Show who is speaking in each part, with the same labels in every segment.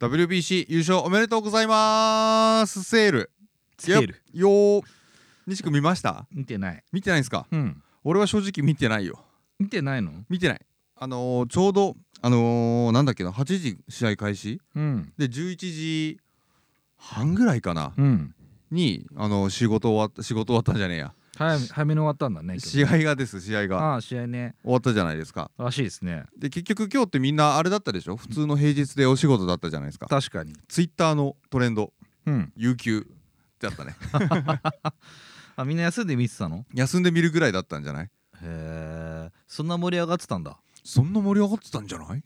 Speaker 1: WBC 優勝おめでとうございますセール
Speaker 2: つける
Speaker 1: よー西君見ました
Speaker 2: 見てない
Speaker 1: 見てないんですか
Speaker 2: うん
Speaker 1: 俺は正直見てないよ
Speaker 2: 見てないの
Speaker 1: 見てないあのーちょうどあのーなんだっけな8時試合開始
Speaker 2: うん
Speaker 1: で11時半ぐらいかな
Speaker 2: うん
Speaker 1: に、あのー仕事終わった仕事終わったじゃねえや
Speaker 2: 早め早めに終わったんだね今日
Speaker 1: 試合がです試合が
Speaker 2: ああ試合ね
Speaker 1: 終わったじゃないですから
Speaker 2: しいですね
Speaker 1: で結局今日ってみんなあれだったでしょ普通の平日でお仕事だったじゃないですか
Speaker 2: 確かに
Speaker 1: ツイッターのトレンド
Speaker 2: うん
Speaker 1: 有給だったね
Speaker 2: あみんな休んで見てたの
Speaker 1: 休んでみるぐらいだったんじゃない
Speaker 2: へえそんな盛り上がってたんだ
Speaker 1: そんな盛り上がってたんじゃない
Speaker 2: へ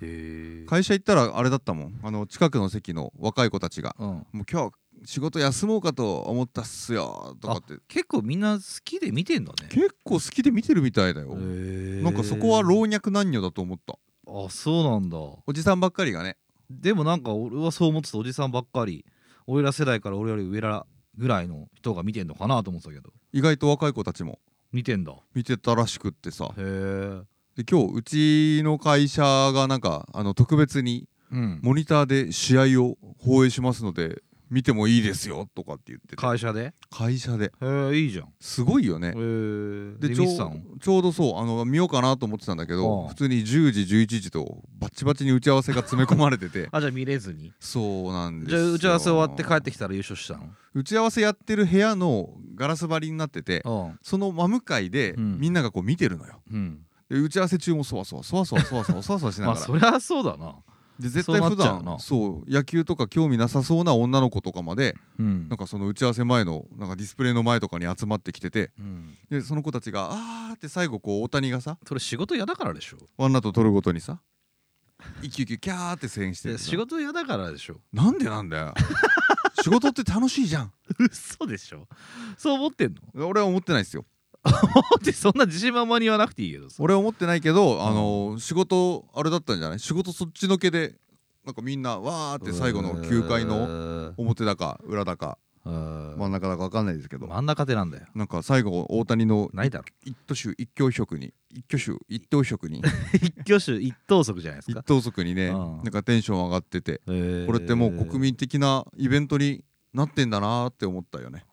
Speaker 2: え
Speaker 1: 会社行ったらあれだったもんあの近くの席の若い子たちが
Speaker 2: うん
Speaker 1: 「もう今日仕事休もうかと思ったっすよ」とかって
Speaker 2: 結構みんな好きで見てんだね
Speaker 1: 結構好きで見てるみたいだよ
Speaker 2: へえ
Speaker 1: なんかそこは老若男女だと思った
Speaker 2: あそうなんだ
Speaker 1: おじさんばっかりがね
Speaker 2: でもなんか俺はそう思ってたおじさんばっかり俺ら世代から俺より上らぐらいの人が見てんのかなと思ってたけど
Speaker 1: 意外と若い子たちも
Speaker 2: 見てんだへ
Speaker 1: 見てたらしくってさ
Speaker 2: え
Speaker 1: で今日うちの会社がなんかあの特別に
Speaker 2: うん
Speaker 1: モニターで試合を放映しますので見てもいいですよとかって言ってて
Speaker 2: 会社で
Speaker 1: 会社で
Speaker 2: へえいいじゃん
Speaker 1: すごいよね
Speaker 2: へえ
Speaker 1: で
Speaker 2: で
Speaker 1: ちょ
Speaker 2: 見てたの
Speaker 1: うちょうどそうあの見ようかなと思ってたんだけど、
Speaker 2: うん
Speaker 1: 普通に10時11時とバッチバチに打ち合わせが詰め込まれて て
Speaker 2: あじゃあ見れずに
Speaker 1: そうなんです
Speaker 2: じゃ
Speaker 1: よ
Speaker 2: あ打ち合わせ終わって帰ってきたら優勝した
Speaker 1: 打ち合わせやってる部屋のガラス張りになってて
Speaker 2: の
Speaker 1: その真向かいで
Speaker 2: うん
Speaker 1: みんながこう見てるのよ、
Speaker 2: うんうん
Speaker 1: で打ち合わせ中もそわそわそわそわそわそわそわそわしな
Speaker 2: ま
Speaker 1: が
Speaker 2: あ
Speaker 1: ら、
Speaker 2: そりゃそうだな
Speaker 1: で絶対
Speaker 2: そうな
Speaker 1: 普
Speaker 2: っちゃうな
Speaker 1: 段そう野球とか興味なさそうな女の子とかまで
Speaker 2: うん
Speaker 1: なんかその打ち合わせ前のなんかディスプレイの前とかに集まってきてて
Speaker 2: うん
Speaker 1: でその子たちが「あー」って最後こう大谷がさ
Speaker 2: それ仕事嫌だからでしょ
Speaker 1: ワンナウト取るごとにさ一球一球キャーって声援して
Speaker 2: い
Speaker 1: る
Speaker 2: や
Speaker 1: さ
Speaker 2: 仕事嫌だからでしょ
Speaker 1: なんでなんだ よ仕事って楽しいじゃん
Speaker 2: 嘘でしょそう思ってん の
Speaker 1: 俺は思ってないですよ
Speaker 2: ってそんな自信満々に言わなくていいけどさ
Speaker 1: 俺は思ってないけど、あの仕事あれだったんじゃない仕事そっちのけでなんかみんなわーって最後の9回の
Speaker 2: の
Speaker 1: 表だか裏だか真
Speaker 2: 真
Speaker 1: ん中だか分かんないですけど、
Speaker 2: 真ん中手なんだよ
Speaker 1: なんか最後大谷の
Speaker 2: ないだろ
Speaker 1: 一挙手一挙手に一挙手一投足に
Speaker 2: 一挙手一投足じゃないです
Speaker 1: 一
Speaker 2: か
Speaker 1: 投足にね
Speaker 2: う
Speaker 1: なん
Speaker 2: ん
Speaker 1: かテンション上がってて
Speaker 2: これ
Speaker 1: これってもう国民的なイベントになってんだなーって思ったよね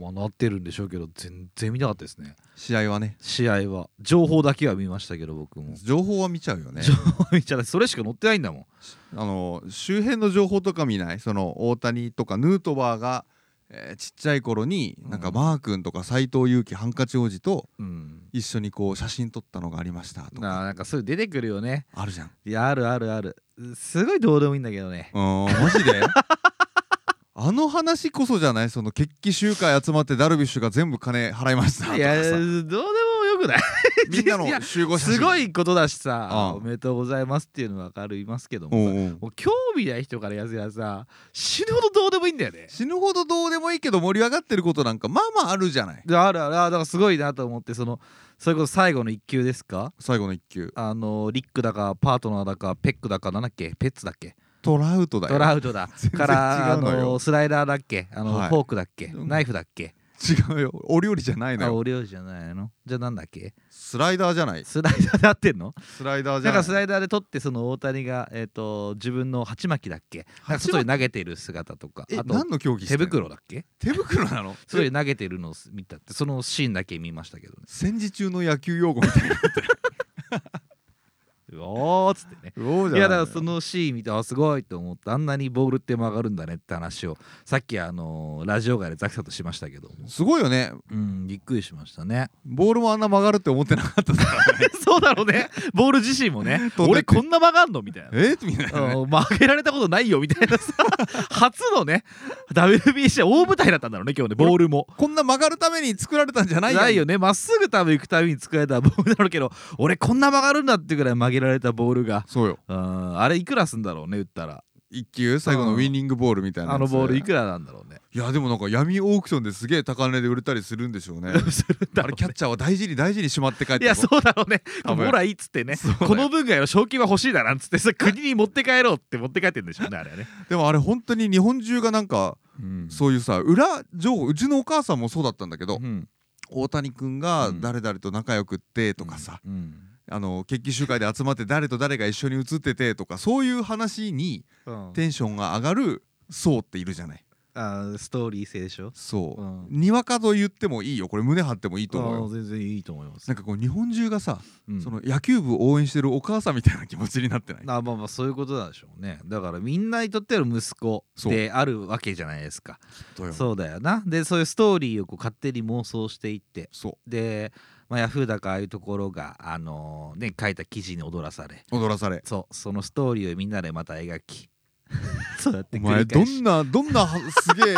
Speaker 2: まあなってるんでしょうけど全然見なかったですね
Speaker 1: 試合はね
Speaker 2: 試合は情報だけは見ましたけど僕も
Speaker 1: 情報は見ちゃうよね
Speaker 2: 情報見ち ゃないそれしか載ってないんだもん
Speaker 1: あの周辺の情報とか見ないその大谷とかヌートバーが、えーちっちゃい頃になんか
Speaker 2: うん
Speaker 1: マー君とか斎藤佑樹ハンカチ王子と
Speaker 2: うん
Speaker 1: 一緒にこう写真撮ったのがありましたと
Speaker 2: な
Speaker 1: か
Speaker 2: なんかそういう出てくるよね
Speaker 1: あるじゃん
Speaker 2: いやあるあるあるすごいどうでもいいんだけどね
Speaker 1: うーんマジで あの話こそじゃないその決起集会集まってダルビッシュが全部金払いましたとか
Speaker 2: いやど
Speaker 1: さ
Speaker 2: うでもよくない
Speaker 1: みんない
Speaker 2: や
Speaker 1: の集合写真
Speaker 2: すごいことだしさ
Speaker 1: ああ
Speaker 2: おめでとうございますっていうのは分かりますけど
Speaker 1: うん
Speaker 2: もさ
Speaker 1: うん
Speaker 2: もう興味ない人からやせやさ死ぬほどどうでもいいんだよね
Speaker 1: 死ぬほどどうでもいいけど盛り上がってることなんかまあまああるじゃない
Speaker 2: であるあるあだからすごいなと思ってそのそれこそ最後の1球ですか
Speaker 1: 最後の一球
Speaker 2: あのリックだかパートナーだかペックだかなんだっけペッツだっけ
Speaker 1: トラウトだよ
Speaker 2: トラウトだ
Speaker 1: 全然
Speaker 2: から
Speaker 1: 違
Speaker 2: あ
Speaker 1: うのよ
Speaker 2: のスライダーだっけあの、
Speaker 1: はい
Speaker 2: フォークだっけ
Speaker 1: うん
Speaker 2: ナイフだっけ
Speaker 1: 違うよお料理じゃないの
Speaker 2: あ
Speaker 1: よ
Speaker 2: お料理じゃないのじゃあなんだっけ
Speaker 1: スライダーじゃない
Speaker 2: スライダーで合ってんの
Speaker 1: スライダーじ
Speaker 2: な
Speaker 1: ゃ
Speaker 2: ん
Speaker 1: ない
Speaker 2: かスライダーで取ってその大谷が、えー、と自分の鉢巻きだっけなんか
Speaker 1: 鉢巻き
Speaker 2: 外に投げてる姿とか
Speaker 1: え
Speaker 2: あと
Speaker 1: 何の競技して
Speaker 2: 手
Speaker 1: んの
Speaker 2: 袋だっけ
Speaker 1: 手袋な の
Speaker 2: 外に投げてるのを見たってそのシーンだけ見ましたけどね
Speaker 1: 戦時中の野球用語みたいな
Speaker 2: うおーっつってね
Speaker 1: そう
Speaker 2: いやだからそのシーン見てあすごいと思ってあんなにボールって曲がるんだねって話をさっきあのーラジオ外でザクさんとしましたけども
Speaker 1: すごいよね
Speaker 2: うんびっくりしましたね
Speaker 1: ボールもあんな曲がるって思ってなかったからね
Speaker 2: そうだろうねボール自身も ね
Speaker 1: 飛んで
Speaker 2: 俺
Speaker 1: って
Speaker 2: こんな曲がんのみたいな
Speaker 1: えっみたいなね
Speaker 2: うん曲げられたことないよみたいなさ 初のね WBC は大舞台だったんだろうね今日ねボールも。
Speaker 1: こんな曲がるために作られたんじゃない
Speaker 2: ないよねまっすぐ多分行くたびに使えたボールだろうけど俺こんな曲がるんだってぐらい曲げられたボールが
Speaker 1: そうよ
Speaker 2: うんあれいくらすんだろうね打ったら
Speaker 1: 一球最後のウィニングボールみたいなや
Speaker 2: あ
Speaker 1: つ
Speaker 2: のボールいくらなんだろうね。
Speaker 1: いやでもなんか闇オークションですげえ高値で売れたりするんでしょうね
Speaker 2: するんだ
Speaker 1: あれ
Speaker 2: ろうね
Speaker 1: キャッチャーは大事に大事にしまって帰って
Speaker 2: いやそうだろうね
Speaker 1: 多
Speaker 2: ほ
Speaker 1: 分
Speaker 2: らいいっつってねこの分ぐらいの賞金は欲しいだなんつって さ国に持って帰ろうって持って帰ってんでしょうねあれはね、
Speaker 1: でもあれ本当に日本中がなんかそういうさ裏情報うちのお母さんもそうだったんだけど
Speaker 2: うん
Speaker 1: 大谷君が誰々と仲良くってとかさ、
Speaker 2: うん
Speaker 1: あの決起集会で集まって誰と誰が一緒に写っててとかそういう話に
Speaker 2: うん
Speaker 1: テンションが上がる層っているじゃない
Speaker 2: あーストーリー性でしょ
Speaker 1: そう、
Speaker 2: うん
Speaker 1: にわかと言ってもいいよこれ胸張ってもいいと思う
Speaker 2: あー
Speaker 1: よ
Speaker 2: 全然いいと思います
Speaker 1: なんかこう日本中がさ、
Speaker 2: うん
Speaker 1: その野球部を応援してるお母さんみたいな気持ちになってない
Speaker 2: あまあまあそういうことなんでしょうねだからみんなにとっての息子であるわけじゃないですか
Speaker 1: そうそう
Speaker 2: そうだよなでそういうストーリーをこう勝手に妄想していってで、まあ、ヤフーだかああいうところが、あのーね、書いた記事に踊らされ
Speaker 1: 踊らされ
Speaker 2: そうそのストーリーをみんなでまた描き そうやって
Speaker 1: お
Speaker 2: 繰
Speaker 1: 前
Speaker 2: り
Speaker 1: ど
Speaker 2: 返し
Speaker 1: んなどんなはすげえ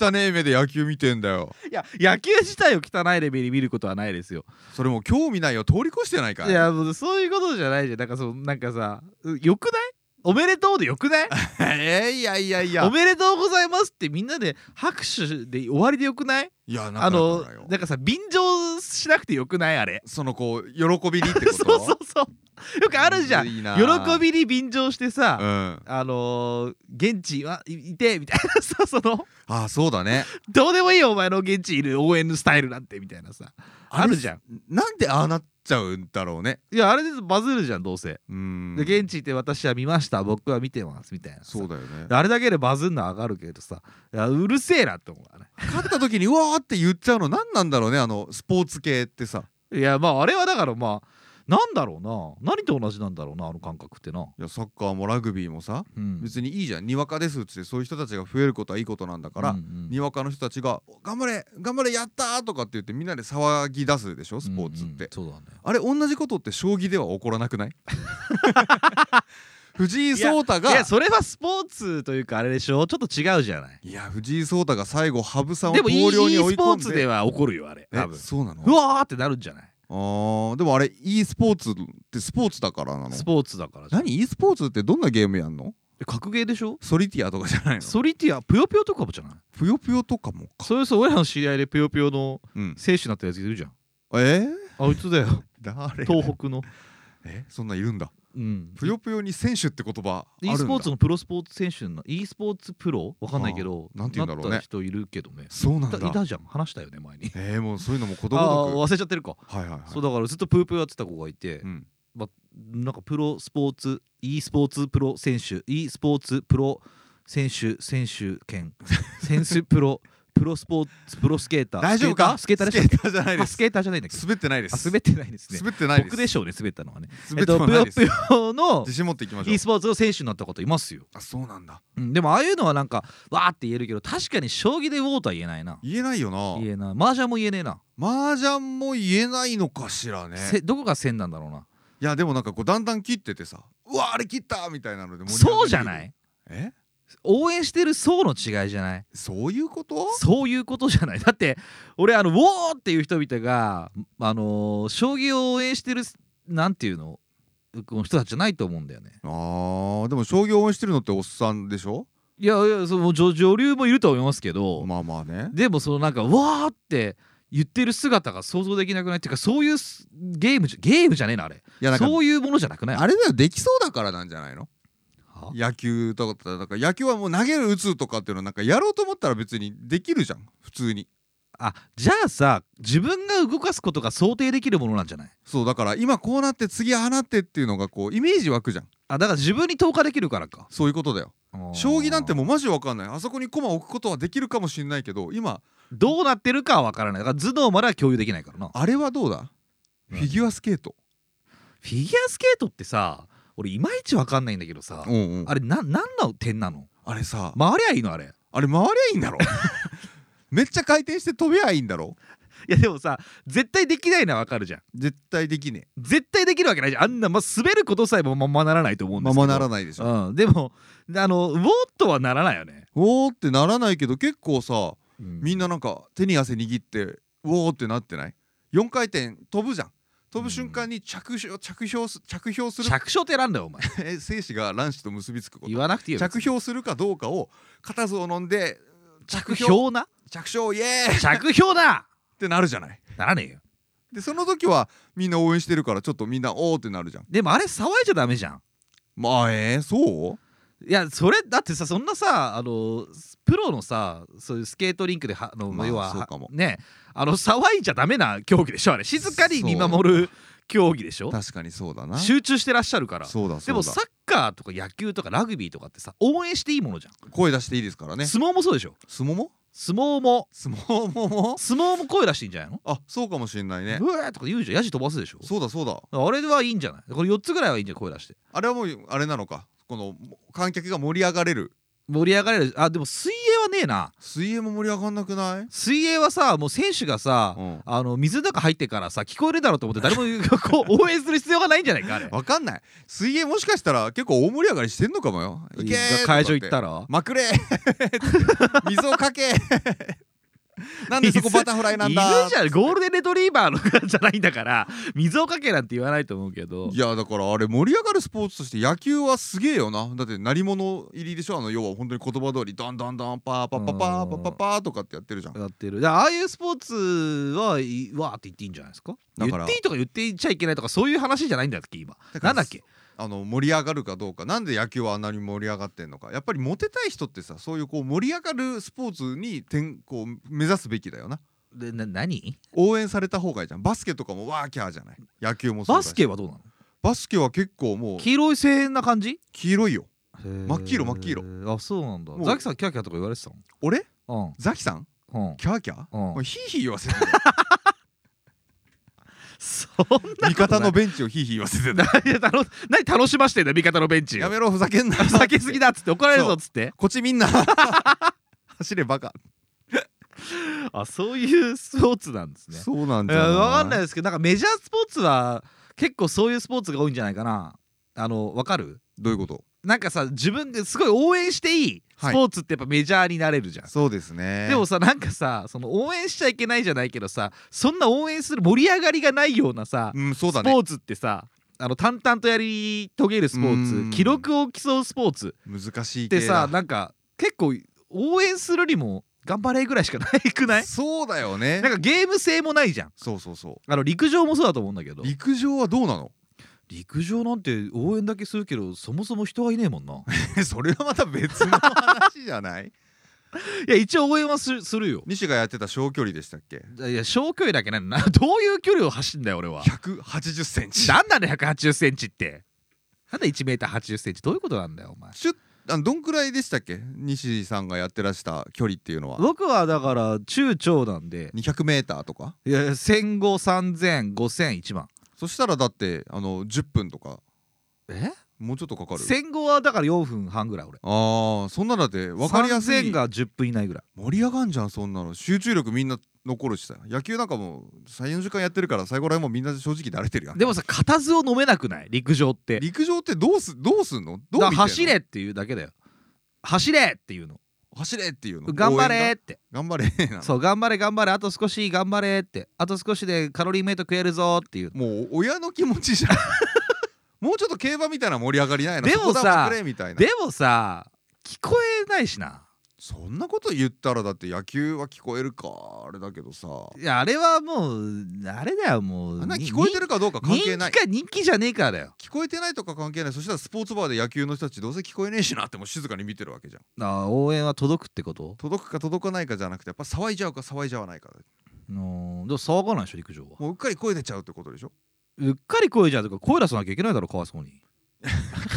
Speaker 1: 汚え目で野球見てんだよ
Speaker 2: いや野球自体を汚いレベルに見ることはないですよ
Speaker 1: それもう興味ないよ通り越してないか
Speaker 2: いやもうそういうことじゃないじゃんなんかそうなんかさうよくないおめでとうでよくない
Speaker 1: えーいやいやい
Speaker 2: お
Speaker 1: や
Speaker 2: めでとうございますってみんなで拍手で終わりでよくない
Speaker 1: いやな
Speaker 2: あ
Speaker 1: んか
Speaker 2: の
Speaker 1: だよ
Speaker 2: なんかさ便乗しなくてよくないあれ
Speaker 1: そのこう喜びに ってこと
Speaker 2: そうそうそうよくあるじゃん
Speaker 1: むずいな
Speaker 2: 喜びに便乗してさ、
Speaker 1: うん
Speaker 2: あのー、現地はいいてみたいな さその
Speaker 1: ああそうだね
Speaker 2: どうでもいいよお前の現地いる応援のスタイルなんてみたいなさあるじゃん
Speaker 1: なんでああなっちゃうんだろうね
Speaker 2: いやあれでバズるじゃんどうせ、
Speaker 1: うん
Speaker 2: で現地行って私は見ました僕は見てますみたいなさ
Speaker 1: そうだよね
Speaker 2: あれだけでバズるのは上がるけどさいやうるせえなって思うわね
Speaker 1: 勝った時にうわーって言っちゃうの何なんだろうねあのスポーツ系ってさ
Speaker 2: いやまああれはだからまあなんだろうな何と同じなんだろうなあの感覚ってな、
Speaker 1: いやサッカーもラグビーもさ
Speaker 2: うん、
Speaker 1: 別にいいじゃんにわかですっつってそういう人たちが増えることはいいことなんだから、
Speaker 2: うんうん
Speaker 1: にわかの人たちが「頑張れ頑張れやった!」とかって言ってみんなで騒ぎ出すでしょスポーツって、
Speaker 2: うんうんそうだね
Speaker 1: あれ同じことって将棋では起こらなくない 藤井聡太が
Speaker 2: い
Speaker 1: いや
Speaker 2: やそれはスポーツというかあれでしょちょっと違うじゃない
Speaker 1: 藤井聡太が最後羽生さんを
Speaker 2: でもい
Speaker 1: 投
Speaker 2: い
Speaker 1: 了に追
Speaker 2: e
Speaker 1: い込んで
Speaker 2: スポーツでは怒るよあれ
Speaker 1: え
Speaker 2: 多分
Speaker 1: そうなの
Speaker 2: うわーってなるんじゃない
Speaker 1: あーでもあれ e スポーツってスポーツだからなの
Speaker 2: スポーツだからじゃん
Speaker 1: 何 e スポーツってどんなゲームやんの
Speaker 2: え格ゲーでしょ
Speaker 1: ソリティアとかじゃないの
Speaker 2: ソリティアぷよぷよとかもじゃない
Speaker 1: ぷよぷよとかもか、
Speaker 2: それそう俺らの知り合いでぷよぷよの
Speaker 1: うん、
Speaker 2: 選手になったやついるじゃん
Speaker 1: えー、
Speaker 2: あいつだよ
Speaker 1: 誰
Speaker 2: 東北の
Speaker 1: えそんないるんだ
Speaker 2: うん
Speaker 1: ぷよぷよに選手って言葉あるんだ
Speaker 2: e スポーツのプロスポーツ選手の e スポーツプロわかんないけど
Speaker 1: あーなんて言うんだろうね
Speaker 2: った人いるけどね
Speaker 1: そうなん
Speaker 2: いたい
Speaker 1: だ
Speaker 2: たじゃん話したよね前に
Speaker 1: えー、もうそういうのも子
Speaker 2: あ
Speaker 1: 供
Speaker 2: あー
Speaker 1: ごと
Speaker 2: 忘れちゃってるか
Speaker 1: くはいはいはい
Speaker 2: そうだからずっとぷよぷよやってた子がいて
Speaker 1: うん、
Speaker 2: ま、なんかプロスポーツ e スポーツプロ選手 e スポーツプロ選手選手 権選手プロプロスポーツプロスケーター
Speaker 1: 大丈夫か
Speaker 2: スケータースケーターで
Speaker 1: ス
Speaker 2: し
Speaker 1: ケーターじゃない
Speaker 2: た
Speaker 1: で
Speaker 2: あ
Speaker 1: す
Speaker 2: スケ
Speaker 1: 滑っ
Speaker 2: ーターじゃないんだっけど
Speaker 1: てないです
Speaker 2: あ滑ってないですね
Speaker 1: 滑ってないです
Speaker 2: 僕でしょうね滑ったのはね
Speaker 1: 滑ってもないです、
Speaker 2: えっとぷよぷよの
Speaker 1: 自信持っていきましょう
Speaker 2: e スポーツの選手になったこといますよ、
Speaker 1: あそうなんだ
Speaker 2: うんでもああいうのはなんかわーって言えるけど確かに将棋でウォーとは言えないな
Speaker 1: 言えないよな
Speaker 2: 言えない麻雀も言えねえな、
Speaker 1: 麻雀も言えないのかしらね
Speaker 2: せどこが線なんだろうない
Speaker 1: やでもなんかこうだんだん切っててさうわあれ切ったみたいなので盛り上がる
Speaker 2: そうじゃない
Speaker 1: え
Speaker 2: 応援してる層の違いじゃない
Speaker 1: そういうこと
Speaker 2: そういうことじゃないだ って俺あの「ウォー!」っていう人々があのー将棋を応援してるなんていうのこの人たちじゃないと思うんだよね
Speaker 1: あーでも将棋応援してるのっておっさんでしょ
Speaker 2: いやいやその女女流もいると思いますけど、
Speaker 1: まあまあね
Speaker 2: でもそのなんか「ウォー!」って言ってる姿が想像できなくないっていうかそういうすゲームじゃゲームじゃねえなあれ
Speaker 1: いやなんか
Speaker 2: そういうものじゃなくない
Speaker 1: あれだよできそうだからなんじゃないの
Speaker 2: は
Speaker 1: 野球とかだから野球はもう投げる打つとかっていうのなんかやろうと思ったら別にできるじゃん普通に
Speaker 2: あじゃあさ自分が動かすことが想定できるものなんじゃない
Speaker 1: そうだから今こうなって次ああなってっていうのがこうイメージ湧くじゃん
Speaker 2: あだから自分に投下できるからか
Speaker 1: そういうことだよ将棋なんて
Speaker 2: も
Speaker 1: もうマジわかんないあそこに駒置くことはできるかもしんないけど今
Speaker 2: どうなってるかは分からないだから頭脳までは共有できないからな
Speaker 1: あれはどうだ
Speaker 2: うん
Speaker 1: フィギュアスケート
Speaker 2: フィギュアスケートってさ俺いまいち分かんないんだけどさ
Speaker 1: うんうん
Speaker 2: あれな何の点なの
Speaker 1: あれさ
Speaker 2: 回りゃいいのあれい
Speaker 1: あれ回りゃいいん だろめっちゃ回転して飛べゃいいんだろ
Speaker 2: やでもさ絶対できないのは分かるじゃん
Speaker 1: 絶対できね
Speaker 2: 絶対できるわけないじゃんあんな、まあ、滑ることさえもままならないと思う
Speaker 1: え
Speaker 2: んで
Speaker 1: ます
Speaker 2: け
Speaker 1: ま
Speaker 2: ど
Speaker 1: ならないでしょ
Speaker 2: うん、でもあのウォッとはならないよね、
Speaker 1: おーってならないけど結構さみん
Speaker 2: な
Speaker 1: ななんか手に汗握ってうおーってなってない4回転飛ぶじゃん飛ぶ瞬間に着氷着氷す着氷する
Speaker 2: 着床ってなんだよお前
Speaker 1: え精子が卵子と結びつくこと
Speaker 2: 言わなくていいよ
Speaker 1: 着氷するかどうかを固唾を飲んで着
Speaker 2: 着
Speaker 1: 氷
Speaker 2: 氷な
Speaker 1: 着氷イエーイっ
Speaker 2: 着氷だ
Speaker 1: てなるじゃない
Speaker 2: ならねえよ
Speaker 1: でその時はみんな応援してるからちょっとみんなおーってなるじゃん
Speaker 2: でもあれ騒いじゃダメじゃん
Speaker 1: まあえー、そう
Speaker 2: いやそれだってさそんなさあのプロのさそういうスケートリンクではあの、
Speaker 1: まあ
Speaker 2: 要は
Speaker 1: そうかも
Speaker 2: ねあの騒いじゃダメな競技でしょあれ静かに見守る競技でしょ
Speaker 1: 確かにそうだな
Speaker 2: 集中してらっしゃるから
Speaker 1: そうだ
Speaker 2: で
Speaker 1: そ
Speaker 2: も
Speaker 1: うだ
Speaker 2: サッカーとか野球とかラグビーとかってさ応援していいものじゃん、
Speaker 1: 声出していいですからね
Speaker 2: 相撲もそうでしょ
Speaker 1: 相撲も
Speaker 2: 相撲も
Speaker 1: 相撲も
Speaker 2: 相撲も声出していいんじゃないの
Speaker 1: あそうかもしれないね
Speaker 2: うわーとか言うじゃんヤジ飛ばすでしょ
Speaker 1: そうだそうだ
Speaker 2: あれはいいんじゃないこれ4つぐらいはいいんじゃない声出して
Speaker 1: あれはもうあれなのかこの観客が盛り上がれる
Speaker 2: 盛り上がれるあでも水泳はねえな
Speaker 1: 水泳も盛り上がんなくない
Speaker 2: 水泳はさもう選手がさ、
Speaker 1: うん
Speaker 2: あの水の中入ってからさ聞こえるだろうと思って 誰もこう応援する必要がないんじゃないかあれ
Speaker 1: わかんない水泳もしかしたら結構大盛り上がりしてんのかもよいけー
Speaker 2: 会場行った
Speaker 1: ら
Speaker 2: ら
Speaker 1: まくれ水をかけなんでそこバタフライなんだ
Speaker 2: 犬じゃゴールデンレトリーバーのじゃないんだから水をかけなんて言わないと思うけど
Speaker 1: いやだからあれ盛り上がるスポーツとして野球はすげえよなだって鳴り物入りでしょあの要は本当に言葉通りダンダンダンパーパーパーパーパーパーパーとかってやってるじゃん
Speaker 2: やってるだからああいうスポーツはいわーって言っていいんじゃないですか
Speaker 1: だから
Speaker 2: 言っていいとか言っていちゃいけないとかそういう話じゃないんだっけ今
Speaker 1: だから
Speaker 2: なんだっけ
Speaker 1: あの盛り上がるかどうかなんで野球はあんなに盛り上がってんのかやっぱりモテたい人ってさそういうこう盛り上がるスポーツに転こう目指すべきだよな
Speaker 2: でな何
Speaker 1: 応援された方がいいじゃんバスケとかもワーキャーじゃない野球もそうだ
Speaker 2: バ
Speaker 1: し
Speaker 2: スケはどうなの
Speaker 1: バスケは結構もう
Speaker 2: 黄色い声援な感じ
Speaker 1: 黄色いよ
Speaker 2: 真
Speaker 1: っ黄色真っ黄
Speaker 2: 色あそうなんだ
Speaker 1: もう
Speaker 2: ザキさんキャーキャーとか言われてたの
Speaker 1: 俺
Speaker 2: うん
Speaker 1: ザキさん
Speaker 2: うん
Speaker 1: キャーキャー
Speaker 2: うん
Speaker 1: お前ヒーヒー言わせて
Speaker 2: そんなことない
Speaker 1: 味方のベンチをヒーヒー言わせて
Speaker 2: 何楽何楽しましてんだよ味方のベンチ
Speaker 1: やめろふざけんな
Speaker 2: ふざけすぎだっつって怒られるぞっつって
Speaker 1: こっちみんな 走れバカ、
Speaker 2: あそういうスポーツなんですね
Speaker 1: そうなん
Speaker 2: え
Speaker 1: じゃ
Speaker 2: ー
Speaker 1: ない
Speaker 2: わかんないですけどなんかメジャースポーツは結構そういうスポーツが多いんじゃないかなあのわかる
Speaker 1: どういうこと
Speaker 2: なんかさ自分ですごい応援していい
Speaker 1: はい
Speaker 2: スポーツってやっぱメジャーになれるじゃん、
Speaker 1: そうですね
Speaker 2: でもさなんかさその応援しちゃいけないじゃないけどさそんな応援する盛り上がりがないようなさ、
Speaker 1: うんそうだ
Speaker 2: ス
Speaker 1: ね
Speaker 2: ポーツってさあの淡々とやり遂げるスポ
Speaker 1: う
Speaker 2: ー
Speaker 1: ん
Speaker 2: ツ記録を競うスポーツ
Speaker 1: 難しい
Speaker 2: って
Speaker 1: 系だ
Speaker 2: さなんか結構応援するにも頑張れぐらいしかないくない
Speaker 1: そうだよね
Speaker 2: なんかゲーム性もないじゃん
Speaker 1: そうそうそ
Speaker 2: あの陸上もそうだと思うんだけど
Speaker 1: う陸上はどうなの
Speaker 2: 陸上なんて応援だけするけどそもそも人がいねえもん な
Speaker 1: それはまた別の話じゃない
Speaker 2: いや一応応援はするするよ
Speaker 1: 西がやってた小距離でしたっけ
Speaker 2: いや小距離だけ ないなどういう距離を走んだよ俺は
Speaker 1: 1 8 0ンチ
Speaker 2: なんなんだ1 8 0ンチってなんで 1m80cm どういうことなんだよお前
Speaker 1: シュッあのどんくらいでしたっけ西さんがやってらした距離っていうのは
Speaker 2: 僕はだから中長なんで
Speaker 1: 200m とか
Speaker 2: いやいや1 5 0 0 0 5 0 0 0 1万
Speaker 1: そしたらだってあの10分とか
Speaker 2: え
Speaker 1: もうちょっとかかる
Speaker 2: 戦後はだから4分半ぐらい俺
Speaker 1: ああそんなのだって分かりやす
Speaker 2: 3000
Speaker 1: い
Speaker 2: が10分以内ぐらい
Speaker 1: 盛り上がんじゃんそんなの集中力みんな残るしさ野球なんかもう34時間やってるから最後らへんもうみんな正直慣れてるやん
Speaker 2: でもさ固唾を飲めなくない陸上って
Speaker 1: 陸上ってどうすどうすんのどう見てんの
Speaker 2: だから走れっていうだけだよ走れっていうの
Speaker 1: 走れっていうの
Speaker 2: 頑張
Speaker 1: 応
Speaker 2: れ
Speaker 1: 援
Speaker 2: って
Speaker 1: が頑張れな
Speaker 2: そう頑張れ頑張れあと少し頑張れってあと少しでカロリーメイト食えるぞっていう
Speaker 1: もう親の気持ちじゃん もうちょっと競馬みたいな盛り上がりないの
Speaker 2: でも
Speaker 1: そ
Speaker 2: さ
Speaker 1: こだけくれみたいな
Speaker 2: でもさ聞こえないしな
Speaker 1: そんなこと言ったらだって野球は聞こえるかあれだけどさ
Speaker 2: いやあれはもうあれだよもう
Speaker 1: あんな聞こえてるかどうか関係ない
Speaker 2: 人気か人気じゃねえからだよ
Speaker 1: 聞こえてないとか関係ないそしたらスポーツバーで野球の人たちどうせ聞こえねえしなってもう静かに見てるわけじゃん
Speaker 2: あ応援は届くってこと
Speaker 1: 届くか届かないかじゃなくてやっぱ騒いじゃうか騒いじゃわないか
Speaker 2: うんでも騒がないでしょ陸上は
Speaker 1: もううっかり声出ちゃうってことでしょ
Speaker 2: うっかり声じゃとか声出さなきゃいけないだろかわいそうに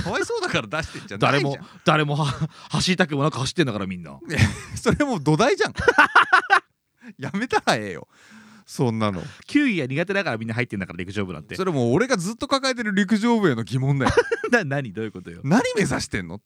Speaker 1: かわいそうだから出してんじゃん
Speaker 2: 誰も誰もは 走りたくもなく走ってんだからみんな
Speaker 1: それもう土台じゃん やめたらええよそんなの
Speaker 2: 球技が苦手だからみんな入ってんだから陸上部なんて
Speaker 1: それもう俺がずっと抱えてる陸上部への疑問だ よ
Speaker 2: な何どういうことよ
Speaker 1: 何目指してんの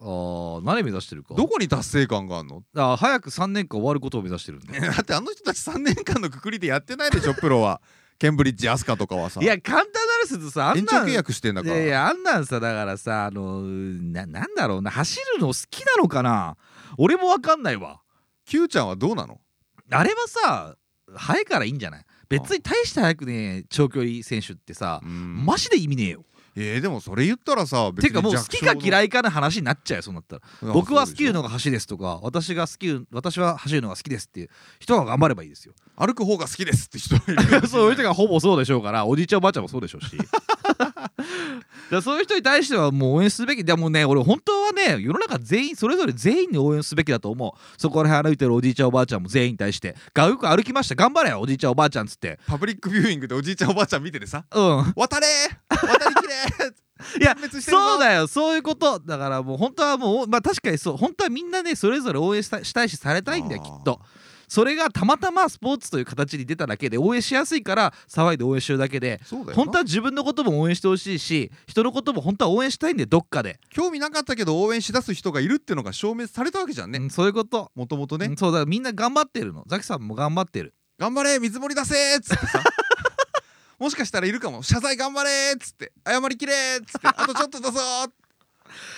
Speaker 2: あー何目指してるか
Speaker 1: どこに達成感があんの
Speaker 2: あー早く3年間終わることを目指してるんだ
Speaker 1: だってあの人たち3年間のくくりでやってないでしょプロはケンブリッジアスカとかはさ
Speaker 2: いや簡単な話するとさあん
Speaker 1: 延長
Speaker 2: なん
Speaker 1: 契
Speaker 2: い
Speaker 1: 約してんだから
Speaker 2: やいやあんなんさだからさあのななんだろうな走るの好きなのかな俺もわかんないわ
Speaker 1: Q ちゃんはどうなの
Speaker 2: あれはさ早いからいいんじゃない別に大して早くね長距離選手ってさ
Speaker 1: うん
Speaker 2: マジで意味ねえよ
Speaker 1: えー、でもそれ言ったらさ別
Speaker 2: てかもう好きか嫌
Speaker 1: い
Speaker 2: いかの話になっちゃうよそうなったら僕はスキルのが走ですとか私がスキル私は走るのが好きですっていう人が頑張ればいい ですよ
Speaker 1: 歩く方が好き ですって人いるかもしれない
Speaker 2: そういう人がほぼそうでしょうからおじいちゃんおばあちゃんもそうでしょうしからそういう人に対してはもう応援すべきでもうね俺本当はね世の中全員それぞれ全員に応援すべきだと思うそこら辺歩いてるおじいちゃんおばあちゃんも全員に対して「がよく歩きました頑張れよおじいちゃんおばあちゃん」っつって
Speaker 1: パブリックビューイングでおじいちゃんおばあちゃん見て てさ
Speaker 2: うん
Speaker 1: 渡れ渡りきれ
Speaker 2: いや
Speaker 1: 殲滅してるぞ
Speaker 2: そうだよそういうことだからもう本当はもうまあ確かにそう本当はみんなねそれぞれ応援したしたいしされたいんだよ
Speaker 1: あ
Speaker 2: き
Speaker 1: ー
Speaker 2: っとそれがたまたまスポーツという形に出ただけで応援しやすいから騒いで応援してるだけで
Speaker 1: そうだよな
Speaker 2: 本当は自分のことも応援してほしいし人のことも本当は応援したいんでどっかで、
Speaker 1: 興味なかったけど応援しだす人がいるってのが証明されたわけじゃん
Speaker 2: う
Speaker 1: ね
Speaker 2: んそういうこと、
Speaker 1: もともと
Speaker 2: う
Speaker 1: ね
Speaker 2: んそうだからみんな頑張ってるのザキさんも頑張ってる
Speaker 1: 「頑張れ水盛り出せ!」っつ ってさもしかしたらいるかも「謝罪頑張れ!」っつって「謝りきれ!」っつって「あとちょっとだぞ!」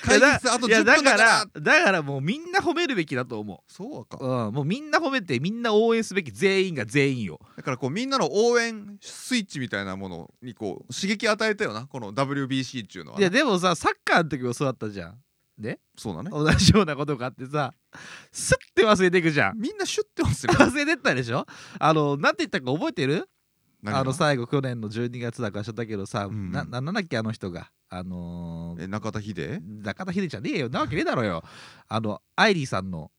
Speaker 1: 解決あと
Speaker 2: いや
Speaker 1: 10分だから
Speaker 2: いやだからだからもうみんな褒めるべきだと思
Speaker 1: そうか
Speaker 2: う、うん、もうみんな褒めてみんな応援すべき全員が全員を
Speaker 1: だからこうみんなの応援スイッチみたいなものにこう刺激与えたよなこの WBC っていうのはいね、
Speaker 2: やでもさサッカーの時もそうだったじゃん
Speaker 1: そうだね
Speaker 2: 同じようなことがあってさスッて忘れていくじゃん
Speaker 1: みんなシュッてますよ
Speaker 2: 忘れてったでしょあのなんて言ったか覚えてる
Speaker 1: 何が
Speaker 2: あの最後去年の12月だからしちゃったけどさ、
Speaker 1: うん
Speaker 2: ななんだっけあの人があのー
Speaker 1: え中田秀
Speaker 2: 中田秀ちゃんねえよなわけねえだろよあのアイリーさんの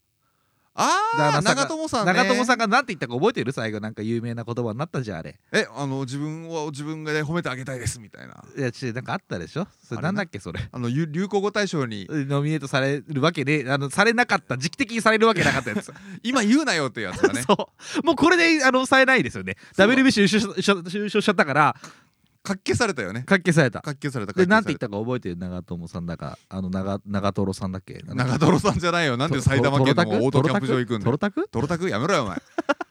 Speaker 1: ああ
Speaker 2: だから
Speaker 1: 長友さんね
Speaker 2: 長友さんが何て言ったか覚えてる最後なんか有名な言葉になったじゃんあれ
Speaker 1: えあの自分は自分で褒めてあげたいですみたいない
Speaker 2: や違うなんかあったでしょ
Speaker 1: あれ
Speaker 2: それ
Speaker 1: な
Speaker 2: なんだっけそれ
Speaker 1: あのゆ流行語大賞に
Speaker 2: ノミネートされるわけであのされなかった時期的にされるわけなかったやつ
Speaker 1: 「今言うなよ」っていうやつだね
Speaker 2: そうもうこれであのさえないですよね
Speaker 1: そう
Speaker 2: WBC 優勝しちゃ優勝しちゃったから
Speaker 1: かっけされたよね
Speaker 2: 活気された
Speaker 1: かっけされたかっ
Speaker 2: で
Speaker 1: けされ
Speaker 2: なんて言ったか覚えてる長友さんだかあの長長友さんだっけ
Speaker 1: 長友さんじゃないよなんで埼玉県のオートキャンプ場行くんだ
Speaker 2: ト
Speaker 1: よ
Speaker 2: ロタク
Speaker 1: トロタクやめろよお前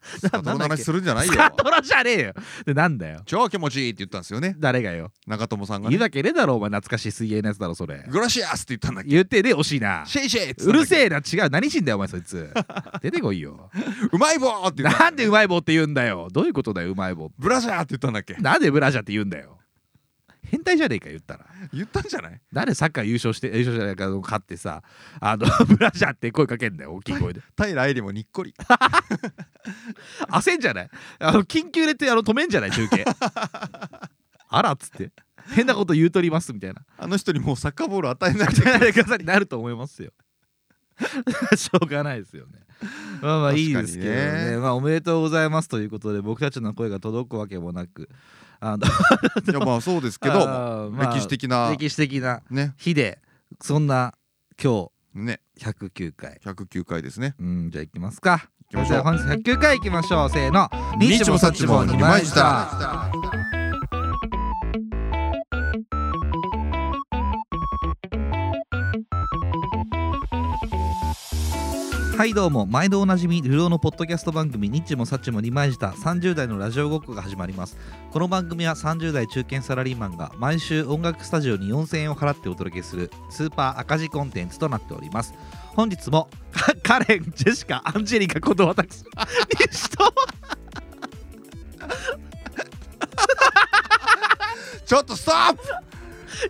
Speaker 1: スカトロの話するんじゃないよ
Speaker 2: スカトロじゃねえよでなんだよ
Speaker 1: 超気持ちいいって言ったんですよね
Speaker 2: 誰がよ
Speaker 1: 長友さんが
Speaker 2: 言う
Speaker 1: ね
Speaker 2: だけねえだろお前懐かしい水泳のやつだろそれ
Speaker 1: グラシアスって言ったんだっけ
Speaker 2: 言ってねえ惜し いな
Speaker 1: シェイシェイっつった
Speaker 2: う
Speaker 1: だ
Speaker 2: ん
Speaker 1: っ
Speaker 2: る
Speaker 1: け
Speaker 2: せえな違う何しんだよお前そ いつ出てこいよ
Speaker 1: うまい棒って言った
Speaker 2: なんでうまい棒って言うんだよどういうことだようまい棒
Speaker 1: ブラジャーって言ったんだっけ
Speaker 2: なんでブラジャーって言うんだよ変態じゃねえか言ったら
Speaker 1: 言ったんじゃない
Speaker 2: 誰サッカー優勝して優勝じゃないか勝ってさあの ブラジャーって声かけんだよ大きい声で
Speaker 1: 平愛理もにっこり
Speaker 2: 焦んじゃないあの緊急でってあの止めんじゃない中継 あらっつって変なこと言うとりますみ たいな
Speaker 1: あの人にもうサッカーボール与えなくて
Speaker 2: 誰かさになると思いますよしょうがないですよねまあまあ
Speaker 1: 確かにね
Speaker 2: いいですけどねまあおめでとうございますということで僕たちの声が届くわけもなくあの
Speaker 1: いやまあそうですけど
Speaker 2: あーまあ
Speaker 1: 歴史的な
Speaker 2: 歴史的な
Speaker 1: ね
Speaker 2: 日でそんな今
Speaker 1: ね
Speaker 2: 日109回
Speaker 1: 109回ですね
Speaker 2: うんじゃあいきますか
Speaker 1: いきまし
Speaker 2: じゃ
Speaker 1: ょ
Speaker 2: あ
Speaker 1: う
Speaker 2: 本日109回いきましょうせーの
Speaker 1: 日もサッチも二枚舌
Speaker 2: はいどうも毎度おなじみ流浪のポッドキャスト番組ニッチもサッチも二枚舌30代のラジオごっこが始まりますこの番組は30代中堅サラリーマンが毎週音楽スタジオに4000円を払ってお届けするスーパー赤字コンテンツとなっております本日もかカレンジェシカアンジェリカこと私西と
Speaker 1: ちょっとストップ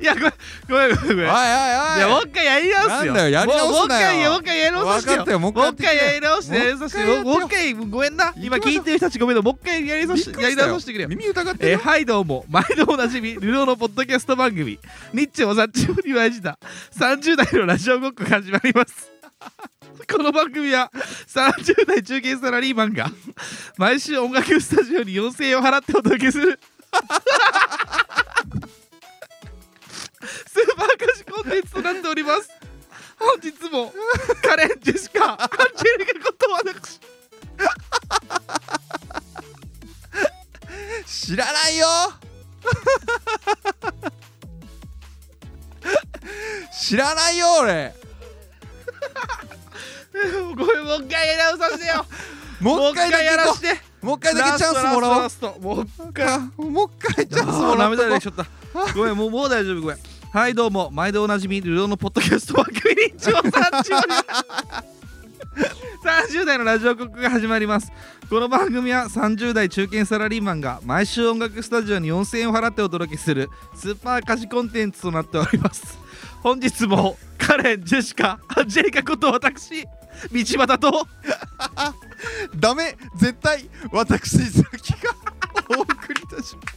Speaker 2: いやごめんごめんごめんごめん
Speaker 1: おいおい
Speaker 2: いやも
Speaker 1: おいう
Speaker 2: 一回やり直す
Speaker 1: な
Speaker 2: よ
Speaker 1: んだよやり直すなよ
Speaker 2: もうもう一回やり直す
Speaker 1: 分かったよもう一回や
Speaker 2: も
Speaker 1: っ
Speaker 2: う
Speaker 1: てくれ
Speaker 2: 一回やり直してやり直してもう
Speaker 1: も
Speaker 2: も
Speaker 1: う一
Speaker 2: う一回ごめんな今
Speaker 1: 行きましょう
Speaker 2: 聞いてる人たちごめんなもう一回やり直し
Speaker 1: びっく
Speaker 2: や
Speaker 1: り
Speaker 2: り
Speaker 1: したよ
Speaker 2: 直してくれよ
Speaker 1: 耳疑って
Speaker 2: えー
Speaker 1: る
Speaker 2: はいどうも毎度おなじみルローのポッドキャスト番組「ニッチもサッチもにわじた30代のラジオごっこ」が始まりますこの番組は30代中堅サラリーマンが毎週音楽スタジオに4000円を払ってお届けするスーパー歌詞コンテンツとなっております本日もカレン・ジェシカアンジェリカこと私
Speaker 1: 知らない よ知らないよ俺
Speaker 2: ごめんもう一回やり直させてよ
Speaker 1: もう一回だけ
Speaker 2: や
Speaker 1: 行
Speaker 2: ら
Speaker 1: こ
Speaker 2: して
Speaker 1: うもう一回だけチャンスもらおう
Speaker 2: ラストラストラストもう一回
Speaker 1: かもう一回チャンスもら
Speaker 2: ダ
Speaker 1: おう
Speaker 2: メだねちょっとごめんもうもう大丈夫ごめんはいどうも毎度おなじみルロのポッドキャスト番組に一応三十30代のラジオ局が始まりますこの番組は30代中堅サラリーマンが毎週音楽スタジオに4000円を払ってお届けするスーパー歌詞コンテンツとなっております本日もカレンジェシカアンジェリカこと私道端と
Speaker 1: ダメ絶対私ザ キがお送りいたしま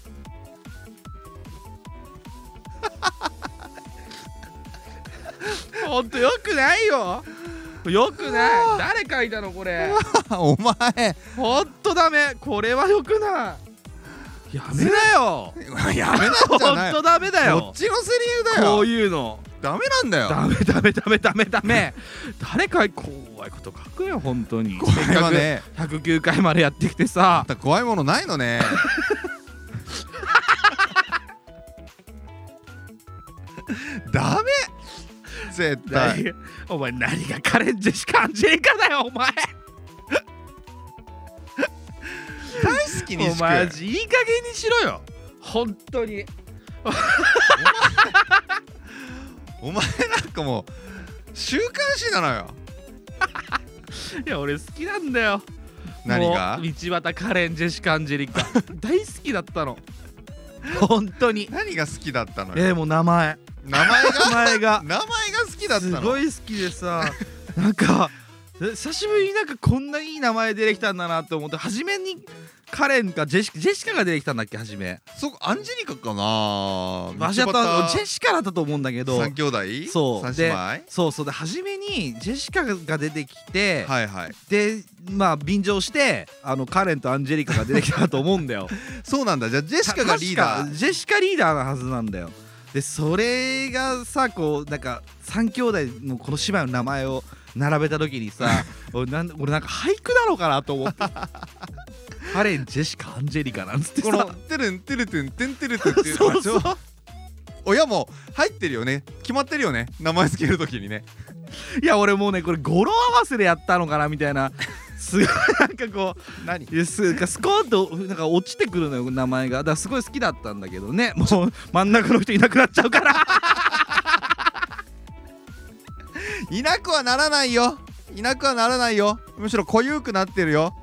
Speaker 1: す
Speaker 2: ほんとよくないよよくない誰書いたのこれ
Speaker 1: お前
Speaker 2: ほんとダメこれはよくないやめなよ
Speaker 1: やめなんじゃな
Speaker 2: ほ
Speaker 1: い
Speaker 2: んとダメだ
Speaker 1: こ
Speaker 2: よ
Speaker 1: っちのセリフだ
Speaker 2: こう
Speaker 1: よ
Speaker 2: いうの
Speaker 1: ダメなんだよ
Speaker 2: ダメダメダメダメダメ誰か怖いこと書くよ本当に
Speaker 1: これはね
Speaker 2: せっかく109回までやってきてさ
Speaker 1: あんた怖いものないのねダメ絶対
Speaker 2: 何 お前何がカレンジェシカアンジェリカだよお前
Speaker 1: 大好きにし
Speaker 2: お
Speaker 1: く
Speaker 2: 前いい加減にしろよ本当に
Speaker 1: お前なんかもう週刊誌なのよ
Speaker 2: いや俺好きなんだよ
Speaker 1: 何が
Speaker 2: もう道端カレンジェシカアンジェ リカ大好きだったの本当に
Speaker 1: 何が好きだったのよ
Speaker 2: えー、もう名前
Speaker 1: 名前が
Speaker 2: 名前が
Speaker 1: 名前が好きだった
Speaker 2: す
Speaker 1: の
Speaker 2: ごい好きでさなんかえ久しぶりになんかこんないい名前出てきたんだなって思って初めにカレンかジェシジェシカが出てきたんだっけ初め
Speaker 1: そこアンジェリカかな
Speaker 2: わしだったジェ
Speaker 1: シ
Speaker 2: シカだったと思うんだけど
Speaker 1: 三兄弟
Speaker 2: そう
Speaker 1: 三姉妹は
Speaker 2: そうそうで初めにジェシカが出てきて、
Speaker 1: いはい
Speaker 2: でまあ便乗してあのカレンとアンジェリカが出てきたと思うん だよ
Speaker 1: そうなんだじゃあジェシカがリーダ
Speaker 2: 確か
Speaker 1: ー
Speaker 2: ジェシカリーダーなはずなんだよでそれがさこうなんか3兄弟のこの姉妹の名前を並べた時に さ俺なん俺なんか俳句なのかなと思ってカレンジェシカアンジェリカなんつって
Speaker 1: この
Speaker 2: さ
Speaker 1: テルンテルテンテンテルテンっていう
Speaker 2: そうそう
Speaker 1: 親も入ってるよね決まってるよね名前つけるときにね
Speaker 2: いや俺もうねこれ語呂合わせでやったのかなみたいなすごいなんかこう
Speaker 1: 何
Speaker 2: いやすかスコーンとなんか落ちてくるのよ名前がだからすごい好きだったんだけどねもう真ん中の人いなくなっちゃうから
Speaker 1: いなくはならないよいなくはならないよむしろ濃ゆくなってるよ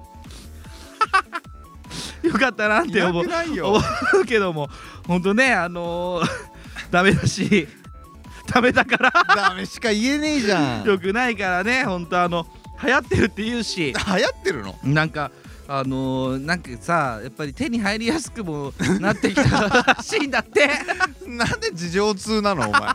Speaker 2: よかったなっ
Speaker 1: い
Speaker 2: て
Speaker 1: な
Speaker 2: 思う
Speaker 1: くない
Speaker 2: 思
Speaker 1: よ
Speaker 2: うけどもほんとねあのー、 ダメだしダメだから
Speaker 1: ダメしか言えねえじゃん流
Speaker 2: よ
Speaker 1: 行
Speaker 2: くないからねほんとあの流行ってるって言うし
Speaker 1: ってるの
Speaker 2: なんかあのー、なんかさやっぱり手に入りやすくもなってきたらしいんだって
Speaker 1: なんで事情通なのお前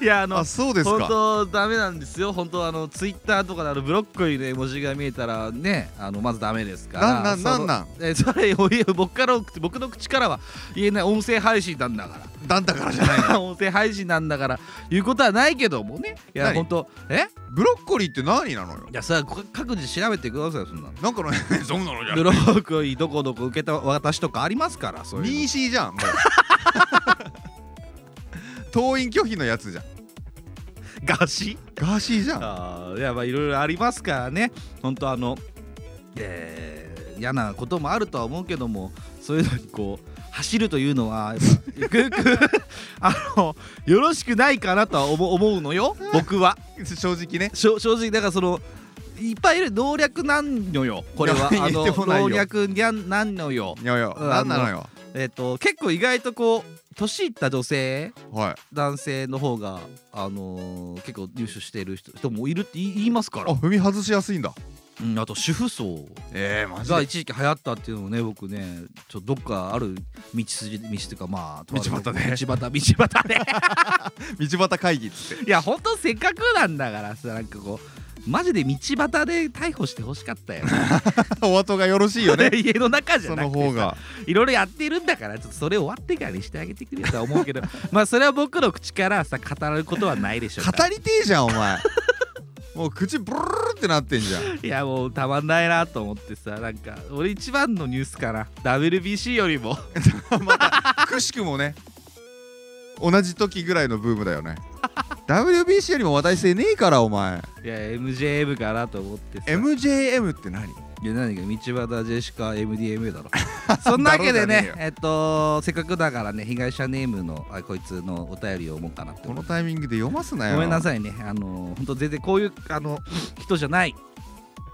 Speaker 2: いやあの
Speaker 1: あそうです
Speaker 2: 本
Speaker 1: か
Speaker 2: 当ダメなんですよ本当あのツイッターとかであのブロッコリーの絵文字が見えたらねあのまずダメですか
Speaker 1: な
Speaker 2: ら
Speaker 1: んなん
Speaker 2: その
Speaker 1: なんなん
Speaker 2: えそれを言う僕から僕の口からは言えない音声配信なんだか
Speaker 1: だんだからじゃないの
Speaker 2: ら 音声配信なんだから言うことはないけどもねいや
Speaker 1: 何
Speaker 2: 本当え
Speaker 1: ブロッコリーって何なのよ
Speaker 2: いやさこ各自調べてくださいそんなの
Speaker 1: なんかの そうなのじゃ
Speaker 2: ブロッコリーどこどこ受けた私とかありますからそういう
Speaker 1: 民
Speaker 2: の
Speaker 1: ーじゃんもう 登院拒否のやつじゃん
Speaker 2: ガシ
Speaker 1: ガーシーじゃん
Speaker 2: あーいやまあいろいろありますからね本当あのえー嫌なこともあるとは思うけどもそういうのにこう走るというのはやっぱゆくゆく あのよろしくないかなとは思う思うのよ僕は
Speaker 1: 正直ね
Speaker 2: しょ正直だからそのいっぱいいる能略なんのよこれは
Speaker 1: いや
Speaker 2: あ
Speaker 1: 言
Speaker 2: の
Speaker 1: ってこないよ
Speaker 2: 能略にゃんなんのよ
Speaker 1: いやいや
Speaker 2: うん
Speaker 1: 何なのよ
Speaker 2: えっ、と結構意外とこう年いった女性
Speaker 1: はい
Speaker 2: 男性の方があのー結構入手してる人人もいるって言い言いますから
Speaker 1: あ踏み外しやすいんだ
Speaker 2: うん、あと主婦層
Speaker 1: えーマジ
Speaker 2: が
Speaker 1: で
Speaker 2: 一時期流行ったっていうのをね僕ねちょっとどっかある道筋道というかまあとある
Speaker 1: 道端で
Speaker 2: 道端道端で
Speaker 1: 道端会議っつって
Speaker 2: いやほんとせっかくなんだからさなんかこうマジで道端で逮捕してほしかっ たよ、
Speaker 1: お後がよろしいよね
Speaker 2: 家の中 じゃ
Speaker 1: そ
Speaker 2: な
Speaker 1: の
Speaker 2: く
Speaker 1: 方
Speaker 2: てさ
Speaker 1: が
Speaker 2: いろいろやってるんだからちょっとそれ終わってからにしてあげてくれとは思う けどまあそれは僕の口からさ語ることはないでしょうから
Speaker 1: 語りてえじゃんお前もう口ブルルルってなってんじゃん
Speaker 2: いやもうたまんないなと思ってさなんか俺一番のニュースかな WBC よ りも
Speaker 1: くしくもね同じ時ぐらいのブームだよね WBC よりも話題性ねえからお前
Speaker 2: いや MJM かなと思ってさ
Speaker 1: MJM って何
Speaker 2: いや何か道端ジェシカ MDMA だろそんなわけ
Speaker 1: だろじ
Speaker 2: でね
Speaker 1: ゃね
Speaker 2: えっとせっかくだからね被害者ネームのあこいつのお便りを読もうかなって
Speaker 1: こ
Speaker 2: 思
Speaker 1: の
Speaker 2: う
Speaker 1: タイミングで読ますなよ
Speaker 2: ごめんないさいねあの本当全然こういうあの人じゃない、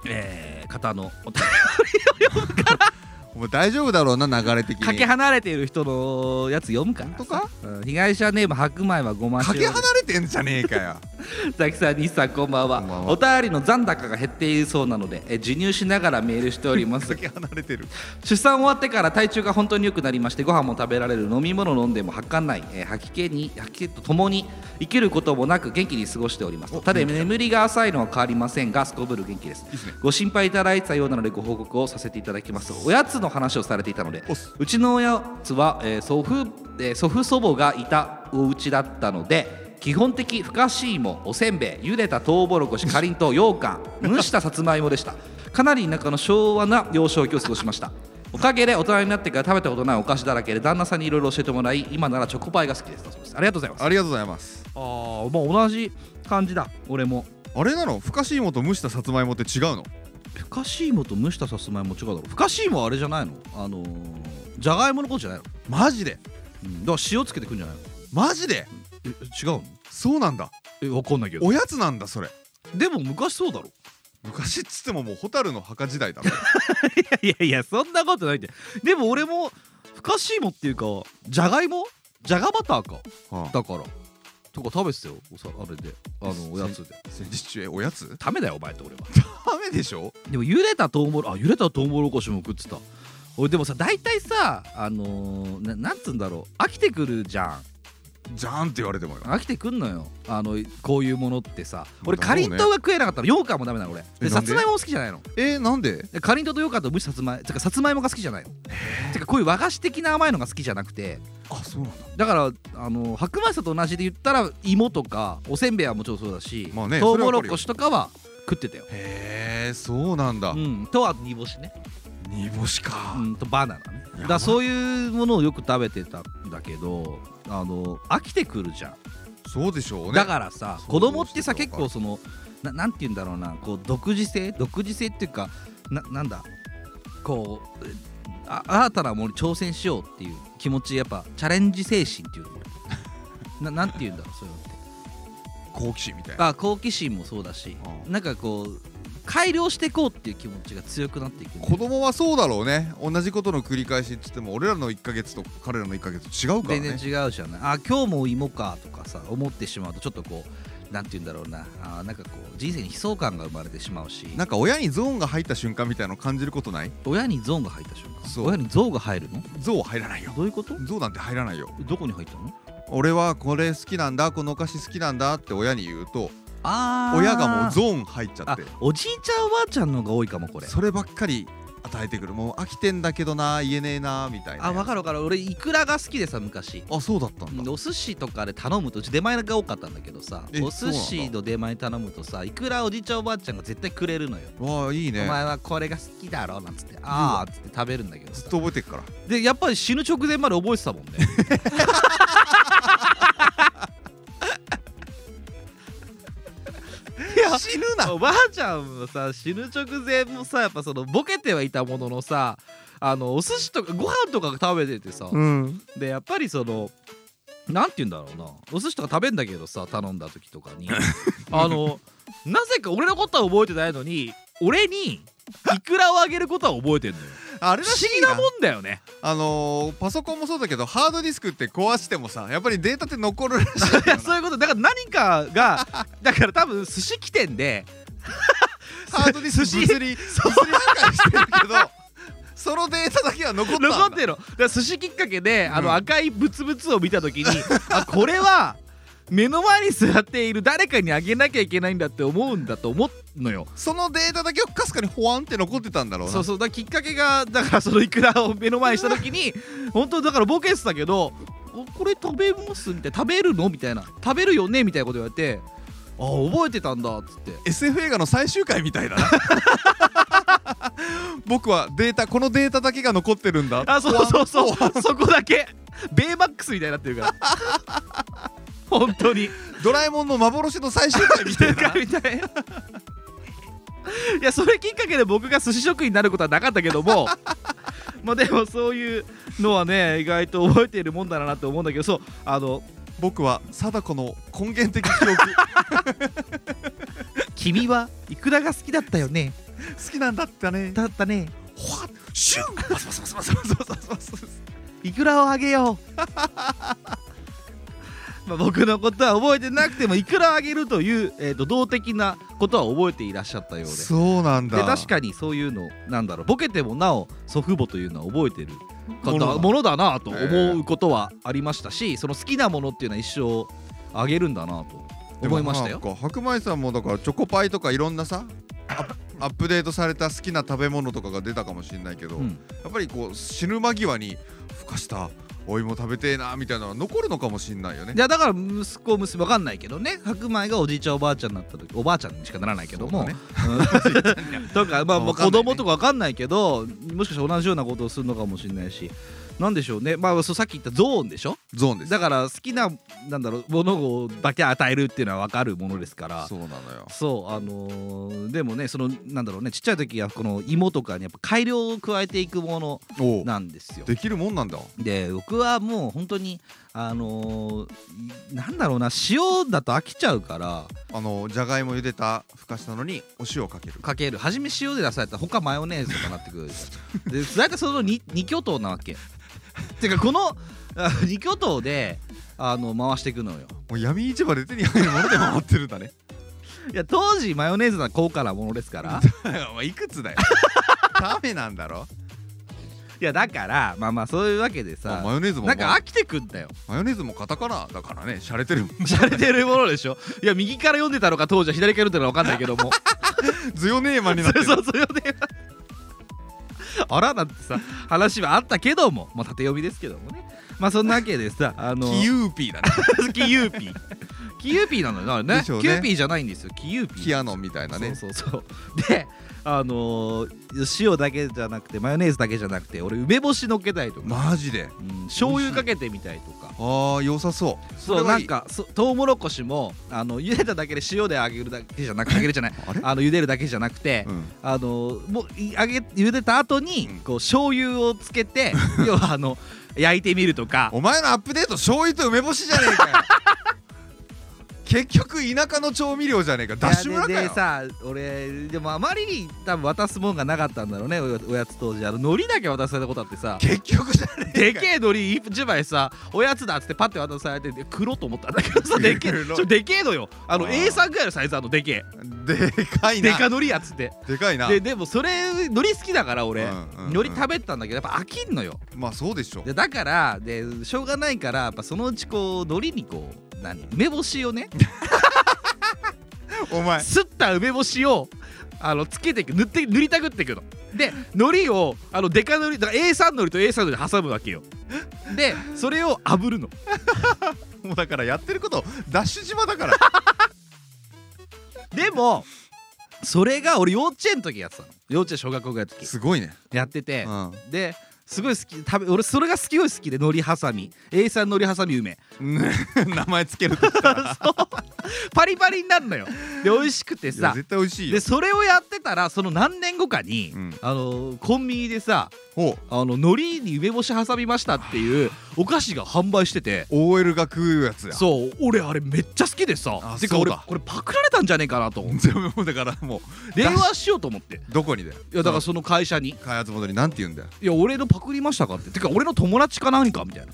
Speaker 2: えー方のお便
Speaker 1: お前大丈夫だろうな流れ的に
Speaker 2: りかけ離れている人のやつ読むから
Speaker 1: 本当か
Speaker 2: うん被害者ネーム白米はごま
Speaker 1: か
Speaker 2: 塩
Speaker 1: け離れてんじゃねえかよ
Speaker 2: ザキさん、西さん、こんばんは。
Speaker 1: こんばんは
Speaker 2: お便りの残高が減っているそうなので、え授乳しながらメールしております。
Speaker 1: 先離れてる
Speaker 2: 出産終わってから体調が本当に良くなりましてご飯も食べられる飲み物飲んでも発汗ない、えー吐き気に吐き気とともに生きることもなく元気に過ごしておりますただ眠りが浅いのは変わりませんがすこぶる元気です
Speaker 1: いっすね
Speaker 2: ご心配いただいてたようなのでご報告をさせていただきますおやつの話をされていたので
Speaker 1: おっす
Speaker 2: うちのおやつは、えー祖父、えー祖父祖母がいたお家だったので基本的ふかし芋おせんべい茹でたとうもろこしかりんとう羊 羹蒸したさつまいもでしたかなり田舎の昭和な幼少期を過ごしましたおかげで大人になってから食べたことないお菓子だらけで旦那さんにいろいろ教えてもらい今ならチョコパイが好きですだそうですありがとうございます
Speaker 1: ありがとうございます
Speaker 2: ああまあ同じ感じだ俺も
Speaker 1: あれなのふかし芋と蒸したさつまいもって違うの
Speaker 2: ふかし芋と蒸したさつまいも違うだろふかし芋はあれじゃないのあのーじゃがいものことじゃないの、
Speaker 1: マジで
Speaker 2: うん、だから塩つけてくんじゃないの
Speaker 1: マジで
Speaker 2: え違うの
Speaker 1: そうなんだ
Speaker 2: えわかんないけど
Speaker 1: おやつなんだそれ
Speaker 2: でも昔そうだろ
Speaker 1: 昔っつってももう蛍の墓時代だろ
Speaker 2: いやいやそんなことないってでも俺もふかしいもっていうかじゃがいもじゃがバターか
Speaker 1: はあ
Speaker 2: だからとか食べてたよおさあれであのおやつで
Speaker 1: 戦時中へおやつ
Speaker 2: ダメだよお前と俺は
Speaker 1: ダメでしょ
Speaker 2: でも茹でたとうもろあ茹でたとうもろこしも食ってた俺でもさ大体さあのー、ななんつうんだろう飽きてくるじゃん
Speaker 1: じゃーんって言われてもよ
Speaker 2: 飽きてくんのよあのこういうものってさ俺
Speaker 1: まあ
Speaker 2: か
Speaker 1: だろ
Speaker 2: り
Speaker 1: うんね
Speaker 2: とうが食えなかったの羊羹もダメなの俺
Speaker 1: え
Speaker 2: で
Speaker 1: な
Speaker 2: さ
Speaker 1: んで
Speaker 2: つまいもも好きじゃないの
Speaker 1: えー、なんで
Speaker 2: でかりんとうとよかったら蒸したさつまいてかさつまいもが好きじゃないのてかこういう和菓子的な甘いのが好きじゃなくて
Speaker 1: あそうなんだ
Speaker 2: だからあの白米さと同じで言ったら芋とかおせんべいはもちろんそうだし、
Speaker 1: まあね
Speaker 2: とうもろこしとかは食ってたよ、
Speaker 1: へえそうなんだ
Speaker 2: うん、とは煮干しね、
Speaker 1: 煮干し
Speaker 2: う
Speaker 1: か
Speaker 2: ん、とバナナね
Speaker 1: やばい
Speaker 2: だからそういうものをよく食べてたんだけどあの飽きてくるじゃん
Speaker 1: そうでしょうね
Speaker 2: だからさ
Speaker 1: そう
Speaker 2: 子供ってさ
Speaker 1: そうそう
Speaker 2: 結構そのななんて言うんだろうなこう独自性独自性っていうかななんだこうえあ新たなものに挑戦しようっていう気持ちやっぱチャレンジ精神っていうのな なんて言うんだろうそういうのって
Speaker 1: 好奇心みたいな
Speaker 2: あ好奇心もそうだし
Speaker 1: う
Speaker 2: なんかこう改良していこうっていう気持ちが強くなっていく
Speaker 1: 子供はそうだろうね同じことの繰り返しっつっても俺らの1ヶ月と彼らの1ヶ月違うから
Speaker 2: 全然
Speaker 1: ね
Speaker 2: 違うじゃないあ今日も芋かとかさ思ってしまうとちょっとこうなんて言うんだろうなあなんかこう人生に悲壮感が生まれてしまうし
Speaker 1: なんか親にゾーンが入った瞬間みたいなの感じることない
Speaker 2: 親にゾーンが入った瞬間
Speaker 1: そう
Speaker 2: 親にゾーンが入るの
Speaker 1: ゾーン入らないよ
Speaker 2: どういうこ
Speaker 1: ゾ
Speaker 2: と
Speaker 1: ーンなんて入らないよ
Speaker 2: どこに入ったの
Speaker 1: 俺はこれ好きなんだこのお菓子好きなんだって親に言うと
Speaker 2: あー
Speaker 1: 親がもうゾーン入っちゃっ
Speaker 2: あ
Speaker 1: て
Speaker 2: おじいちゃんおばあちゃんの方が多いかもこれ
Speaker 1: そればっかり与えてくるもう飽きてんだけどな言えねえなみたいな
Speaker 2: あ分か
Speaker 1: る
Speaker 2: る分かる俺イクラが好きでさ昔
Speaker 1: あそうだったんだ
Speaker 2: お寿司とかで頼むとうち出前が多かったんだけどさ
Speaker 1: え
Speaker 2: お寿司の出前頼むとさいくらおじいちゃんおばあちゃんが絶対くれるのよ、
Speaker 1: わあいい
Speaker 2: お
Speaker 1: ね
Speaker 2: 前はこれが好きだろなんつってああっつって食べるんだけど
Speaker 1: ずっ
Speaker 2: さ
Speaker 1: と覚えてるから
Speaker 2: でやっぱり死ぬ直前まで覚えてたもんねいや
Speaker 1: 死ぬな
Speaker 2: おばあちゃんもさ死ぬ直前もさやっぱそのボケてはいたもののさあのお寿司とかご飯とか食べててさ、
Speaker 1: うん
Speaker 2: でやっぱりそのなんて言うんだろうなお寿司とか食べんだけどさ頼んだ時とか にあのなぜか俺のことは覚えてないのに俺にいくらをあげることは覚えてん のよ
Speaker 1: あれ
Speaker 2: 不
Speaker 1: ら
Speaker 2: 思
Speaker 1: しい
Speaker 2: 議
Speaker 1: な
Speaker 2: なもんだよね
Speaker 1: あのーパソコンもそうだけどハードディスクって壊してもさやっぱりデータって残るらしいんだよな
Speaker 2: そういうことだから何かがだから多分寿司起点で
Speaker 1: ハードディスク
Speaker 2: 寿司
Speaker 1: 物理物理破壊してるけどそのデータだけは残ったんだ
Speaker 2: 残ってるのだから寿司きっかけで、あ
Speaker 1: うん
Speaker 2: の赤いブツブツを見た時にあこれは目の前に座っている誰かにあげなきゃいけないんだって思うんだと思うのよ
Speaker 1: そのデータだけをかすかにホワンって残ってたんだろうな
Speaker 2: そうそうだからきっかけがだからそのいくらを目の前にした時に本当だからボケてたけどおこれ食べますみたいな食べるのみたいな食べるよねみたいなこと言われてあ覚えてたんだっつって
Speaker 1: SF 映画の最終回みたいだ な僕はデータこのデータだけが残ってるんだ
Speaker 2: あそうそう
Speaker 1: ホ
Speaker 2: そ
Speaker 1: ワンホワ
Speaker 2: うそこだけベイマックスみたいになってるから本当に
Speaker 1: ンドラえもんの幻の最終回 みたい
Speaker 2: みた
Speaker 1: ない
Speaker 2: ないやそれきっかけで僕が寿司職員になることはなかったけ どもまあでもそういうのはね意外と覚えているもんだなと思うんだけどそうあの
Speaker 1: 僕は貞子の根源的記 憶
Speaker 2: 「君はいくらが好きだったよね
Speaker 1: 好きなんだったね
Speaker 2: だったね
Speaker 1: ホワンシュンバスバスバスバスバスバスバスバス
Speaker 2: いくらをあげよう」 まあ、僕のことは覚えてなくてもいくらあげるという、えー、と動的なことは覚えていらっしゃったようで
Speaker 1: そうなんだ
Speaker 2: で確かにそういうのなんだろうボケてもなお祖父母というのは覚えてる方
Speaker 1: も
Speaker 2: も
Speaker 1: のだ
Speaker 2: のだなと思うことはありましたし、その好きなものっていうのは一生あげるんだなと
Speaker 1: でも
Speaker 2: 思いましたよ。
Speaker 1: なんか白米さんもだからチョコパイとかいろんなさアップアップデートされた好きな食べ物とかが出たかもしれないけど、
Speaker 2: うん
Speaker 1: やっぱりこう死ぬ間際にふかしたお芋食べてえなみたいなのは残るのかもしれないよね
Speaker 2: い。やだから息子娘わかんないけどね白米がおじいちゃんおばあちゃんになった時おばあちゃんにしかならないけども、
Speaker 1: そうだね
Speaker 2: うん とかまあま
Speaker 1: わ
Speaker 2: あ
Speaker 1: かんないね
Speaker 2: 子供とかわかんないけどもしかしたら同じようなことをするのかもしれないしなんでしょうねまあそうさっき言ったゾーンでしょ
Speaker 1: ゾーンです
Speaker 2: だから好きななんだろうものだけ与えるっていうのは分かるものですから
Speaker 1: そうなのよ
Speaker 2: そうあのーでもねそのなんだろうねちっちゃい時はこの芋とかにやっぱ改良を加えていくもの
Speaker 1: おう
Speaker 2: なんですよ。
Speaker 1: できるもんなんだ
Speaker 2: で僕はもう本当にあのーなんだろうな塩だと飽きちゃうから
Speaker 1: あのじゃがいも茹でたふかしたのにお塩をかける
Speaker 2: かける初め塩で出されたら他マヨネーズとかなってくるで大体その 2, 二巨頭なわけてかこの2巨頭であの回していくのよ
Speaker 1: もう闇市場で手に入るもので回ってるんだね
Speaker 2: いや当時マヨネーズは高価なもので すから
Speaker 1: お前いくつだよ ダメなんだろ
Speaker 2: いやだからまあまあそういうわけで
Speaker 1: まあ
Speaker 2: さ
Speaker 1: マヨネーズも
Speaker 2: なんか
Speaker 1: まあ
Speaker 2: 飽きてくんだよ
Speaker 1: マヨネーズもカタカナだからね洒落て る
Speaker 2: 洒落てるものでしょいや右から読んでたのか当時は左から読んでたのか分かんないけども
Speaker 1: ズヨネーマンになってる
Speaker 2: そうそうそうよねあらなんてさ話はあったけども、まあ、縦読みですけどもねまあそんなわけで さあの
Speaker 1: キユーピーだね
Speaker 2: キユーピーキユーピーなのよね
Speaker 1: でしょうね
Speaker 2: キユーピーじゃないんですよキユーピー
Speaker 1: キアノンみたいなね
Speaker 2: そうそうそうであのー塩だけじゃなくてマヨネーズだけじゃなくて俺梅干し乗っけたりとか、
Speaker 1: マジで
Speaker 2: うん、醤油かけてみたりとか
Speaker 1: ああ良さそう
Speaker 2: そ
Speaker 1: れ
Speaker 2: う
Speaker 1: は
Speaker 2: ないん
Speaker 1: い
Speaker 2: かそうトウモロコシもあの茹でただけで塩で揚げるだけじゃなく揚げるじゃない
Speaker 1: あれ
Speaker 2: あの茹でるだけじゃなくて、
Speaker 1: うん
Speaker 2: あのもうい揚げ茹でた後に
Speaker 1: うん
Speaker 2: こう醤油をつけ て要はあの焼いてみるとか
Speaker 1: お前のアップデート醤油と梅干しじゃねえ かよ結局田舎の調味料じゃねえかダッシュ村
Speaker 2: い
Speaker 1: か
Speaker 2: やで
Speaker 1: よ
Speaker 2: でさ俺でもあまりに多分渡すもんがなかったんだろうねおやおやつ当時あの海苔だけ渡されたことあってさ
Speaker 1: 結局じゃね
Speaker 2: でけえ海苔一枚さおやつだっつってパッて渡されてで黒と思ったんだけどさでけえ
Speaker 1: 黒
Speaker 2: そうでけえのよあの
Speaker 1: あー
Speaker 2: A さんぐらいのサイズあのでけえ
Speaker 1: でかい
Speaker 2: で
Speaker 1: な
Speaker 2: か海苔やっつって
Speaker 1: でかいな
Speaker 2: ででもそれ海苔好きだから俺、
Speaker 1: うんうんうん
Speaker 2: 海苔食べてたんだけどやっぱ飽きんのよ
Speaker 1: まあそうでしょ
Speaker 2: でだからでしょうがないからやっぱそのうちこう海苔にこう何梅干しをね
Speaker 1: お前
Speaker 2: すった梅干しをあのつけていく塗って塗りたくっていくの。で海苔をあのデカ海苔だから A3 海苔と A3 海苔で挟むわけよ。でそれを炙るの。
Speaker 1: もうだからやってることダッシュ島だから
Speaker 2: でもそれが俺幼稚園の時やってたの幼稚園小学校ぐらいの時
Speaker 1: すごいね
Speaker 2: やってて
Speaker 1: う、ん
Speaker 2: ですごい好き食べ俺それがすごい好きで海苔挟み A3 海苔挟み梅
Speaker 1: 名前つけるとしたら
Speaker 2: パリパリになるのよ。で美味しくて
Speaker 1: いや
Speaker 2: さ
Speaker 1: 絶対美味しいよ
Speaker 2: でそれをやってたらその何年後かに、
Speaker 1: うん
Speaker 2: あのコンビニでさ
Speaker 1: お
Speaker 2: あの海苔に梅干し挟みましたっていうお菓子が販売してて
Speaker 1: OL が食うやつや
Speaker 2: そう俺あれめっちゃ好きでさ
Speaker 1: あ
Speaker 2: てか
Speaker 1: そう
Speaker 2: 俺
Speaker 1: だ
Speaker 2: これパクられたんじゃねえかなと
Speaker 1: 全部もうだからも
Speaker 2: 電話しようと思って
Speaker 1: うどこにだよ
Speaker 2: いやだからその会社に
Speaker 1: 開発元になんて言うんだよ
Speaker 2: 「いや俺のパクりましたか?」って「てか俺の友達か何か?」みたいな。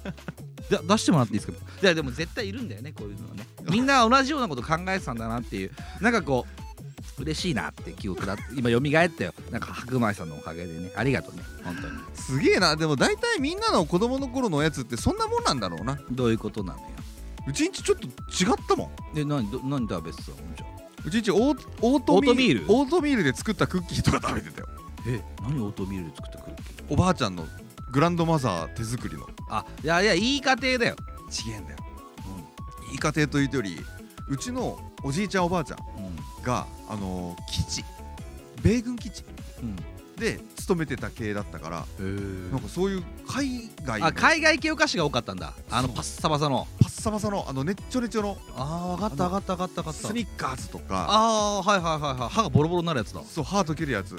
Speaker 2: だ出してもらっていいですかいやでも絶対いるんだよねこういう のはねみんな同じようなこと考えてたんだなっていうなんかこう嬉しいなって記憶だ今よみがえったよなんか白米さんのおかげでねありがとうね本当に
Speaker 1: すげえなでも大体みんなの子供の頃のおやつってそんなもんなんだろうな
Speaker 2: どういうことなのよ
Speaker 1: うちんちちょっと違ったもん
Speaker 2: え何ど何食べてたのじゃあ
Speaker 1: うちんちオーオートミール
Speaker 2: オ
Speaker 1: オ
Speaker 2: ートミール
Speaker 1: ートミールで作ったクッキーとか食べてたよ
Speaker 2: え何オートミールで作ってくる
Speaker 1: おばあちゃんのグランドマザー手作りの
Speaker 2: あいやいやいい家庭だよ、
Speaker 1: ちげえんだよいい家庭というよりうちのおじいちゃんおばあちゃん
Speaker 2: うん
Speaker 1: があのー基地米軍基地
Speaker 2: うん
Speaker 1: で勤めてた系だったからなんかそういう海外の
Speaker 2: あ
Speaker 1: パッ
Speaker 2: 海外系お菓子が多かったんだあの
Speaker 1: そう
Speaker 2: パッサパサの
Speaker 1: サパサのあのねっちょねちょの
Speaker 2: ああ分か
Speaker 1: った
Speaker 2: かった分かった分
Speaker 1: スニッカーズとか
Speaker 2: ああはいはいはいはい歯がボロボロになるやつだ
Speaker 1: そう歯溶けるや つ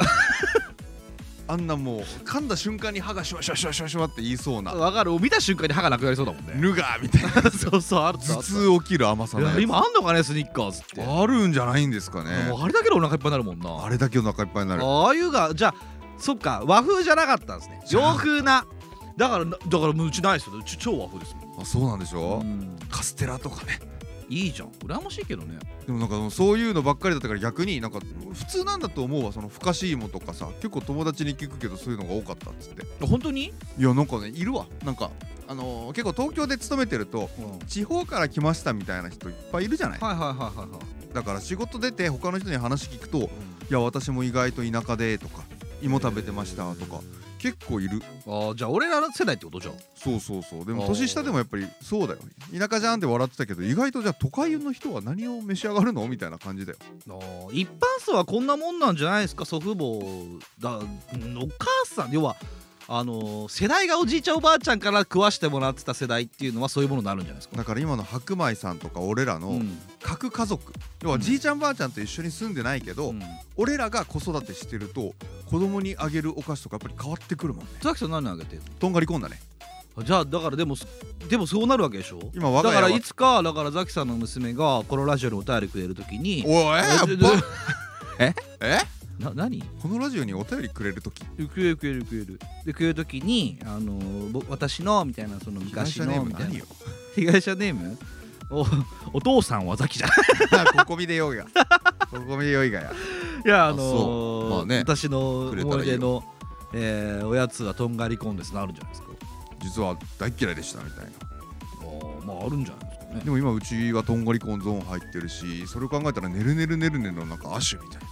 Speaker 1: あんなもう噛んだ瞬間に歯がシュワシュワシュワシュワシュワって言いそうな
Speaker 2: 分かる見た瞬間に歯がなくなりそうだもんね
Speaker 1: ヌガーみたいな
Speaker 2: そうそうある
Speaker 1: 頭
Speaker 2: 頭
Speaker 1: 痛起きる甘さのやつ
Speaker 2: 今あんのかねスニッカーズって
Speaker 1: あるんじゃないんですかね
Speaker 2: もうあれだけでお腹いっぱいになるもんな
Speaker 1: あれだけお腹いっぱいになる
Speaker 2: ああいうがじゃあそっか和風じゃなかったんですね
Speaker 1: じゃあ
Speaker 2: 洋風なだからなだからもううちないですようち超和風ですも
Speaker 1: あそうなんでしょ
Speaker 2: ん、うん
Speaker 1: カステラとかね
Speaker 2: いいじゃん羨ましいけどね
Speaker 1: でもなんかそういうのばっかりだったから逆になんか普通なんだと思うわそのふかし芋とかさ結構友達に聞くけどそういうのが多かったっつって
Speaker 2: 本当に、
Speaker 1: いやなんかねいるわなんかあのー結構東京で勤めてると
Speaker 2: はい
Speaker 1: 地方から来ましたみたいな人いっぱいいるじゃない
Speaker 2: はいはいはいはい
Speaker 1: だから仕事出て他の人に話聞くといや私も意外と田舎でとか芋食べてましたとか結構いる
Speaker 2: ああじゃあ俺らの世代ってことじゃん
Speaker 1: そうそうそうで
Speaker 2: あ
Speaker 1: も
Speaker 2: ー
Speaker 1: 年下でもやっぱりそうだよ田舎じゃんって笑ってたけど意外とじゃあ都会の人は何を召し上がるのみたいな感じだよ
Speaker 2: あー一般層はこんなもんなんじゃないですか祖父母だうんお母さん要はあのー世代がおじいちゃんおばあちゃんから食わしてもらってた世代っていうのはそういうものになるんじゃないですか
Speaker 1: だから今の白米さんとか俺ら
Speaker 2: う
Speaker 1: の
Speaker 2: ん
Speaker 1: 各家族要はじいちゃんばあちゃんと一緒に住んでないけど
Speaker 2: うん
Speaker 1: 俺らが子育てしてると子供にあげるお菓子とかやっぱり変わってくるもんね
Speaker 2: 津崎さん何あげてる
Speaker 1: とんがりこんだね
Speaker 2: のじゃあだからでもそでもそうなるわけでしょ
Speaker 1: 今
Speaker 2: だ
Speaker 1: 我が
Speaker 2: か
Speaker 1: 家
Speaker 2: ら
Speaker 1: はい
Speaker 2: つかだからザキさんの娘がこのラジオにお便りくれるときに
Speaker 1: おい
Speaker 2: え
Speaker 1: え
Speaker 2: で
Speaker 1: ーばえ
Speaker 2: な何
Speaker 1: このラジオにお便りくれる時
Speaker 2: くれるくれるくれるでくれるときにあのーぼ私のみたいなその昔
Speaker 1: 被害者ネー
Speaker 2: の
Speaker 1: ム
Speaker 2: みたい
Speaker 1: 何
Speaker 2: な
Speaker 1: よ
Speaker 2: 被害者ネームおお父さんはザキじゃん
Speaker 1: ここ見でよいがここ見でよいがや
Speaker 2: いやあ
Speaker 1: あ
Speaker 2: の
Speaker 1: そ
Speaker 2: ー
Speaker 1: うまあね
Speaker 2: 私の
Speaker 1: くれた
Speaker 2: 思
Speaker 1: ら
Speaker 2: い
Speaker 1: いいよ
Speaker 2: 出のえーおやつがとんがりコンですなるんじゃないですか
Speaker 1: 実は大っ嫌いでしたみたいな
Speaker 2: あーまああるんじゃないですかね
Speaker 1: でも今うちはとんがりコンゾーン入ってるしそれを考えたらねるねるねるねのなんか亜種みたいな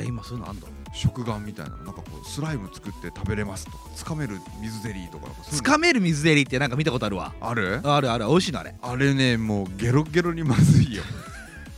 Speaker 2: えー今そういうのあんだ
Speaker 1: 食玩みたいなのなんかこうスライム作って食べれますとかつかめる水ゼリーとかなんかそうい
Speaker 2: つ
Speaker 1: う
Speaker 2: かめる水ゼリーってなんか見たことあるわ
Speaker 1: のある
Speaker 2: あるある美味しいのあれ
Speaker 1: あれねもうゲロゲロにまずいよ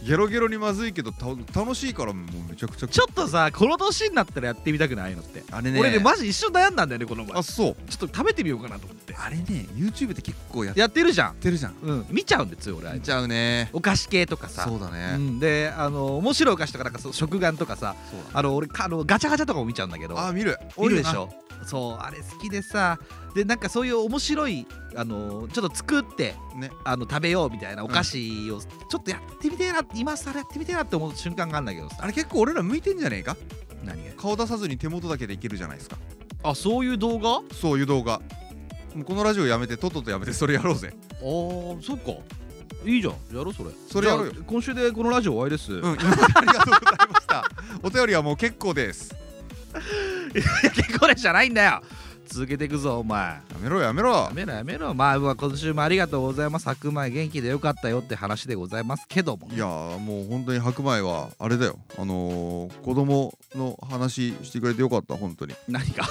Speaker 1: ゲロゲロにまずいけどた楽しいからもうめちゃくちゃ
Speaker 2: ちょっとさこの年になったらやってみたくないああいうのって
Speaker 1: あれね
Speaker 2: 俺ねマジ一緒悩んだんだよねこの前
Speaker 1: あ
Speaker 2: ちょ
Speaker 1: そう
Speaker 2: っと食べてみようかなと思って
Speaker 1: あれね YouTube で結構やっ
Speaker 2: やってるじゃん
Speaker 1: てるじゃん
Speaker 2: うん見ちゃうんですよ俺ああいうの
Speaker 1: ちゃうね
Speaker 2: お菓子系とかさ
Speaker 1: そうだ
Speaker 2: う
Speaker 1: ね
Speaker 2: ん、であの面白いお菓子とかなんかそう食玩とかさ
Speaker 1: そうだ
Speaker 2: あの俺かあのガチャガチャとかも見ちゃうんだけど
Speaker 1: あ見る
Speaker 2: いるでしょそうあれ好きでさでなんかそういう面白いあのちょっと作って
Speaker 1: ね
Speaker 2: あの食べようみたいなお菓子をちょっとやってみてえな今更やってみてえなって思う瞬間があるんだけど
Speaker 1: あ
Speaker 2: さ
Speaker 1: れ結構俺ら向いてんじゃねえか
Speaker 2: 何が
Speaker 1: 顔出さずに手元だけでいけるじゃないですか
Speaker 2: あそういう動画あ
Speaker 1: そういう動画もうこのラジオやめてとっととやめてそれやろうぜ
Speaker 2: あそっかいいじゃんやろうそれ
Speaker 1: それやろうよ
Speaker 2: じゃあ今週でこのラジオ終わりです、
Speaker 1: うん今までありがとうございました お便りはもう結構です
Speaker 2: これじゃないんだよ続けていくぞお前
Speaker 1: やめろやめろ
Speaker 2: やめろやめろまあまあ今週もありがとうございます白米元気でよかったよって話でございますけども
Speaker 1: いやーもう本当に白米はあれだよあのー、子供の話してくれてよかった本当に
Speaker 2: 何か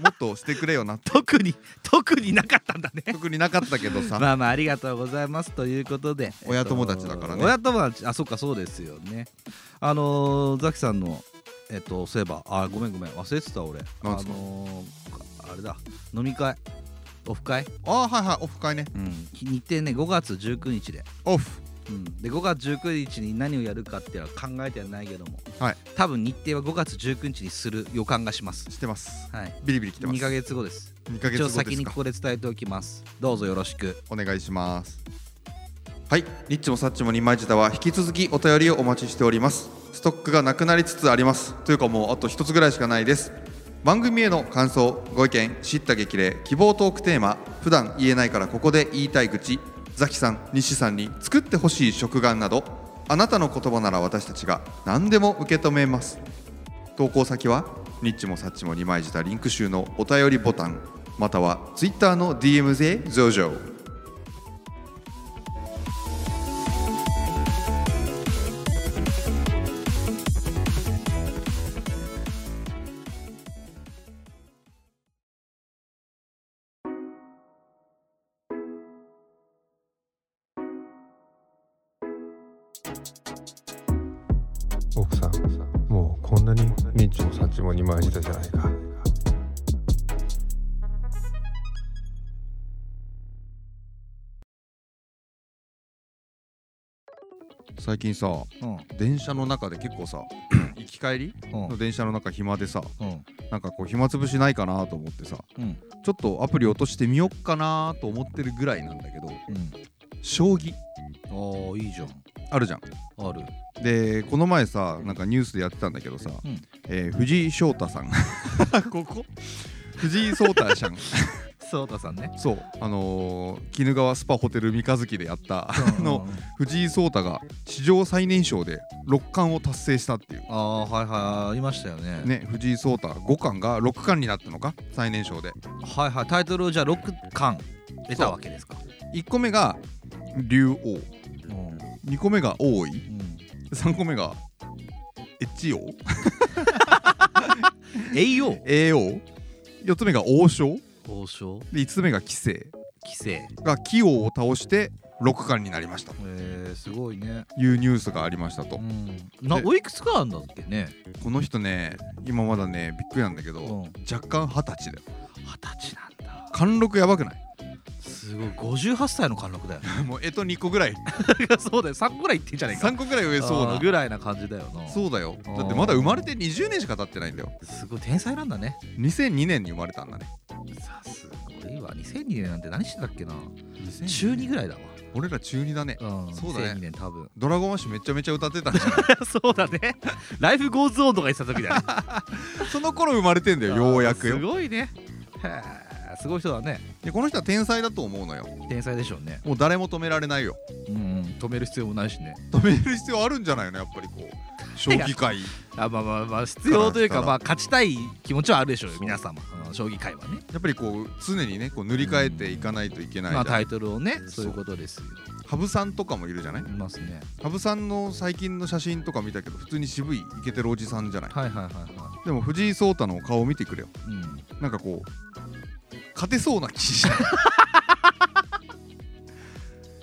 Speaker 1: もっとしてくれよな
Speaker 2: 特に特になかったんだね
Speaker 1: 特になかったけど さ
Speaker 2: まあまあありがとうございますということで
Speaker 1: 親友達だからね
Speaker 2: えっと親友達あそっかそうですよねあのー、ザキさんのえっとそういえばあごめんごめん忘れてた俺あ
Speaker 1: なん
Speaker 2: の
Speaker 1: すか
Speaker 2: ーあれだ飲み会オフ会、
Speaker 1: あーはいはいオフ会ね
Speaker 2: うん、日程ね5月19日で、
Speaker 1: オフ
Speaker 2: うん、で5月19日に何をやるかっていうのは考えてはないけども、
Speaker 1: はい、
Speaker 2: 多分日程は5月19日にする予感がします
Speaker 1: してます
Speaker 2: はい
Speaker 1: ビリビリ来てます
Speaker 2: 2ヶ月後です
Speaker 1: 2ヶ
Speaker 2: 一
Speaker 1: 月
Speaker 2: 応
Speaker 1: 後で
Speaker 2: 先
Speaker 1: す
Speaker 2: に
Speaker 1: か
Speaker 2: ここで伝えておきますどうぞよろしく
Speaker 1: お願いしますはいニッチもサッチも二枚舌は引き続きお便りをお待ちしておりますストックがなくなりつつありますというかもうあと一つぐらいしかないです番組への感想ご意見知った激励希望トークテーマ普段言えないからここで言いたい口ザキさん西さんに作ってほしい食玩などあなたの言葉なら私たちが何でも受け止めます投稿先はニッチもサッチも二枚舌リンク集のお便りボタンまたはツイッターの DM でゾジョ
Speaker 3: 奥さんもうこんなにニッチもサッチも二枚舌じゃないか
Speaker 1: 最近さ
Speaker 2: うん
Speaker 1: 電車の中で結 構さ行き帰り
Speaker 2: うん
Speaker 1: の電車の中暇でさ
Speaker 2: うん
Speaker 1: なんかこう暇つぶしないかなと思ってさ
Speaker 2: うん
Speaker 1: ちょっとアプリ落としてみよっかなと思ってるぐらいなんだけど
Speaker 2: うん
Speaker 1: 将棋
Speaker 2: ああいいじゃん
Speaker 1: あるじゃん
Speaker 2: ある
Speaker 1: でこの前さなんかニュースでやってたんだけどさ、
Speaker 2: うん
Speaker 1: えー藤井聡太さん ここ藤井聡太ちゃん
Speaker 2: そうたさんね
Speaker 1: そうあのー鬼怒川スパホテル三日月でやった
Speaker 2: あ
Speaker 1: の藤井聡太が史上最年少で六冠を達成したっていう
Speaker 2: あーはいはいありましたよね
Speaker 1: ね藤井聡太五冠が六冠になったのか最年少で
Speaker 2: はいはいタイトルをじゃあ6巻得たわけですか
Speaker 1: 1個目が竜王
Speaker 2: うん
Speaker 1: 2個目が王位
Speaker 2: うん
Speaker 1: 3個目が越王
Speaker 2: 栄養
Speaker 1: 栄王4つ目が王将
Speaker 2: 王将
Speaker 1: で5つ目が棋聖
Speaker 2: 規制
Speaker 1: が棋王を倒して六冠になりましたと
Speaker 2: えー、すごいね、
Speaker 1: いうニュースがありましたと
Speaker 2: うん、な
Speaker 1: で
Speaker 2: おいくつかあるんだっけね
Speaker 1: この人ね今まだねびっくりなんだけ
Speaker 2: う
Speaker 1: ど、
Speaker 2: ん
Speaker 1: 若干二十歳だよ
Speaker 2: 二十歳なんだ
Speaker 1: 貫禄やばくない
Speaker 2: すごい58歳の貫禄だよ
Speaker 1: もうえと2個ぐらい
Speaker 2: そうだよ3個ぐらいいってんじゃねえか
Speaker 1: 3個ぐらい上そう
Speaker 2: あー
Speaker 1: な
Speaker 2: ぐらいな感じだよな
Speaker 1: そうだよ
Speaker 2: あー
Speaker 1: だってまだ生まれて20年しか経ってないんだよ
Speaker 2: すごい天才なんだね
Speaker 1: 2002年に生まれたんだね
Speaker 2: さあすごいわ2002年なんて何してたっけな中2ぐらいだわ、
Speaker 1: 俺ら中2だね
Speaker 2: うん、
Speaker 1: そうだね
Speaker 2: 2002年多分
Speaker 1: ドラゴンアッシュめちゃめちゃ歌ってたんじゃない
Speaker 2: そうだねライフゴーズオンとか言ってた時だね
Speaker 1: その頃生まれてんだよ ようやく
Speaker 2: あーす
Speaker 1: よ
Speaker 2: ごいねへーすごい人だね
Speaker 1: でこの人は天才だと思うのよ
Speaker 2: 天才でしょうね
Speaker 1: もう誰も止められないよ
Speaker 2: うん、うん、止める必要もないしね
Speaker 1: 止める必要あるんじゃないのやっぱり こう将棋界
Speaker 2: あまあまあまあ必要という
Speaker 1: からした
Speaker 2: からまあ勝ちたい気持ちはあるでしょうよ
Speaker 1: そう
Speaker 2: 皆様うん将棋界はね
Speaker 1: やっぱりこう常にねこう塗り替えていかないといけないじ
Speaker 2: ま
Speaker 1: ゃ
Speaker 2: あ
Speaker 1: ん
Speaker 2: タイトルをねそういうことですよ
Speaker 1: 羽生さんとかもいるじゃない
Speaker 2: いますね
Speaker 1: 羽生さんの最近の写真とか見たけど普通に渋いイケてるおじさんじゃない
Speaker 2: はいはいはいは
Speaker 1: でも藤井聡太の顔を見てくれよ
Speaker 2: い、うん、
Speaker 1: なんかこう勝てそうな気し ない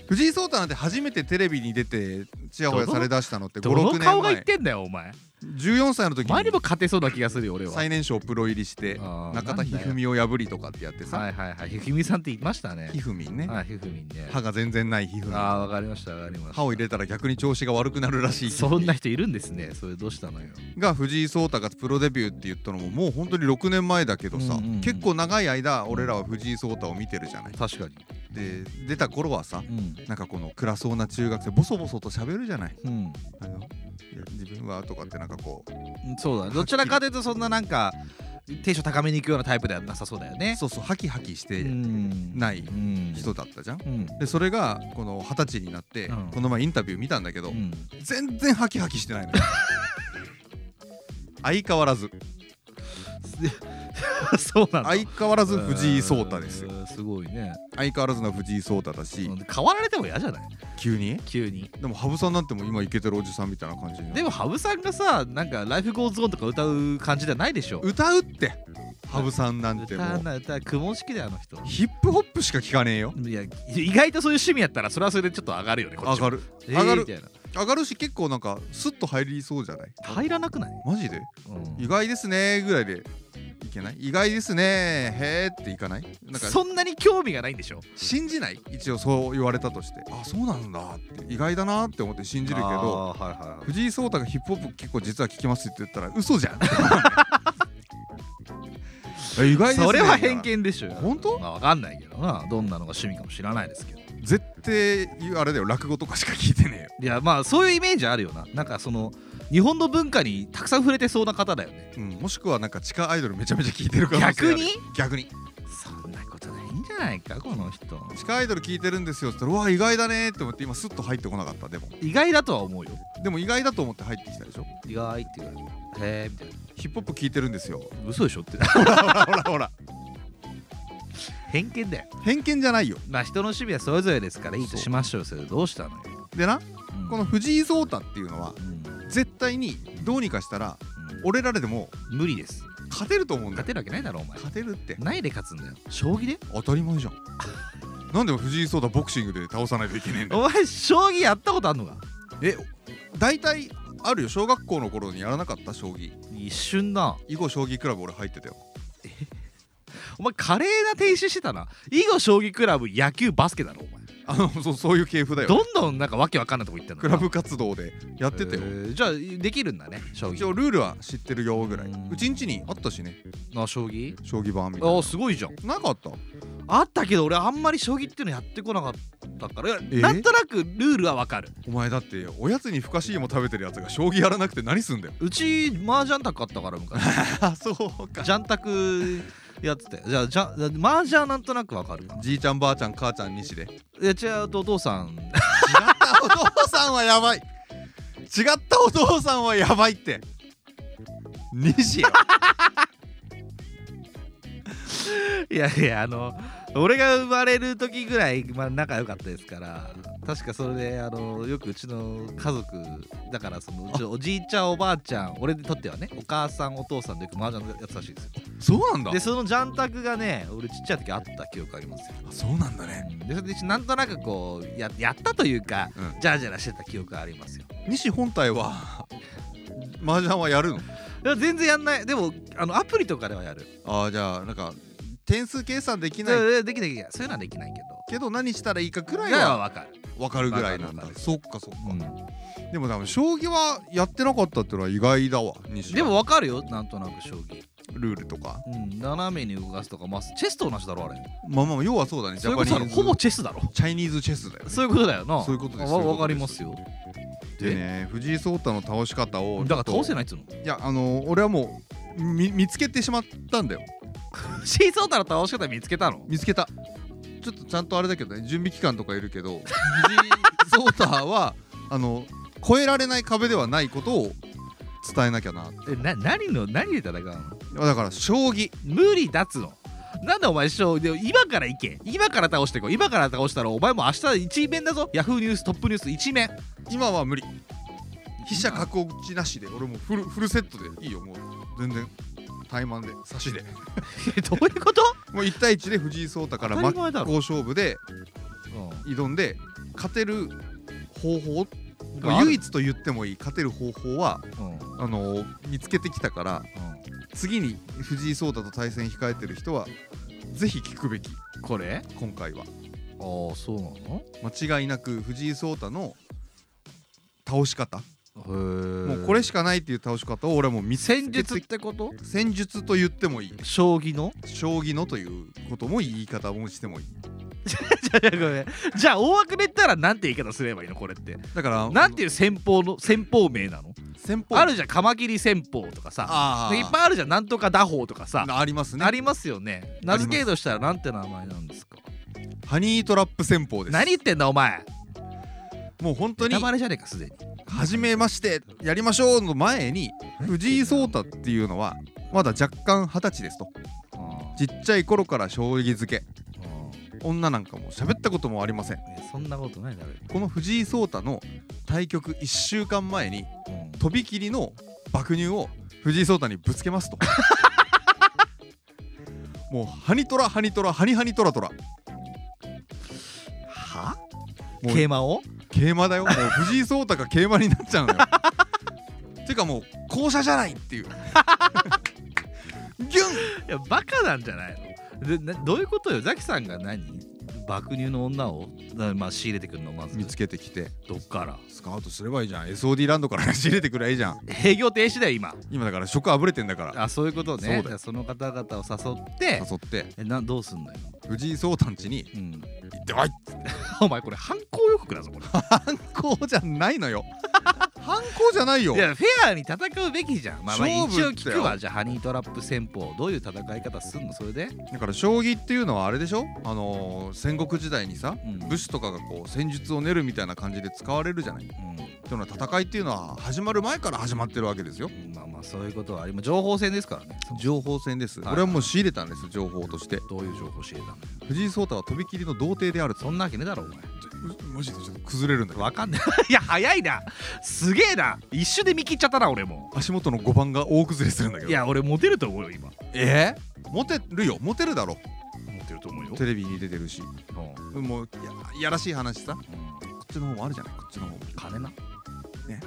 Speaker 1: 藤井聡太なんて初めてテレビに出てちやほやされだしたのって
Speaker 2: どの
Speaker 1: 56
Speaker 2: 顔
Speaker 1: 年
Speaker 2: が言っ
Speaker 1: 前
Speaker 2: てんだよお前
Speaker 1: 14歳の時
Speaker 2: 前に
Speaker 1: に
Speaker 2: も勝てそうな気がするよ俺はは
Speaker 1: 最
Speaker 2: い
Speaker 1: 年少プロ入りして
Speaker 2: あー
Speaker 1: 中田一二三を破りとかってやってさ
Speaker 2: はいはいひふみさんって言いましたね
Speaker 1: ひふみんね
Speaker 2: はいひふみんね
Speaker 1: 歯が全然ないひふみん
Speaker 2: ああわかりましたわかりました
Speaker 1: 歯を入れたら逆に調子が悪くなるらしい
Speaker 2: そんな人いるんですねそれどうしたのよ
Speaker 1: が藤井聡太がプロデビューって言ったのももう本当に6年前だけどさ、
Speaker 2: うんうんうん
Speaker 1: 結構長い間俺らは藤井聡太を見てるじゃない。
Speaker 2: 確かに
Speaker 1: で出た頃はさ
Speaker 2: うん
Speaker 1: なんかこの暗そうな中学生ボソボソと喋るじゃない。
Speaker 2: うん
Speaker 1: あのいや自分はとかってなんかこう
Speaker 2: そうだねどちらかというとそんななんかテンション高めにいくようなタイプではなさそうだよね
Speaker 1: そうそうハキハキして
Speaker 2: うん
Speaker 1: ない
Speaker 2: うん
Speaker 1: 人だったじゃん。
Speaker 2: うん
Speaker 1: でそれがこの二十歳になって、
Speaker 2: うん
Speaker 1: この前インタビュー見たんだけど、
Speaker 2: うん
Speaker 1: 全然ハキハキしてないのよ。相変わらず
Speaker 2: そうなんだ
Speaker 1: 相変わらず藤井聡太ですよ
Speaker 2: うーんすごいね
Speaker 1: 相変わらずの藤井聡太だし
Speaker 2: 変わられても嫌じゃない
Speaker 1: 急に
Speaker 2: 急に
Speaker 1: でも羽生さんなんてもう今イケてるおじさんみたいな感じになる
Speaker 2: でも羽生さんがさなんか「ライフゴーズオンとか歌う感じじゃないでしょ
Speaker 1: 歌うって羽生さんなんて
Speaker 2: 歌
Speaker 1: も
Speaker 2: わ
Speaker 1: う
Speaker 2: ない歌苦悶式だよあの人
Speaker 1: ヒップホップしか聞かねえよ
Speaker 2: いや意外とそういう趣味やったらそれはそれでちょっと上がるよねこ
Speaker 1: 上
Speaker 2: っちも
Speaker 1: がる
Speaker 2: えー
Speaker 1: 上がる
Speaker 2: みたいな
Speaker 1: 上がるし結構なんかスッと入りそうじゃない
Speaker 2: 入らなくない、
Speaker 1: マジで
Speaker 2: うん
Speaker 1: 意外ですねぐらいでいけない意外ですねへーっていかないなんか
Speaker 2: そんなに興味がないんでしょ
Speaker 1: 信じない一応そう言われたとしてあそうなんだって意外だなって思って信じるけど
Speaker 2: あーはいはいはい
Speaker 1: 藤井聡太がヒップホップ結構実は聞きますって言ったら嘘じゃん意外ですね
Speaker 2: それは偏見でしょ
Speaker 1: 本当
Speaker 2: まあ、わかんないけどなどんなのが趣味かも知らないですけど
Speaker 1: 絶対あれだよ落語とかしか聞いてねえよ
Speaker 2: いやまあそういうイメージあるよななんかその日本の文化にたくさん触れてそうな方だよね
Speaker 1: うん、もしくはなんか地下アイドルめちゃめちゃ聞いてるから逆に
Speaker 2: そんなことないんじゃないかこの人
Speaker 1: 地下アイドル聞いてるんですよって言ったらうわ意外だねって思って今スッと入ってこなかったでも
Speaker 2: 意外だとは思うよ
Speaker 1: でも意外だと思って入ってきたでしょ
Speaker 2: 意外って言われてへえみたいな
Speaker 1: ヒップホップ聞いてるんですよ
Speaker 2: 嘘でしょって
Speaker 1: ほらほらほら
Speaker 2: 偏見だよ
Speaker 1: 偏見じゃないよ
Speaker 2: まあ人の趣味はそれぞれですからいいと
Speaker 1: そう
Speaker 2: しましょうよそれどうしたのよ、
Speaker 1: でな
Speaker 2: うん
Speaker 1: この藤井聡太っていうのは
Speaker 2: うん
Speaker 1: 絶対にどうにかしたら
Speaker 2: うん
Speaker 1: 俺らでも
Speaker 2: 無理です
Speaker 1: 勝てると思うんだよ
Speaker 2: 勝てるわけないだろお前
Speaker 1: 勝てるって
Speaker 2: ないで勝つんだよ将棋で
Speaker 1: 当たり前じゃんなんで藤井聡太ボクシングで倒さないといけねえんだよ
Speaker 2: お前将棋やったことあんのか
Speaker 1: え大体あるよ小学校の頃にやらなかった将棋
Speaker 2: 一瞬な
Speaker 1: 囲碁将棋クラブ俺入ってたよ
Speaker 2: お前華麗な停止してたな囲碁将棋クラブ野球バスケだろお前
Speaker 1: あのそうそういう系譜だよ
Speaker 2: どんどんなんかわけわかんないとこ行ったの
Speaker 1: クラブ活動でや
Speaker 2: や
Speaker 1: ってたよ、
Speaker 2: じゃあできるんだね将
Speaker 1: 一応
Speaker 2: 棋
Speaker 1: ルールは知ってるよぐらい
Speaker 2: うん
Speaker 1: うちんちにあったしね
Speaker 2: あ将棋
Speaker 1: 将棋盤みたい
Speaker 2: あすごいじゃん
Speaker 1: ななかった
Speaker 2: あったけど俺あんまり将棋っていうのやってこなかったからいや
Speaker 1: えー
Speaker 2: なんとなくルールはわかる
Speaker 1: お前だっておやつにふかし芋食べてるやつが将棋やらなくて何すんだよ
Speaker 2: うち麻雀卓あったから昔
Speaker 1: あそうか
Speaker 2: 雀卓
Speaker 4: やっててじゃあじゃあマージャンなんとなくわかるか
Speaker 1: じいちゃんばあちゃん母ちゃん西で違っ
Speaker 4: いや違うとお父さん
Speaker 1: たお父さんはやばい違ったお父さんはやばいって西よ
Speaker 2: いやいやあの俺が生まれる時ぐらい、まあ、仲良かったですから確かそれであのよくうちの家族だからそのうちのおじいちゃんおばあちゃん俺にとってはねお母さんお父さんでよく麻雀やってたらしいです
Speaker 1: そ
Speaker 2: よ
Speaker 1: うなんだ
Speaker 2: でそのジャンタクがね俺ちっちゃい時あった記憶ありますよ
Speaker 1: あそうなんだね
Speaker 2: でそれでなんとなくこうややったというか、
Speaker 1: うん
Speaker 2: じゃらじゃらしてた記憶がありますよ
Speaker 1: 西本体は麻雀はやるの
Speaker 2: いや全然やんないでもあのアプリとかではやる
Speaker 1: ああじゃあなんか点数計算できない
Speaker 2: でできないできないそういうのはできないけど
Speaker 1: けど何したらいいかくらい
Speaker 2: ぐらいは
Speaker 1: は
Speaker 2: わかる、
Speaker 1: 分かるぐらいなんだ
Speaker 2: わかるわかる
Speaker 1: そっかそっか、
Speaker 2: うん
Speaker 1: でも多分将棋はやってなかったっていうのは意外だわ西は
Speaker 2: でもわかるよなんとなく将棋、
Speaker 1: ルールとか
Speaker 2: うん、斜めに動かすとかまあチェスと同じだろあれ
Speaker 1: まあまあ要はそうだねジ
Speaker 2: そうい
Speaker 1: ャ
Speaker 2: う
Speaker 1: パ
Speaker 2: こ
Speaker 1: ニ
Speaker 2: とだろ
Speaker 1: ーズ
Speaker 2: ほぼチェスだろ
Speaker 1: チャイニーズチェスだよね
Speaker 2: そういうことだよな
Speaker 1: そういうことですそう
Speaker 2: わ
Speaker 1: いう
Speaker 2: わ
Speaker 1: こと
Speaker 2: かり
Speaker 1: です
Speaker 2: ますよ
Speaker 1: でね藤井聡太の倒し方を
Speaker 2: だから倒せ
Speaker 1: ない
Speaker 2: ないっつうの
Speaker 1: いやあの俺はもうみ見つけてしまったんだよ
Speaker 2: シーソータの倒し方見つけたの
Speaker 1: 見つけたちょっとちゃんとあれだけどね準備期間とかいるけど藤井聡太は あの越えられない壁ではないことを伝えなきゃなって
Speaker 2: えな何の何で戦うの
Speaker 1: だから将棋
Speaker 2: 無理だっつうのなんでお前将で今から行け今から倒してこい今から倒したらお前も明日一面だぞヤフーニューストップニュース一面
Speaker 1: 今は無理飛車角打ちなしで俺もうフルフルセットでいいよもう全然怠慢で差しで
Speaker 2: えどういうこと、
Speaker 1: もう1対1で藤井聡太から
Speaker 2: 当
Speaker 1: 真
Speaker 2: た
Speaker 1: っ
Speaker 2: り前だろ
Speaker 1: 向勝負で挑んで勝てる方法
Speaker 2: がある
Speaker 1: 唯一と言ってもいい勝てる方法は
Speaker 2: うんうん
Speaker 1: あの見つけてきたから次に藤井聡太と対戦控えてる人はぜひ聞くべき
Speaker 2: これ
Speaker 1: 今回は
Speaker 2: ああそうなの
Speaker 1: 間違いなく藤井聡太の倒し方
Speaker 2: へー
Speaker 1: もうこれしかないっていう倒し方を俺はもう見つけて
Speaker 2: 戦術ってこと
Speaker 1: 戦術と言ってもいい
Speaker 2: 将棋の
Speaker 1: 将棋のということも言い方もしてもいい
Speaker 2: じゃあごめんじゃあ大枠で言ったらなんて言い方すればいいのこれって
Speaker 1: だから
Speaker 2: なんていう戦法の戦法名なの
Speaker 1: 戦法
Speaker 2: あるじゃんカマキリ戦法とかさ
Speaker 1: ああ
Speaker 2: いっぱいあるじゃんなんとか打法とかさ
Speaker 1: ありますね
Speaker 2: ありますよね名付けとしたらなんて名前なんですか
Speaker 1: ハニートラップ戦法です
Speaker 2: 何言ってんだお前
Speaker 1: もう本当に
Speaker 2: ネタバレじゃねえかすでに
Speaker 1: 初めましてやりましょうの前に藤井聡太っていうのはまだ若干二十歳ですとちっちゃい頃から将棋漬け女なんかも喋ったこともありません
Speaker 2: いやそんなことないだろ
Speaker 1: この藤井聡太の対局1週間前にとびきりの爆乳を藤井聡太にぶつけますともうハニトラハニトラハニハニトラトラ
Speaker 2: は
Speaker 1: もう
Speaker 2: 桂馬を
Speaker 1: 桂馬だよもう藤井聡太が桂馬になっちゃうのよてかもう校舎じゃないっていうギュン
Speaker 2: いやバカなんじゃないのでなどういうことよザキさんが何爆乳の女をなまあ仕入れてくるのまず
Speaker 1: 見つけてきて
Speaker 2: どっから
Speaker 1: スカウトすればいいじゃん SOD ランドから仕入れてくればいいじゃん
Speaker 2: 営業停止だよ今
Speaker 1: 今だから食あぶれてんだから
Speaker 2: あそういうこ
Speaker 1: そ
Speaker 2: と
Speaker 1: うだ
Speaker 2: ね
Speaker 1: よ
Speaker 2: じゃあその方々を誘って
Speaker 1: 誘って
Speaker 2: えなどうすんのよ、
Speaker 1: 藤井聡太ん家に
Speaker 2: うん、
Speaker 1: 行ってこい
Speaker 2: お前これ犯行予告だぞこれ
Speaker 1: 反抗じゃないのよ反抗じゃないよ
Speaker 2: いやフェアに戦うべきじゃんまあまあ一
Speaker 1: 勝負
Speaker 2: 応
Speaker 1: ってよ
Speaker 2: 聞くわじゃあハニートラップ戦法どういう戦い方すんのそれで、
Speaker 1: だから将棋っていうのはあれでしょあのー戦国時代にさ
Speaker 2: うん
Speaker 1: 武士とかがこう戦術を練るみたいな感じで使われるじゃないっていうのは戦いっていうのは始まる前から始まってるわけですよ
Speaker 2: うん、まあまあそういうことはあります情報戦ですからね
Speaker 1: 情報戦です、
Speaker 2: はい
Speaker 1: 俺はもう仕入れたんです情報として
Speaker 2: どういう情報教えたの
Speaker 1: 藤井聡太はとびきりの童貞であると
Speaker 2: そんなわけねえだろお前
Speaker 1: マジでちょっと崩れるんだけど
Speaker 2: わかんない いや早いなすげえな一瞬で見切っちゃったな俺も
Speaker 1: 足元の5番が大崩れするんだけど
Speaker 2: いや俺モテると思うよ今
Speaker 1: えー、モテるよモテるだろ
Speaker 2: モテると思うよ、
Speaker 1: テレビに出てるし
Speaker 2: うん
Speaker 1: もういやいやらしい話さこ
Speaker 2: うん
Speaker 1: っちの方もあるじゃないこっちの方も
Speaker 2: 金な、
Speaker 1: ね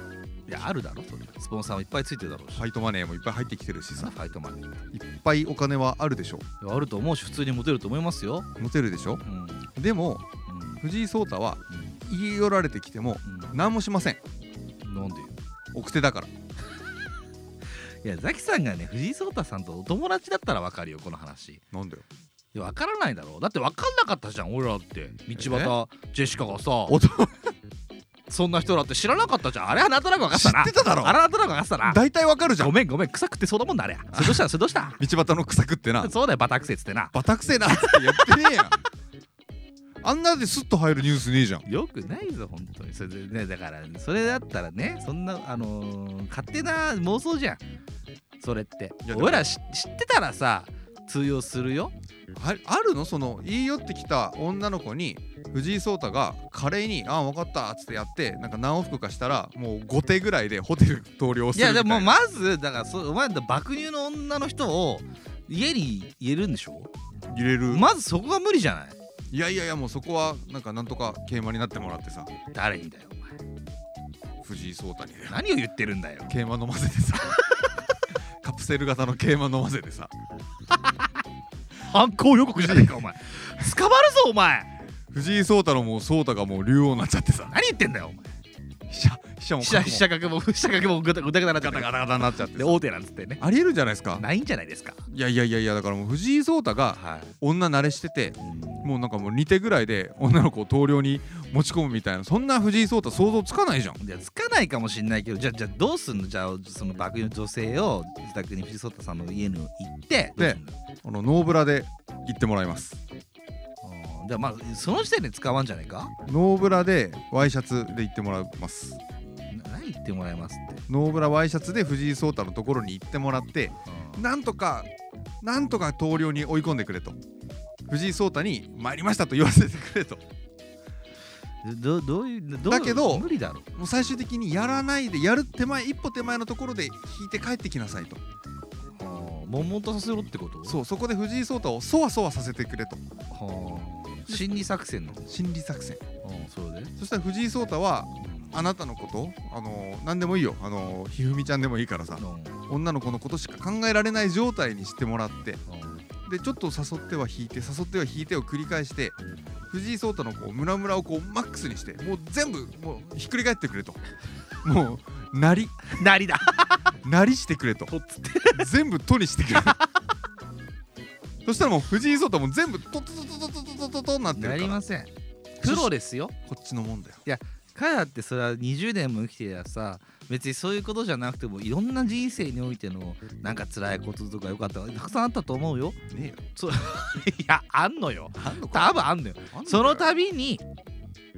Speaker 2: いやあるだろそれスポンサーもいっぱいついてるだろうし
Speaker 1: ファイトマネーもいっぱい入ってきてるしさ
Speaker 2: ファイトマン
Speaker 1: い
Speaker 2: い
Speaker 1: っぱいお金はあるでしょ
Speaker 2: やあると思うし普通にモテると思いますよ
Speaker 1: モテるでしょ
Speaker 2: うんうん
Speaker 1: でも藤井聡太は言い寄られてきても
Speaker 2: うん
Speaker 1: 何もしません
Speaker 2: なんでよ
Speaker 1: 奥手だから
Speaker 2: いやザキさんがね藤井聡太さんとお友達だったらわかるよこの話い
Speaker 1: なんだよ
Speaker 2: やわからないだろだってわかんなかったじゃん俺らって道端ジェシカがさ
Speaker 1: おと
Speaker 2: そんな人だって知らなかったじゃんあれはなんとなく分かったな
Speaker 1: 知ってただろ
Speaker 2: あれはなんとなく分かってたな
Speaker 1: 大体わかるじゃん
Speaker 2: ごめんごめん臭くてそうだもんだあれやそれどうしたそれどうした
Speaker 1: 道端の草食ってな
Speaker 2: そうだよバタクセつってな
Speaker 1: バタくせえなって言ってねえやんあんなでスッと入るニュースねえじゃん
Speaker 2: よくないぞ本当にそれで、ね、だからそれだったらねそんなあのー勝手な妄想じゃんそれって
Speaker 1: いやでも
Speaker 2: 俺らし知ってたらさ通用するよ
Speaker 1: ああるのその言い寄ってきた女の子に藤井聡太が華麗に「ああ分かった」っつってやってなんか何往復かしたらもう5手ぐらいでホテル投了す
Speaker 2: い
Speaker 1: る
Speaker 2: や
Speaker 1: みた
Speaker 2: で
Speaker 1: いな
Speaker 2: もまずだからそお前だ爆乳の女の人を家に入れるんでしょ
Speaker 1: 入れる、
Speaker 2: まずそこが無理じゃない
Speaker 1: いやいやいやもうそこはなんかなんとか桂馬になってもらってさ
Speaker 2: 誰にだよお前
Speaker 1: 藤井聡太に
Speaker 2: 何を言ってるんだよ
Speaker 1: 桂馬飲ませてさ カプセル型の桂馬飲ませてさ
Speaker 2: 犯行予告じゃないかお前捕まるぞお前
Speaker 1: 藤井聡太のもう聡太がもう竜王になっちゃってさ
Speaker 2: 何言ってんだよお前
Speaker 1: 飛車飛車も
Speaker 2: 飛車
Speaker 1: 角も
Speaker 2: 飛車角も 飛車角もぐたぐたぐたなっちゃ
Speaker 1: ガ
Speaker 2: った
Speaker 1: タ
Speaker 2: か
Speaker 1: ガタガ
Speaker 2: ら
Speaker 1: タになっちゃって
Speaker 2: で
Speaker 1: さ
Speaker 2: 大手なんつってね
Speaker 1: ありえるんじゃないですか
Speaker 2: ないんじゃないですか
Speaker 1: いやいやいやいやだからもう藤井聡太が
Speaker 2: はい
Speaker 1: 女慣れしててもうなんかもう2手ぐらいで女の子を投了に持ち込むみたいなそんな藤井聡太想像つかないじゃん
Speaker 2: じゃあつかないかもしんないけどじゃあじゃあどうすんのじゃあその爆乳の女性を自宅に藤井聡太さんの家に行って
Speaker 1: であのノーブラで行ってもらいます
Speaker 2: うんでまあその時点で捕まんじゃないか
Speaker 1: ノーブラでワイシャツで行ってもらいます
Speaker 2: な何言ってもらえますって、
Speaker 1: ノーブラワイシャツで藤井聡太のところに行ってもらってなんとかなんとか投了に追い込んでくれと藤井聡太に「参りました」と言わせてくれと
Speaker 2: どどういうどう
Speaker 1: だけど
Speaker 2: 無理だろ
Speaker 1: もう最終的にやらないでやる手前一歩手前のところで引いて帰ってきなさいと
Speaker 2: 悶々とさせろってこと
Speaker 1: そうそこで藤井聡太をそわそわさせてくれと
Speaker 2: はあ心理作戦の
Speaker 1: 心理作戦
Speaker 2: うんそれで
Speaker 1: そしたら藤井聡太はあなたのことあの何でもいいよあのひふみちゃんでもいいからさ
Speaker 2: うん
Speaker 1: 女の子のことしか考えられない状態にしてもらって
Speaker 2: うん
Speaker 1: でちょっと誘っては引いて誘っては引いてを繰り返して藤井聡太のこうムラムラをこうマックスにしてもう全部もうひっくり返ってくれともうなり
Speaker 2: なりだ
Speaker 1: なりしてくれと
Speaker 2: とっつって
Speaker 1: 全部「と」にしてくれそしたらもう藤井聡太も全部「と」と「と」と「と」と「と」とになってるか
Speaker 2: なり
Speaker 1: ら
Speaker 2: ませんプロですよ
Speaker 1: こっちのもんだよ
Speaker 2: 彼だってそれは20年も生きてりゃさ別にそういうことじゃなくてもいろんな人生においてのなんか辛いこととか良かったことたくさんあったと思うよ
Speaker 1: ね
Speaker 2: いやあんのよ
Speaker 1: えよあんのか
Speaker 2: 多分あんのよ
Speaker 1: あんかよ
Speaker 2: その度に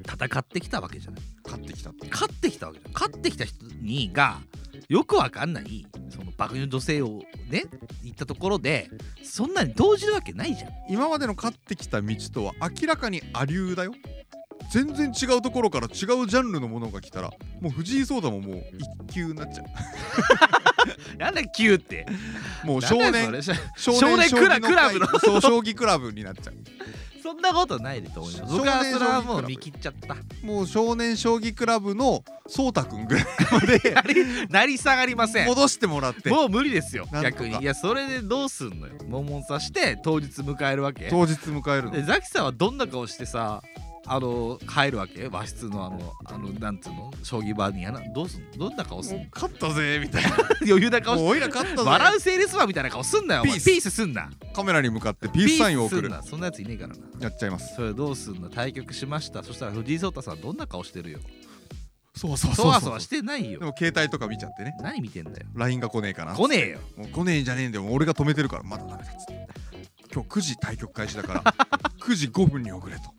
Speaker 2: 戦ってきたわけじゃない
Speaker 1: 買ってきたと
Speaker 2: 勝ってきたわけじゃない勝ってきた人にがよくわかんないその爆乳女性をね行ったところでそんなに動じるわけないじゃん
Speaker 1: 今までの買ってきた道とは明らかにアリューだよ全然違うところから違うジャンルのものが来たらもう藤井聡太ももう一級になっちゃ
Speaker 2: なんだ急って
Speaker 1: うもう少
Speaker 2: なんだ
Speaker 1: 年
Speaker 2: よそれ
Speaker 1: 少
Speaker 2: 少年
Speaker 1: 将
Speaker 2: クラ
Speaker 1: 棋の
Speaker 2: クラブの
Speaker 1: 会そう将棋クラブになっちゃ
Speaker 2: そんなことないでと思います僕はそれはもう見切っちゃった
Speaker 1: うもう少年将棋クラブの聡太くんぐらいまで
Speaker 2: なりなり下がりません
Speaker 1: 戻してもらって
Speaker 2: もう無理ですよ
Speaker 1: なんとか
Speaker 2: 逆にいやそれでどうすんのよもんもんさして当日迎えるわけ
Speaker 1: 当日迎えるの
Speaker 2: でザキさんはどんな顔してさあの入るわけ和室のあのあのなんつうの将棋場にやなどうすんのどんな顔すんの
Speaker 1: もう勝ったぜみたいな
Speaker 2: 余裕な顔
Speaker 1: も
Speaker 2: し
Speaker 1: うおいら勝った
Speaker 2: て
Speaker 1: ぜ
Speaker 2: 笑うセールスマンみたいな顔すんなよお前
Speaker 1: ピース
Speaker 2: ピースすんな
Speaker 1: カメラに向かってピースサインを送
Speaker 2: ピー
Speaker 1: る
Speaker 2: スすんなそんなやついねえからな
Speaker 1: やっちゃいます
Speaker 2: それどうすんの対局しましたそしたら藤井聡太さんどんな顔してるよ
Speaker 1: そうそう
Speaker 2: そわそわしてない
Speaker 1: で
Speaker 2: よ
Speaker 1: も携帯とか見ちゃってね
Speaker 2: 何見てんだよ
Speaker 1: LINE が来ねえかな
Speaker 2: 来ねえよ
Speaker 1: もう来ねえんじゃねえんだよもう俺が止めてるからまだダメだっつって今日9時対局開始だから9時5分に遅れと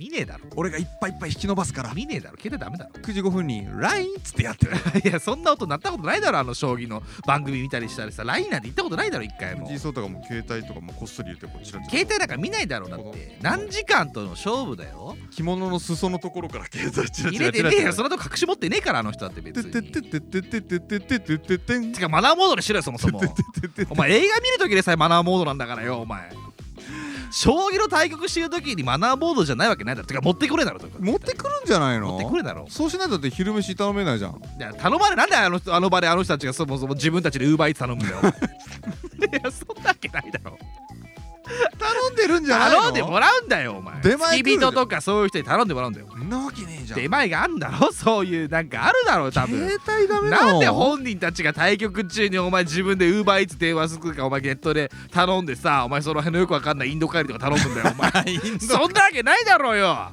Speaker 2: 見ねえだろ
Speaker 1: 俺がいっぱいいっぱい引き伸ばすから
Speaker 2: 見ねえだろ携帯ダメだろ
Speaker 1: 9時5分に LINE っつってやってる
Speaker 2: いやそんな音なったことないだろあの将棋の番組見たりしたりさ LINE なんて行ったことないだろ一回も
Speaker 1: 藤井聡太がもう携帯とかもうこっそり入れてこうちらちら
Speaker 2: 携帯なんか見ないだろだって何時間との勝負だよ
Speaker 1: 着物の裾のところから携帯チラ
Speaker 2: 入
Speaker 1: チラ
Speaker 2: れて
Speaker 1: チラ
Speaker 2: ね
Speaker 1: チ
Speaker 2: え
Speaker 1: ラ
Speaker 2: よそのとこ隠し持ってねえからあの人だって別
Speaker 1: てって
Speaker 2: に
Speaker 1: ってってってってってってってってってん
Speaker 2: てかマナーモードにしろよそもそもお前映画見るときでさえマナーモードなんだからよお前将棋の対局してるときにマナーモードじゃないわけないだろてか持ってこれだろとか
Speaker 1: 持ってくるんじゃないの
Speaker 2: 持ってこれだろ
Speaker 1: そうしないとだって昼飯頼めないじゃん
Speaker 2: いや頼まれなんであの人あの場であの人たちがそもそも自分たちでウーバーイーツ頼むんだよ いやそんなわけないだろ
Speaker 1: 頼んでるんじゃないの
Speaker 2: 頼んでもらうんだよお前
Speaker 1: 出前来
Speaker 2: 付
Speaker 1: る
Speaker 2: き
Speaker 1: じゃん
Speaker 2: 人とかそういう人に頼んでもらうんだよ
Speaker 1: んなわけねえじゃん
Speaker 2: 出前があんだろ そういうなんかあるだろ多分
Speaker 1: 携帯ダメなの
Speaker 2: なんで本人たちが対局中にお前自分でウーバーイーツ電話するかお前ネットで頼んでさお前その 辺のよくわかんないインド帰りとか頼むんだよお前そんなわけないだろうよ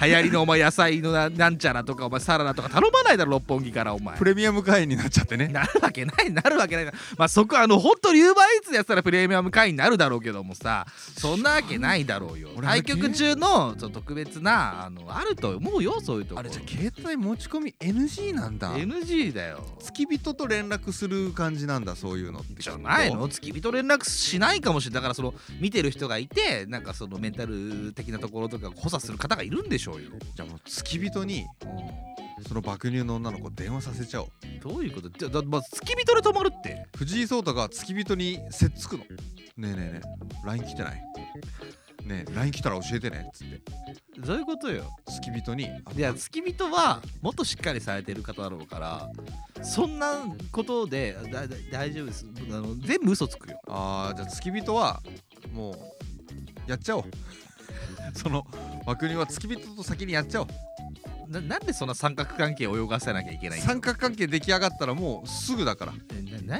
Speaker 2: 流行りのお前野菜のななんちゃらとかお前サラダとか頼まないだろ六本木からお前
Speaker 1: プレミアム会員になっちゃってね
Speaker 2: なるわけないなるわけないまあそこはあの本当にウーバーイーツでやってたらプレミアム会員になるだろうけどもさそんなわけないだろうよ
Speaker 1: 俺あれ
Speaker 2: 対局中のちょっと特別なあのあると思うよそういうとこ
Speaker 1: あ
Speaker 2: ろ
Speaker 1: れじゃ携帯持ち込み NG なんだ
Speaker 2: NG だよ
Speaker 1: 付き人と連絡する感じなんだそういうのって
Speaker 2: じゃないの付き人連絡しないかもしれないだからその見てる人がいてなんかそのメンタル的なところとかを補佐する方がいるんでしょうよ、
Speaker 1: じゃあもう付き人にその爆乳の女の子電話させちゃおう
Speaker 2: どういうことじゃだ、まあ、付き人で泊まるって
Speaker 1: 藤井聡太が付き人にせっつくのねえねえねえ LINE 来てないねえ LINE 来たら教えてねっつって
Speaker 2: どういうことよ
Speaker 1: 付き人にあ
Speaker 2: いや付き人はもっとしっかりされてる方だろうからそんなことでだだ大丈夫ですあの全部嘘つくよ
Speaker 1: あーじゃあ付き人はもうやっちゃおうその爆乳は付き人と先にやっちゃおう
Speaker 2: ななんでそんな三角関係を泳がせなきゃいけないんだ
Speaker 1: 三角関係出来上がったらもうすぐだから
Speaker 2: な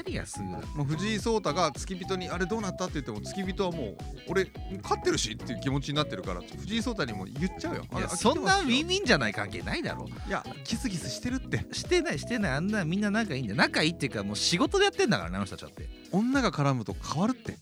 Speaker 2: 何がすぐだ
Speaker 1: もう藤井聡太が付き人に「あれどうなった?」って言っても付き人はもう俺勝ってるしっていう気持ちになってるから藤井聡太にも言っちゃうよ
Speaker 2: いや
Speaker 1: あれ
Speaker 2: そんなウ
Speaker 1: 飽き
Speaker 2: ィ
Speaker 1: て
Speaker 2: ンウィンじゃない関係ないだろ
Speaker 1: ますよいやキスキスしてるって
Speaker 2: してないしてないあんなみんな仲いいんだよ仲いいっていうかもう仕事でやってんだからねあの人たちだって い
Speaker 1: 女が絡むと変わるって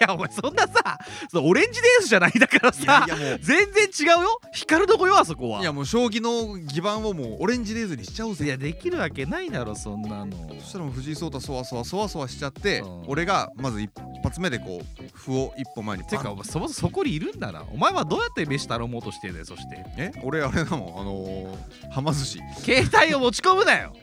Speaker 2: やお前そんなさそのオレンジデースじゃないんだから
Speaker 1: いや
Speaker 2: さ
Speaker 1: いやもう
Speaker 2: 全然違うよ光の子よあそこはい
Speaker 1: やもう将棋の基盤をもうオレンジレーズにしちゃおう
Speaker 2: い
Speaker 1: ぜ
Speaker 2: やできるわけないだろそんなの
Speaker 1: そしたらもう藤井聡太そわそわそわそわしちゃって
Speaker 2: うん
Speaker 1: 俺がまず一発目でこう歩を一歩前に
Speaker 2: て
Speaker 1: パ
Speaker 2: か
Speaker 1: ン
Speaker 2: お前そもそもそこにいるんだなお前はどうやって飯頼もうとしてんだよそして
Speaker 1: え俺あれだもんあのー、はま寿司
Speaker 2: 携帯を持ち込む なよ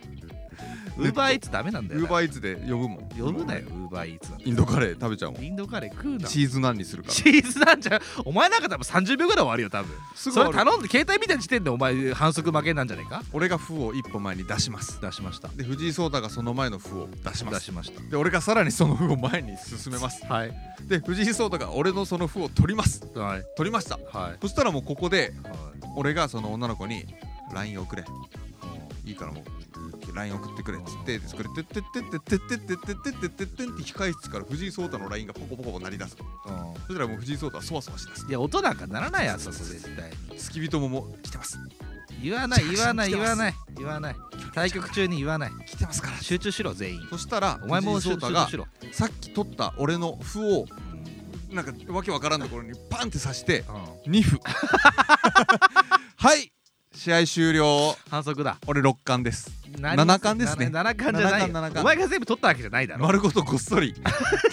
Speaker 2: ウ
Speaker 1: ネット
Speaker 2: ーバーイーツダメなんだ
Speaker 1: ウ
Speaker 2: よ
Speaker 1: ーバーイーツで呼ぶもん
Speaker 2: 呼ぶなよウーバーイーツ
Speaker 1: インドカレー食べちゃうもん
Speaker 2: インドカレー食うな
Speaker 1: チーズナンにするから
Speaker 2: チーズなんじゃお前なんか多分30秒ぐらい終わるよ多分
Speaker 1: すぐ終
Speaker 2: そ
Speaker 1: わ
Speaker 2: れ
Speaker 1: る
Speaker 2: 頼んで携帯見た時点でお前反則負けなんじゃねえか
Speaker 1: 俺が歩を一歩前に出します
Speaker 2: 出しました
Speaker 1: で藤井聡太がその前の歩を出しま
Speaker 2: 出
Speaker 1: す
Speaker 2: しました
Speaker 1: で俺がさらにその歩を前に進めます
Speaker 2: はい
Speaker 1: で藤井聡太が俺のその歩を取ります
Speaker 2: はい
Speaker 1: 取りました
Speaker 2: はい
Speaker 1: そしたらもうここで俺がその女の子に LINE 送れいいからもう LINE 送ってくれっつってそれてってってってってってってってってってってって控室から藤井聡太の LINE がポコポコ鳴り出すとそしたらもう藤井聡太はそわそわしだす
Speaker 2: いや音なんかならないやつだぞ絶対
Speaker 1: 付き人ももう来てます
Speaker 2: 言わない言わない言わない言わない対局中に言わない
Speaker 1: 来てますから
Speaker 2: 集中しろ全員
Speaker 1: そしたら
Speaker 2: お前も
Speaker 1: 藤
Speaker 2: 集
Speaker 1: 井聡
Speaker 2: 中
Speaker 1: 太が
Speaker 2: しろ
Speaker 1: さっき取った俺の歩をなんかわけわからんところにパンって刺して2歩はい試合終了
Speaker 2: 反則だ
Speaker 1: 俺6冠です
Speaker 2: 何
Speaker 1: 七冠ですね
Speaker 2: 七冠じゃないよ
Speaker 1: 七冠七冠
Speaker 2: お前が全部取ったわけじゃないだろ
Speaker 1: 丸ごとごっそり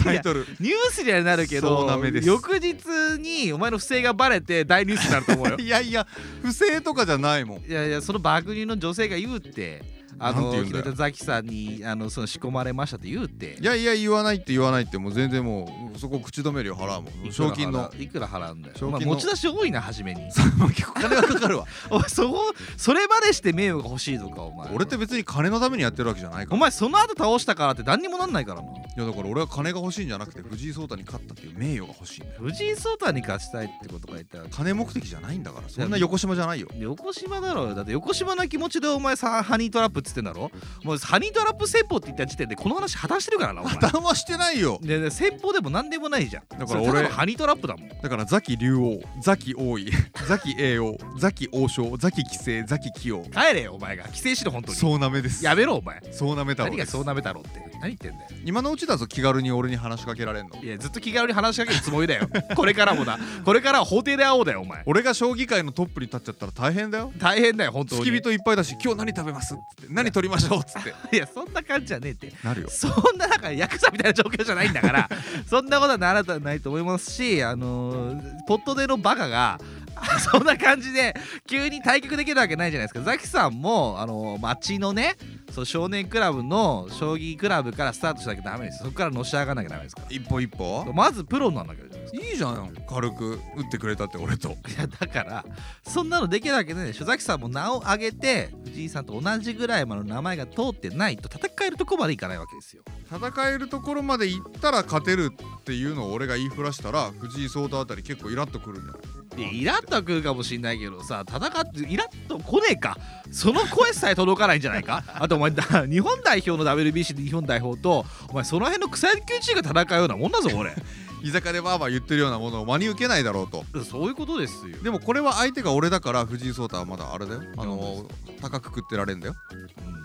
Speaker 1: タイトル
Speaker 2: ニュースにはなるけ
Speaker 1: そうな
Speaker 2: ど
Speaker 1: めです
Speaker 2: 翌日にお前の不正がバレて大ニュースになる と思うよ
Speaker 1: いやいや不正とかじゃないもん
Speaker 2: いやいやその爆乳の女性が言うってあ
Speaker 1: なん
Speaker 2: の
Speaker 1: て言うんだ
Speaker 2: 平
Speaker 1: よ
Speaker 2: 田ザキさんにあのその仕込まれましたって言うって
Speaker 1: いやいや言わないって言わないってもう全然もうそこ口止め料払うもん賞金の
Speaker 2: いくら払うんだよ
Speaker 1: 賞金の
Speaker 2: お前持ち出し多いな初めに
Speaker 1: 結構金がかかるわ
Speaker 2: お前そこそれまでして名誉が欲しいのかお前
Speaker 1: 俺って別に金のためにやってるわけじゃないか
Speaker 2: お
Speaker 1: ら
Speaker 2: 前その後倒したからって何にもなんないからない
Speaker 1: やだから俺は金が欲しいんじゃなくて藤井聡太に勝ったっていう名誉が欲しいんだよ
Speaker 2: 藤井聡太に勝ちたいってことが言ったら
Speaker 1: 金目的じゃないんだからそんな横島じゃないよ
Speaker 2: 横島だろうよだって横島な気持ちでお前さハニートラップっつってんだろもうハニートラップ戦法って言った時点でこの話破綻してるからなお前
Speaker 1: 談話してないよ
Speaker 2: ねね戦法でも何でもないじゃん
Speaker 1: か
Speaker 2: だ
Speaker 1: ら
Speaker 2: から俺
Speaker 1: 俺
Speaker 2: ハニートラップだもん
Speaker 1: だからザキ竜王ザキ王位 ザキ栄王ザキ王将ザキ棋聖ザキ棋王
Speaker 2: 帰れよお前が規制しろ本当に
Speaker 1: そうなめです
Speaker 2: やめろお前
Speaker 1: そうなめ太郎
Speaker 2: 何
Speaker 1: で
Speaker 2: が
Speaker 1: す
Speaker 2: そうなめだろうって何言ってんだよ
Speaker 1: 今のうちだぞ気軽に俺に話しかけられんの
Speaker 2: いやずっと気軽に話しかけるつもりだよこれからもだこれからは法廷で会おうだよお前
Speaker 1: 俺が将棋界のトップに立っちゃったら大変だよ
Speaker 2: 大変だよ本当に
Speaker 1: 付き人いっぱいだし今日何食べますっつって何取りましょうっつって
Speaker 2: いやそんな感じじゃねえって
Speaker 1: なるよ
Speaker 2: そんななんかヤクザみたいな状況じゃないんだからそんなことはならないと思いますしあのーポットでのバカが あそんな感じで急に対局できるわけないじゃないですかザキさんもあのー町のねそう少年クラブの将棋クラブからスタートしなきゃダメですそこからのし上がらなきゃダメですか
Speaker 1: 一歩一歩
Speaker 2: らまずプロになんなきゃいけないじゃない
Speaker 1: いいじゃん軽く打ってくれたって俺と
Speaker 2: ですかいやだからそんなのできるわけないでしょザキさんも名を上げて藤井さんと同じぐらいまでの名前が通ってないと戦えるとこまでいかないわけですよ
Speaker 1: 戦えるところまで行ったら勝てるっていうのを俺が言いふらしたら藤井聡太あたり結構イラッとくるんだ
Speaker 2: いやイラッとは来るかもしんないけどさ戦ってイラッと来ねえかその声さえ届かないんじゃないか あとお前だ日 本代表の WBC 日本代表とお前その辺の草野球チームが戦うようなもんだぞ俺
Speaker 1: 居酒屋でバーバー言ってるようなものを真に受けないだろうと
Speaker 2: そういうことですよ
Speaker 1: でもこれは相手が俺だから藤井聡太はまだあれだよあ
Speaker 2: いや
Speaker 1: の高く食ってられんだよ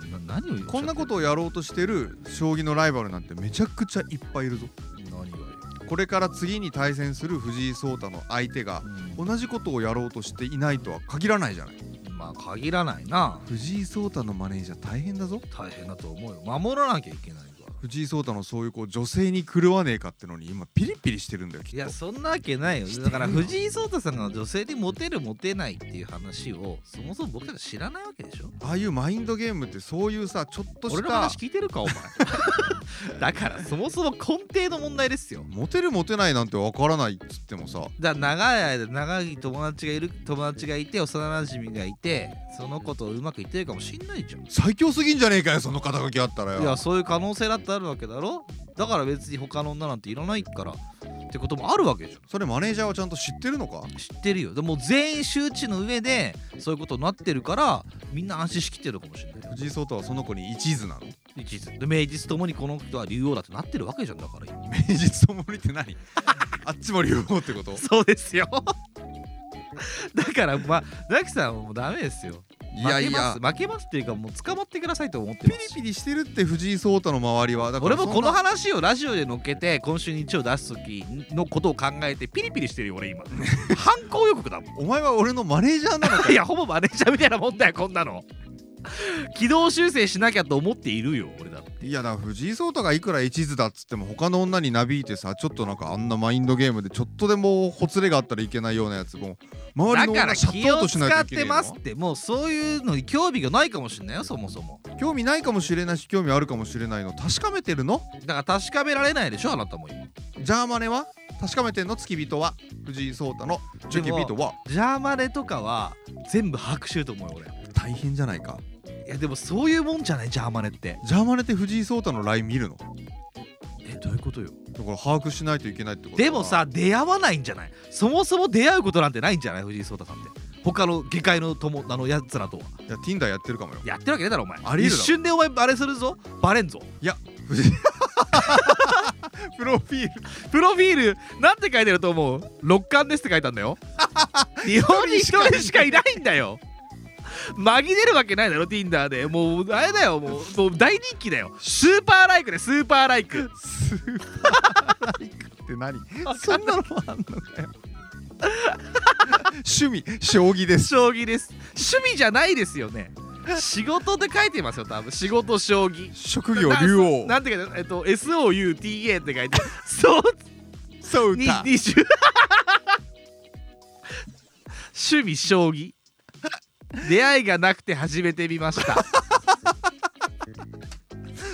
Speaker 2: うんな何を言っちゃってる
Speaker 1: こんなことをやろうとしてる将棋のライバルなんてめちゃくちゃいっぱいいるぞ
Speaker 2: 何がよ
Speaker 1: これから次に対戦する藤井聡太の相手が同じことをやろうとしていないとは限らないじゃない
Speaker 2: うんまあ限らないな
Speaker 1: 藤井聡太のマネージャー大変だぞ
Speaker 2: 大変だと思うよ守らなきゃいけないから
Speaker 1: 藤井聡太のそういうこう女性に狂わねえかってのに今ピリピリしてるんだよきっと
Speaker 2: いやそんなわけないよだから藤井聡太さんが女性にモテるモテないっていう話をそもそも僕たち知らないわけでしょ
Speaker 1: ああいうマインドゲームってそういうさちょっとし
Speaker 2: 俺の
Speaker 1: た
Speaker 2: 話聞いてるかお 前だからそもそも根底の問題ですよ
Speaker 1: モテるモテないなんてわからないっつってもさ
Speaker 2: だから長い間長い友達がいる友達がいて幼馴染がいてその子とうまくいってるかもしんないじゃん
Speaker 1: 最強すぎんじゃねえかよその肩書きあったらよ
Speaker 2: いやそういう可能性だってあるわけだろだから別に他の女なんていらないからってこともあるわけじゃん
Speaker 1: それマネージャーはちゃんと知ってるのか
Speaker 2: 知ってるよでも全員周知の上でそういうことになってるからみんな安心しきってるかもしれないよ
Speaker 1: 藤井聡太はその子に一途なの
Speaker 2: 一途で名実ともにこの人は竜王だってなってるわけじゃんだから今
Speaker 1: 名実ともにって 何あっちも竜王ってこと
Speaker 2: そうですよ だからまあザキさんはもうダメですよ
Speaker 1: いやいや
Speaker 2: 負けます負けますっていうかもう捕まってくださいと思って
Speaker 1: ピ
Speaker 2: ま
Speaker 1: リ
Speaker 2: す
Speaker 1: ピリしてるって藤井聡太の周りはだから
Speaker 2: 俺
Speaker 1: そん
Speaker 2: も
Speaker 1: な
Speaker 2: この話をラジオで乗っけて今週日曜出す時のことを考えてピリピリしてるよ俺今 犯行予告だも
Speaker 1: お
Speaker 2: ん
Speaker 1: 前は俺のマネージャーなのか
Speaker 2: いやほぼマネージャーみたいなもんだよこんなの軌道修正しなきゃと思っているよ俺だって
Speaker 1: いやだから藤井聡太がいくら一途だっつっても他の女になびいてさちょっとなんかあんなマインドゲームでちょっとでもほつれがあったらいけないようなやつも周り
Speaker 2: だ
Speaker 1: の
Speaker 2: から
Speaker 1: 女シャッ
Speaker 2: 気
Speaker 1: トアウ
Speaker 2: を
Speaker 1: トし
Speaker 2: 使
Speaker 1: ないと
Speaker 2: っ
Speaker 1: いけな
Speaker 2: て
Speaker 1: い
Speaker 2: ます
Speaker 1: の
Speaker 2: ってもうそういうのに興味がないかもしれないよそもそも
Speaker 1: 興味ないかもしれないし興味あるかもしれないの確かめてるの
Speaker 2: だから確かめられないでしょあなたも今
Speaker 1: ジャーマネは確かめてんの付き人は藤井聡太の付き人は
Speaker 2: ジャーマネとかは全部把握してると思うよ
Speaker 1: 大変じゃないか
Speaker 2: 俺いやでもそういうもんじゃないジャーマネって
Speaker 1: ジャーマネって藤井聡太の LINE 見るのだか
Speaker 2: えどういうことよ
Speaker 1: ら把握しないといけないってことは
Speaker 2: でもさ出会わないんじゃないそもそも出会うことなんてないんじゃない藤井聡太さんって他の下界の友あのやつらとはい
Speaker 1: や Tinder やってるかもよ
Speaker 2: やってるわけねえだろお前
Speaker 1: ありえるだ
Speaker 2: 一
Speaker 1: ろ
Speaker 2: 瞬でお前バレするぞバレんぞ
Speaker 1: いや藤井プロフィール
Speaker 2: プロフィールなんて書いてると思う六冠ですって書いたん だよ日本に一人しかいないんだよ紛れるわけないだろ Tinder でもうあれだよもうもう大人気だよスーパーライクでスーパーライク
Speaker 1: スーパーライクって何 そんなのもあんのかよ 趣味将棋です
Speaker 2: 将棋です趣味じゃないですよね仕事で書いてますよ多分仕事将棋
Speaker 1: 職業竜王
Speaker 2: なんて書いてあるえっと SOUTA って書いてあるそう
Speaker 1: そう
Speaker 2: に
Speaker 1: 歌
Speaker 2: 20趣味将棋出会いがなくて始めてみました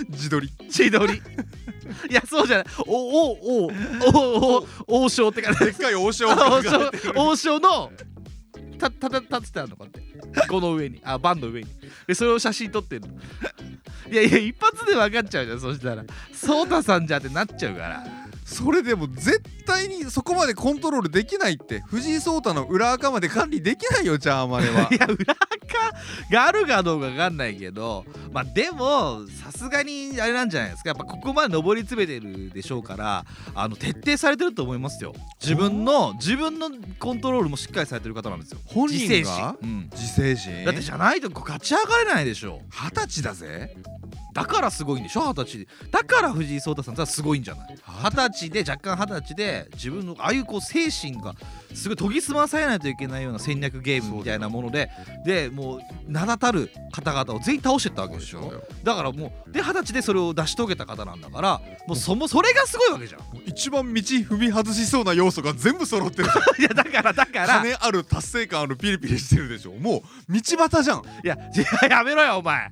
Speaker 1: 自撮り
Speaker 2: 千鳥いやそうじゃないおおおおおお王将って書いてあ
Speaker 1: で
Speaker 2: る
Speaker 1: っかい王将
Speaker 2: 王
Speaker 1: が
Speaker 2: 将王将のたたた立てたのこうやってこの上にあバンの上にでそれを写真撮ってるのいやいや一発で分かっちゃうじゃんそしたら颯太さんじゃってなっちゃうから
Speaker 1: それでも絶対にそこまでコントロールできないって藤井聡太の裏垢まで管理できないよジャー マネ はい
Speaker 2: や裏垢があるかどうか分かんないけどまあでもさすがにあれなんじゃないですかやっぱここまで上り詰めてるでしょうからあの徹底されてると思いますよ自分の自分のコントロールもしっかりされてる方なんですよ
Speaker 1: 本
Speaker 2: 自
Speaker 1: 人
Speaker 2: 制
Speaker 1: が
Speaker 2: 心、うん、
Speaker 1: 自制心
Speaker 2: だってじゃないとこう勝ち上がれないでしょ
Speaker 1: 二十歳だぜ
Speaker 2: だからすごいんでしょ二十歳だから藤井聡太さんはすごいんじゃない二十歳で若干二十歳で自分のああいうこう精神がすごい研ぎ澄まされないといけないような戦略ゲームみたいなものででもう名だたる方々を全員倒してったわけでし
Speaker 1: そう
Speaker 2: ょ
Speaker 1: だよ
Speaker 2: だからもうで二十歳でそれを成し遂げた方なんだからもうそもそれがすごいわけじゃん
Speaker 1: 一番道踏み外しそうな要素が全部揃ってる
Speaker 2: いやだからだからい
Speaker 1: 金ある達成感あるピリピリしてるでしょもう道端じゃん
Speaker 2: やじゃやめろよお前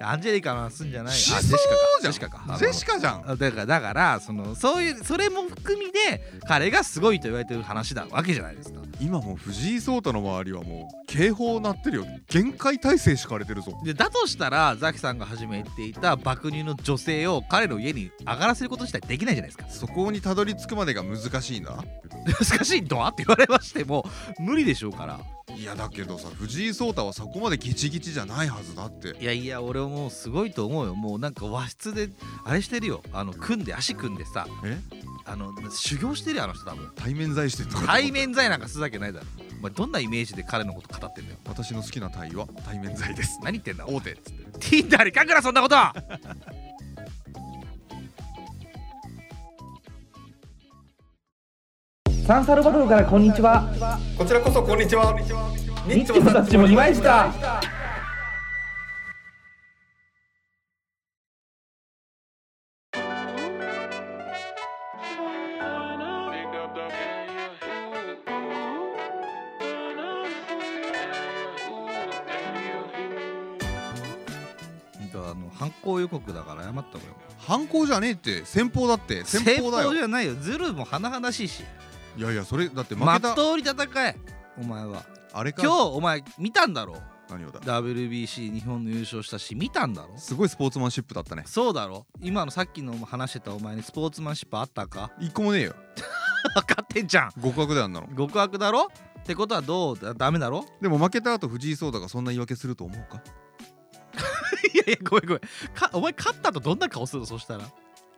Speaker 2: アンジェリカの話すんじゃない
Speaker 1: し
Speaker 2: あ
Speaker 1: そう
Speaker 2: ジェシカか
Speaker 1: じゃん
Speaker 2: ジェシカかあの
Speaker 1: ジェシカじゃん
Speaker 2: あだからだからそのそういうそれも含みで彼がすごいと言われてる話だわけじゃないですか
Speaker 1: 今もう藤井聡太の周りはもう警報鳴ってるよ限界態勢敷かれてるぞ
Speaker 2: でだとしたらザキさんが始めていた爆乳の女性を彼の家に上がらせること自体できないじゃないです
Speaker 1: そこにたどり着くまでが難しいな
Speaker 2: か 難しいドアって言われましても無理でしょうから
Speaker 1: いやだけどさ藤井聡太はそこまでギチギチじゃないはずだって
Speaker 2: いやいや俺はもうすごいと思うよもうなんか和室であれしてるよあの組んで足組んでさ
Speaker 1: え
Speaker 2: あの修行してるよあの人多分
Speaker 1: 対面在してんのかな
Speaker 2: 対面罪なんかするわけないだろお前どんなイメージで彼のこと語ってんだよ
Speaker 1: 私の好きなタイは対面在です
Speaker 2: 何言ってんだお
Speaker 1: 大
Speaker 2: 前
Speaker 1: 手っつって
Speaker 2: Tinder に書くなそんなことは
Speaker 5: サンサルバドルからこんにちは。
Speaker 1: こちらこそこんにちは
Speaker 5: ニッチもサッチもいまいちだ。
Speaker 2: 本当あの犯行予告だから謝った方がいい
Speaker 1: 犯行じゃねえって先方だって先方だよ
Speaker 2: じゃないよズルも甚だしいし
Speaker 1: いやいやそれだって負
Speaker 2: ま
Speaker 1: け
Speaker 2: ったとうに戦えお前は
Speaker 1: あれか
Speaker 2: 今日お前見たんだろ
Speaker 1: 何をだ
Speaker 2: WBC 日本の優勝したし見たんだろ
Speaker 1: すごいスポーツマンシップだったね
Speaker 2: そうだろ今のさっきの話してたお前にスポーツマンシップあったか
Speaker 1: 一個もねえよ
Speaker 2: 分かってんじゃん
Speaker 1: 極悪だよあんなの
Speaker 2: 極悪だろってことはどうだダメだろ
Speaker 1: でも負けた後藤井聡太がそんな言い訳すると思うか
Speaker 2: いやいやごめんごめんかお前勝ったとどんな顔するのそした ら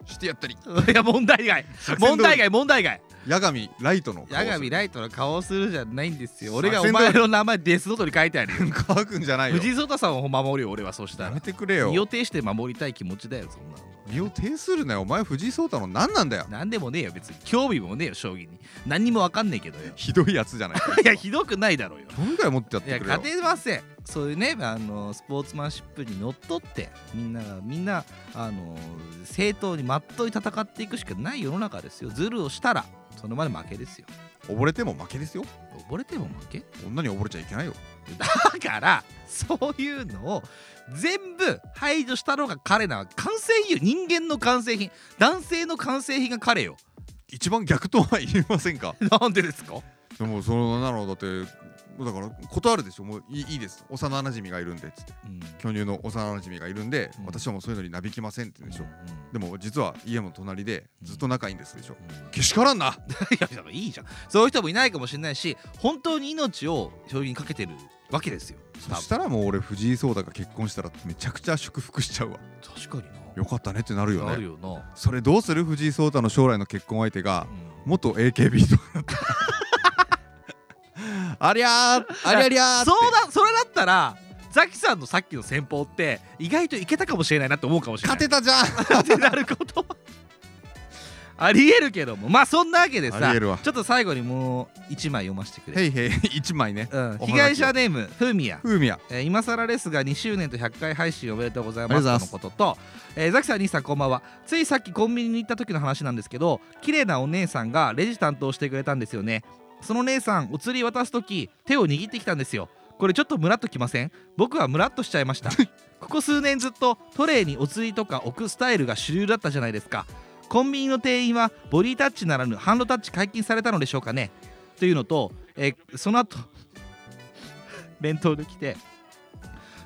Speaker 1: してやったり
Speaker 2: いや問題外
Speaker 1: り
Speaker 2: 問題外問題外
Speaker 1: 八神ライトの
Speaker 2: 八神ライトの顔をするじゃないんですよ俺が
Speaker 1: 作戦
Speaker 2: お
Speaker 1: 通り
Speaker 2: 前の名前デスノートに書いてあるよ
Speaker 1: イト乾くんじゃないよ
Speaker 2: 藤井聡太さんを守るよ俺はそうした
Speaker 1: や
Speaker 2: ら
Speaker 1: めてくれよ
Speaker 2: 身を挺して守りたい気持ちだよそんなの
Speaker 1: 身を呈するなよお前藤井聡太の何なんだよ
Speaker 2: 何でもねえよ別に興味もねえよ将棋に何にも分かんねえけどよ
Speaker 1: ひどいやつじゃない
Speaker 2: いやひどくないだろうよ
Speaker 1: どんぐらい持ってやっ
Speaker 2: いや
Speaker 1: てくれ
Speaker 2: 勝
Speaker 1: よ
Speaker 2: てませんそういうねあのスポーツマンシップにのっとってみんながみんなあの正当にまっとい戦っていくしかない世の中ですよズルをしたらその場で負けですよ
Speaker 1: 溺れても負けですよ
Speaker 2: 溺れても負け
Speaker 1: 女に溺れちゃいけないよ
Speaker 2: だからそういうのを全部排除したのが彼なわけ完成品よ人間の完成品男性の完成品が彼よ
Speaker 1: 一番逆とは言えませんか
Speaker 2: なんでですか
Speaker 1: でもそのなのだってだから断るでしょもういいいいです幼なじみがいるんでっつって
Speaker 2: うん
Speaker 1: 巨乳の幼なじみがいるんで、
Speaker 2: うん
Speaker 1: 私はもうそういうのになびきませんって言うんでしょ、
Speaker 2: うんうん
Speaker 1: でも実は家の隣でずっと仲いいんですでしょ、
Speaker 2: うん
Speaker 1: けしからんない
Speaker 2: やだからいいじゃんそういう人もいないかもしれないし本当に命を将棋にかけてるわけですよ
Speaker 1: そしたらもう俺藤井聡太が結婚したらめちゃくちゃ祝福しちゃうわ
Speaker 2: 多分確かにな
Speaker 1: よかったねってなるよ
Speaker 2: あ
Speaker 1: ね
Speaker 2: るよな、
Speaker 1: それどうする藤井聡太の将来の結婚相手が
Speaker 2: うん
Speaker 1: 元 AKB とか だったらありゃーありゃりゃーって
Speaker 2: そうだそれだったらザキさんのさっきの戦法って意外といけたかもしれないなって思うかもしれない
Speaker 1: 勝てたじゃん
Speaker 2: ってなることはありえるけどもまあそんなわけで
Speaker 1: あ
Speaker 2: さ
Speaker 1: りえるわ
Speaker 2: ちょっと最後にもう1枚読ませてくれ、
Speaker 1: へいへい1枚ね
Speaker 2: うん、
Speaker 1: お話を
Speaker 2: 被害者ネームふみや
Speaker 1: 風味や
Speaker 2: えー今更ですが2周年と100回配信おめでとうございま
Speaker 1: あ
Speaker 2: す
Speaker 1: りが
Speaker 2: と
Speaker 1: と
Speaker 2: の
Speaker 1: う
Speaker 2: こ
Speaker 1: ご
Speaker 2: とと、えーザキさん、兄さん、こんばんは。ついさっきコンビニに行った時の話なんですけど、綺麗なお姉さんがレジ担当してくれたんですよね。その姉さん、お釣り渡す時手を握ってきたんですよ。これちょっとムラっときません僕はムラっとしちゃい ました。ここ数年ずっとトレイにお釣りとか置くスタイルが主流だったじゃないですか。コンビニの店員はボディタッチならぬハンドタッチ解禁されたのでしょうかねというのと、えーその後 弁当で来て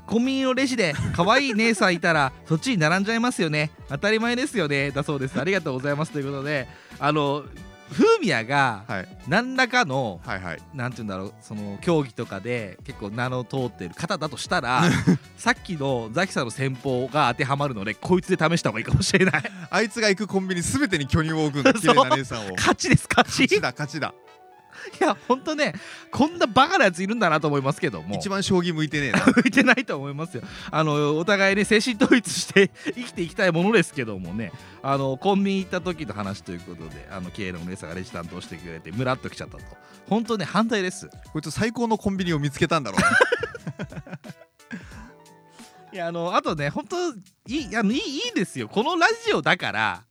Speaker 2: コンビニのレジで可愛い姉さんいたら そっちに並んじゃいますよね当たり前ですよねだそうですありがとうございますということであの風宮が
Speaker 1: はい
Speaker 2: 何らかの、
Speaker 1: はいはい
Speaker 2: なんて言うんだろうその競技とかで結構名の通ってる方だとしたらさっきのザキさんの戦法が当てはまるのでこいつで試した方がいいかもしれない
Speaker 1: あいつが行くコンビニ全てに巨乳を置 くんだ
Speaker 2: そう
Speaker 1: 綺麗な姉さんを勝
Speaker 2: 勝ちです勝ち
Speaker 1: ちだ勝ちだ
Speaker 2: いやほんとねこんなバカなやついるんだなと思いますけども
Speaker 1: 一番将棋向いてねえな
Speaker 2: 向いてないと思いますよあのお互いね精神統一して生きていきたいものですけどもねあのコンビニ行った時の話ということであの綺麗なお姉さんがレジ担当してくれてムラっときちゃったと本当ね反対です
Speaker 1: こいつ最高のコンビニを見つけたんだろうない
Speaker 2: やあのあとね本当いいあのいいいいですよこのラジオだから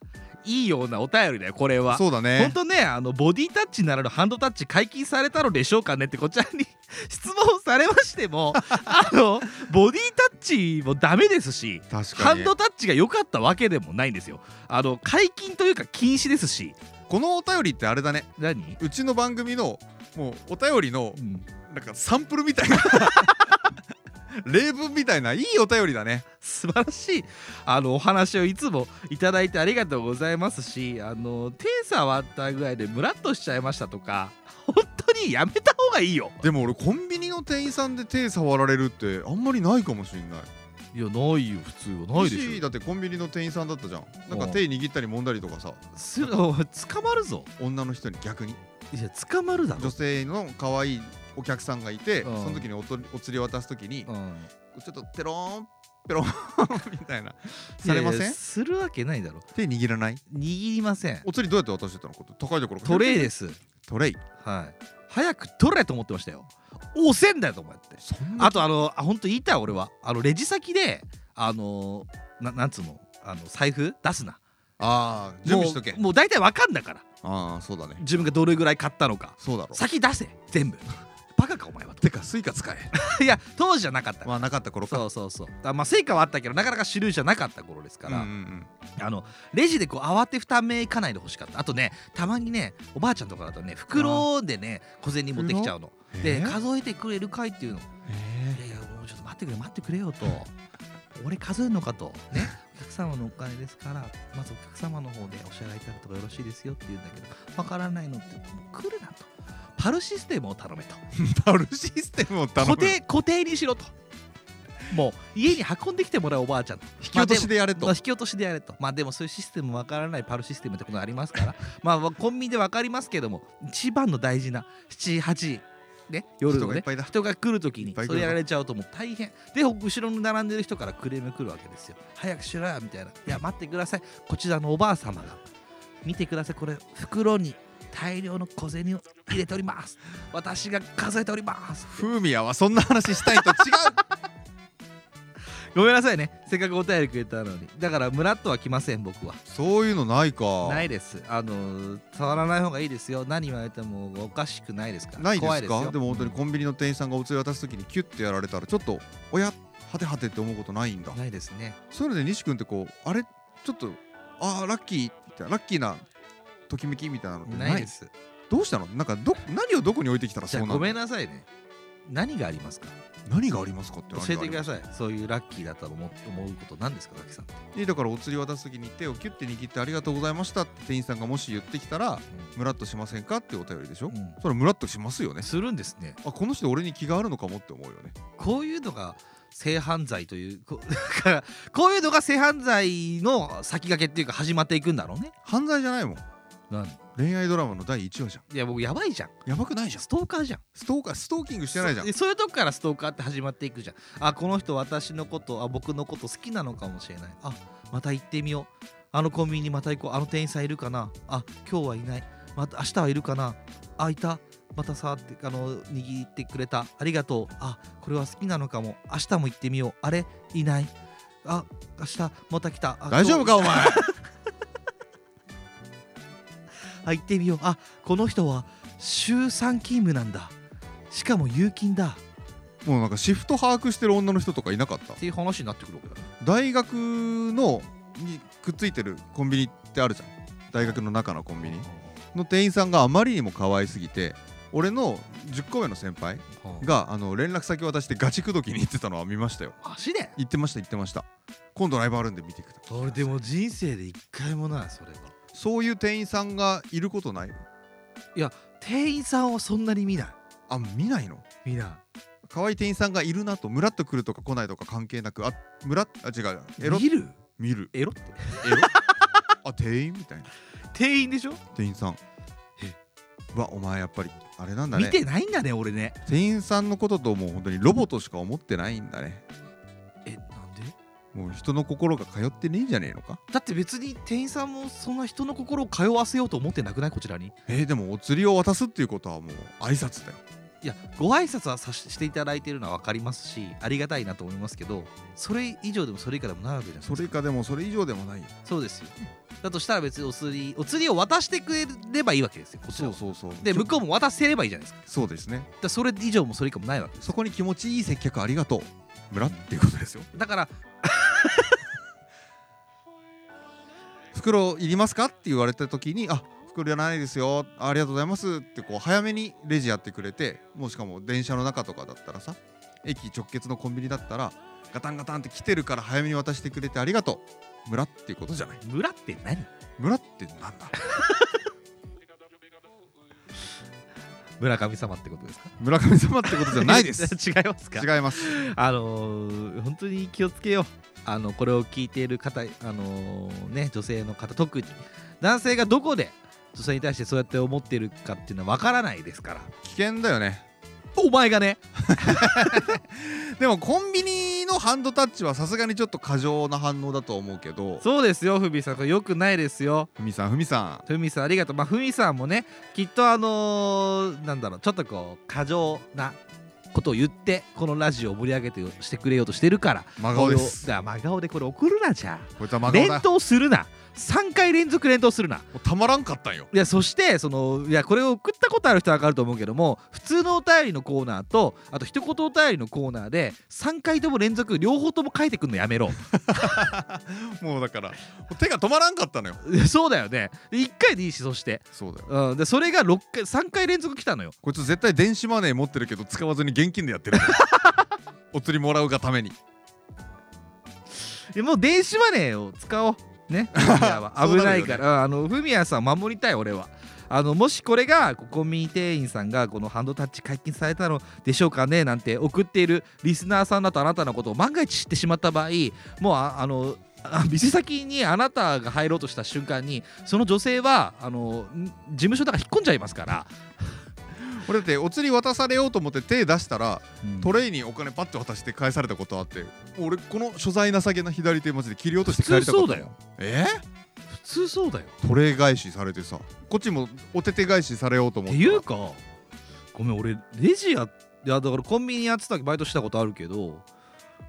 Speaker 2: いいようなお便りだよこれは
Speaker 1: そうだ
Speaker 2: 本
Speaker 1: ね
Speaker 2: 当ねあのボディタッチならぬハンドタッチ解禁されたのでしょうかねってこちらに 質問されましてもあのボディタッチもダメですし
Speaker 1: 確
Speaker 2: ハ
Speaker 1: か
Speaker 2: ン
Speaker 1: に
Speaker 2: ドタッチが良かったわけでもないんですよあの解禁というか禁止ですし
Speaker 1: このお便りってあれだね
Speaker 2: 何、
Speaker 1: うちの番組のもうお便りの
Speaker 2: うん
Speaker 1: なんかサンプルみたい な例文みたいないいお便りだね
Speaker 2: 素晴らしいあのお話をいつもいただいてありがとうございますしあの手触ったぐらいでムラっとしちゃいましたとか本当にやめた方がいいよ
Speaker 1: でも俺コンビニの店員さんで手触られるってあんまりないかもしんない
Speaker 2: いやないよ普通はないで
Speaker 1: 石井
Speaker 2: し
Speaker 1: だってコンビニの店員さんだったじゃんなんか
Speaker 2: うん
Speaker 1: 手握ったり揉んだりとかさ
Speaker 2: ょす るお前捕まるぞ
Speaker 1: 女の人に逆に
Speaker 2: いや捕まるだろ
Speaker 1: 女性の可愛いお客さんがいて、
Speaker 2: うん
Speaker 1: その時におとお釣り渡す時に、
Speaker 2: うん
Speaker 1: ちょっとテローンペローンみたいなされません
Speaker 2: いやいやするわけないだろ
Speaker 1: 手握らない
Speaker 2: 握りません
Speaker 1: お釣りどうやって渡してたのこれ高いところ
Speaker 2: トレイ
Speaker 1: で
Speaker 2: です
Speaker 1: トレイ
Speaker 2: はい早く取れと思ってましたよ押せんだよと思って
Speaker 1: そんな
Speaker 2: あとあのあ本当言いたい俺はあのレジ先であのななんつうのあの財布出すな
Speaker 1: ああ準備しとけ
Speaker 2: もうもう大体わかんだから
Speaker 1: ああそうだね
Speaker 2: 自分がどれぐらい買ったのか
Speaker 1: そうだろ
Speaker 2: 先出せ全部バカかお前はと
Speaker 1: てかスイカ使え
Speaker 2: いや当時じゃなかったから
Speaker 1: まあなかった頃か
Speaker 2: そうそうそうあまあ成果はあったけどなかなか主流じゃなかった頃ですから、
Speaker 1: うんうん
Speaker 2: あのレジでこう慌てふためいかないでほしかったあとねたまにねおばあちゃんとかだとね袋でね小銭持ってきちゃうの
Speaker 1: うん
Speaker 2: で、
Speaker 1: えー
Speaker 2: 数えてくれるかいっていうの
Speaker 1: え
Speaker 2: いやいやもうちょっと待ってくれ待ってくれよと俺数えるのかとねお客様のお金ですからまずお客様の方でお支払いいただくとかよろしいですよって言うんだけどわからないのってもう来るなとパルシステムを頼めと
Speaker 1: ー パルシステムを頼む
Speaker 2: 固定固定にしろともう家に運んできてもらうおばあちゃんと
Speaker 1: 引き落としでやれと、
Speaker 2: まあ、引き落としでやれとまあでもそういうシステムわからないパルシステムってことありますから まあコンビニでわかりますけども一番の大事な78ね夜
Speaker 1: 人
Speaker 2: の
Speaker 1: がいっ
Speaker 2: ね
Speaker 1: ぱいだ
Speaker 2: 人が来るとき
Speaker 1: い
Speaker 2: に
Speaker 1: っぱい来
Speaker 2: そ
Speaker 1: る
Speaker 2: れ
Speaker 1: ぞ
Speaker 2: やられちゃうともう大変で後ろに並んでる人からクレーム来るわけですよ早くしろよみたいないや待ってくださいこちらのおばあ様が見てくださいこれ袋に大量の小銭を入れております私が数えております
Speaker 1: 風味やはそんな話したいと違う
Speaker 2: ごめんなさいねせっかくお便りくれたのにだからムラっとは来ません僕は
Speaker 1: そういうのないか
Speaker 2: ないです。あの触らない方がいいですよ。何言われてもおかしくないですから。
Speaker 1: ないです
Speaker 2: 怖
Speaker 1: か
Speaker 2: い
Speaker 1: で
Speaker 2: ですよ。
Speaker 1: も本当にコンビニの店員さんがお釣り渡す時にキュッてやられたらちょっとおやはてはてって思うことないんだ
Speaker 2: ないですね。
Speaker 1: そういうので西君ってこうあれちょっとああラッキーみたいなラッキーなときめきみたいなのってない
Speaker 2: ないです。
Speaker 1: どうしたのなんかど何をどこに置いてきたら
Speaker 2: じ
Speaker 1: そう
Speaker 2: ゃあ
Speaker 1: なの
Speaker 2: ごめんなさいね。何がありますか
Speaker 1: 何がありますかって
Speaker 2: 教えてください。そういうラッキーだったと思思うこと何ですか、ザキさんって。
Speaker 1: いだからお釣り渡す時に手をキュッて握ってありがとうございましたって店員さんがもし言ってきたらムラっとしませんかってお便りでしょ、
Speaker 2: うん
Speaker 1: それムラっとしますよね
Speaker 2: するんですね。
Speaker 1: あこの人俺に気があるのかもって思うよね
Speaker 2: こういうのが性犯罪という ここういうのが性犯罪の先駆けっていうか始まっていくんだろうね。
Speaker 1: 犯罪じゃないもん
Speaker 2: 何
Speaker 1: 恋愛ドラマの第1話じゃん
Speaker 2: いや僕やばいじゃん。
Speaker 1: やばくないじゃん
Speaker 2: ストーカーじゃん。
Speaker 1: ストーカーストーキングしてないじゃん
Speaker 2: そそういうとこからストーカーって始まっていくじゃんあこの人私のことあ僕のこと好きなのかもしれないあまた行ってみようあのコンビニまた行こうあの店員さんいるかなあ今日はいないまた明日はいるかなあいたまたさってあの握ってくれたありがとうあこれは好きなのかも明日も行ってみようあれいないあ明日また来たあ
Speaker 1: 大丈夫かお前
Speaker 2: あ行ってみようあこの人は週3勤務なんだしかも有金だ
Speaker 1: もうなんかシフト把握してる女の人とかいなかった
Speaker 2: っていう話になってくるわけだね
Speaker 1: 大学のにくっついてるコンビニってあるじゃん大学の中のコンビニの店員さんがあまりにも可愛すぎて俺の10個上の先輩があの連絡先渡してガチ口説きに行ってたのは見ましたよ
Speaker 2: 足で
Speaker 1: 行ってました行ってました今度ライブあるんで見てください
Speaker 2: 俺でも人生で一回もないそれが
Speaker 1: そういう店員さんがいることない
Speaker 2: 店員さんはそんなに見ない
Speaker 1: あ見ないの
Speaker 2: 見な
Speaker 1: 可愛い店員さんがいるなとムラっと来るとか来ないとか関係なくあムラっあ違うエロ
Speaker 2: 見る
Speaker 1: 見る
Speaker 2: エロって
Speaker 1: エロあ店員みたいな
Speaker 2: 店員でしょ、
Speaker 1: 店員さん
Speaker 2: え
Speaker 1: うわお前やっぱりあれなんだ
Speaker 2: 見
Speaker 1: ね
Speaker 2: てないんだね俺ね
Speaker 1: 店員さんのことともう本当にロボとしか思ってないんだね
Speaker 2: えなんで
Speaker 1: もう人の心が通ってねえんじゃねえのか
Speaker 2: だって別に店員さんもそんな人の心を通わせようと思ってなくないこちらに
Speaker 1: えーでもお釣りを渡すっていうことはもう挨拶だよ
Speaker 2: いやご挨拶はさししていただいてるのは分かりますしありがたいなと思いますけどそれ以上でもそれ以下でもないわけじゃないです
Speaker 1: そ
Speaker 2: か
Speaker 1: れ以下でもそれ以上でもないよ
Speaker 2: そうですよだとしたら別にお釣りお釣りを渡してくれればいいわけですよこちらは
Speaker 1: そうそう
Speaker 2: で向こう
Speaker 1: も
Speaker 2: も渡せればいいじゃないですか
Speaker 1: そうですね
Speaker 2: だからそれ以上もそれ以下もないわけです
Speaker 1: そこに気持ちいい接客ありがとう村っていうことですよ
Speaker 2: だから
Speaker 1: 袋いりますかって言われた時にあ袋いらないですよありがとうございますってこう早めにレジやってくれてもうしかも電車の中とかだったらさ駅直結のコンビニだったらガタンガタンって来てるから早めに渡してくれてありがとう村っていうことじゃない
Speaker 2: 村って何
Speaker 1: 村ってなんだ
Speaker 2: 村上様ってことですか
Speaker 1: 村上様ってことじゃ ないで す
Speaker 2: 違いますか
Speaker 1: 違います
Speaker 2: あのー本当に気をつけようあのこれを聞いている方、あのーね、女性の方特に男性がどこで女性に対してそうやって思ってるかっていうのは分からないですから
Speaker 1: 危険だよね
Speaker 2: お前がね
Speaker 1: でもコンビニのハンドタッチはさすがにちょっと過剰な反応だと思うけど
Speaker 2: そうですよふみさんこれよくないですよ
Speaker 1: ふみさんふみさ
Speaker 2: ふみさんありがとうまあふみさんもねきっとあのーなんだろうちょっとこう過剰なことを言ってこのラジオを盛り上げてしてくれようとしてるから
Speaker 1: ん真顔で
Speaker 2: こ
Speaker 1: す
Speaker 2: れをだから真顔でこれ送るなじゃ
Speaker 1: こいつは
Speaker 2: あ
Speaker 1: 真顔
Speaker 2: 連
Speaker 1: だも
Speaker 2: 投するな3回連続連投するな
Speaker 1: うたまらんかったんよ
Speaker 2: いやそしてそのいやこれを送ったことある人は分かると思うけども普通のお便りのコーナーとあと一言お便りのコーナーで3回とも連続両方とも書いてくんのやめろ
Speaker 1: もうだからもう手が止まらんかったのよ
Speaker 2: いやそうだよね1回でいいしそして、
Speaker 1: そうだよ
Speaker 2: うん、でそれが六回3回連続来たのよ
Speaker 1: こいつ絶対電子マネー持ってるけど使わずに現金でやって るお釣りもらうがために
Speaker 2: いやもう電子マネーを使おう ねフミヤは
Speaker 1: そう
Speaker 2: 危
Speaker 1: な
Speaker 2: な
Speaker 1: る
Speaker 2: い
Speaker 1: よね
Speaker 2: から、うんあのフミヤさんを守りたい俺はあのもしこれがこうコンビニ店員さんがこのハンドタッチ解禁されたのでしょうかねなんて送っているリスナーさんだとあなたのことを万が一知ってしまった場合もうああのあ店先にあなたが入ろうとした瞬間にその女性はあのん事務所だから引っ込んじゃいますから、
Speaker 1: 俺だってお釣り渡されようと思って手出したらト
Speaker 2: 取
Speaker 1: レイにお金パッて渡して返されたことあって俺この所在情けな左手マジで切り落として
Speaker 2: 普
Speaker 1: 帰り
Speaker 2: 通
Speaker 1: たか
Speaker 2: そ
Speaker 1: っ
Speaker 2: う
Speaker 1: た
Speaker 2: だよ
Speaker 1: え
Speaker 2: 普通そうだよ
Speaker 1: トレイ返しされてさこっちもお手手返しされようと思
Speaker 2: っ
Speaker 1: ってて
Speaker 2: いうかごめん俺レジやいやだからコンビニやってたバイトしたことあるけど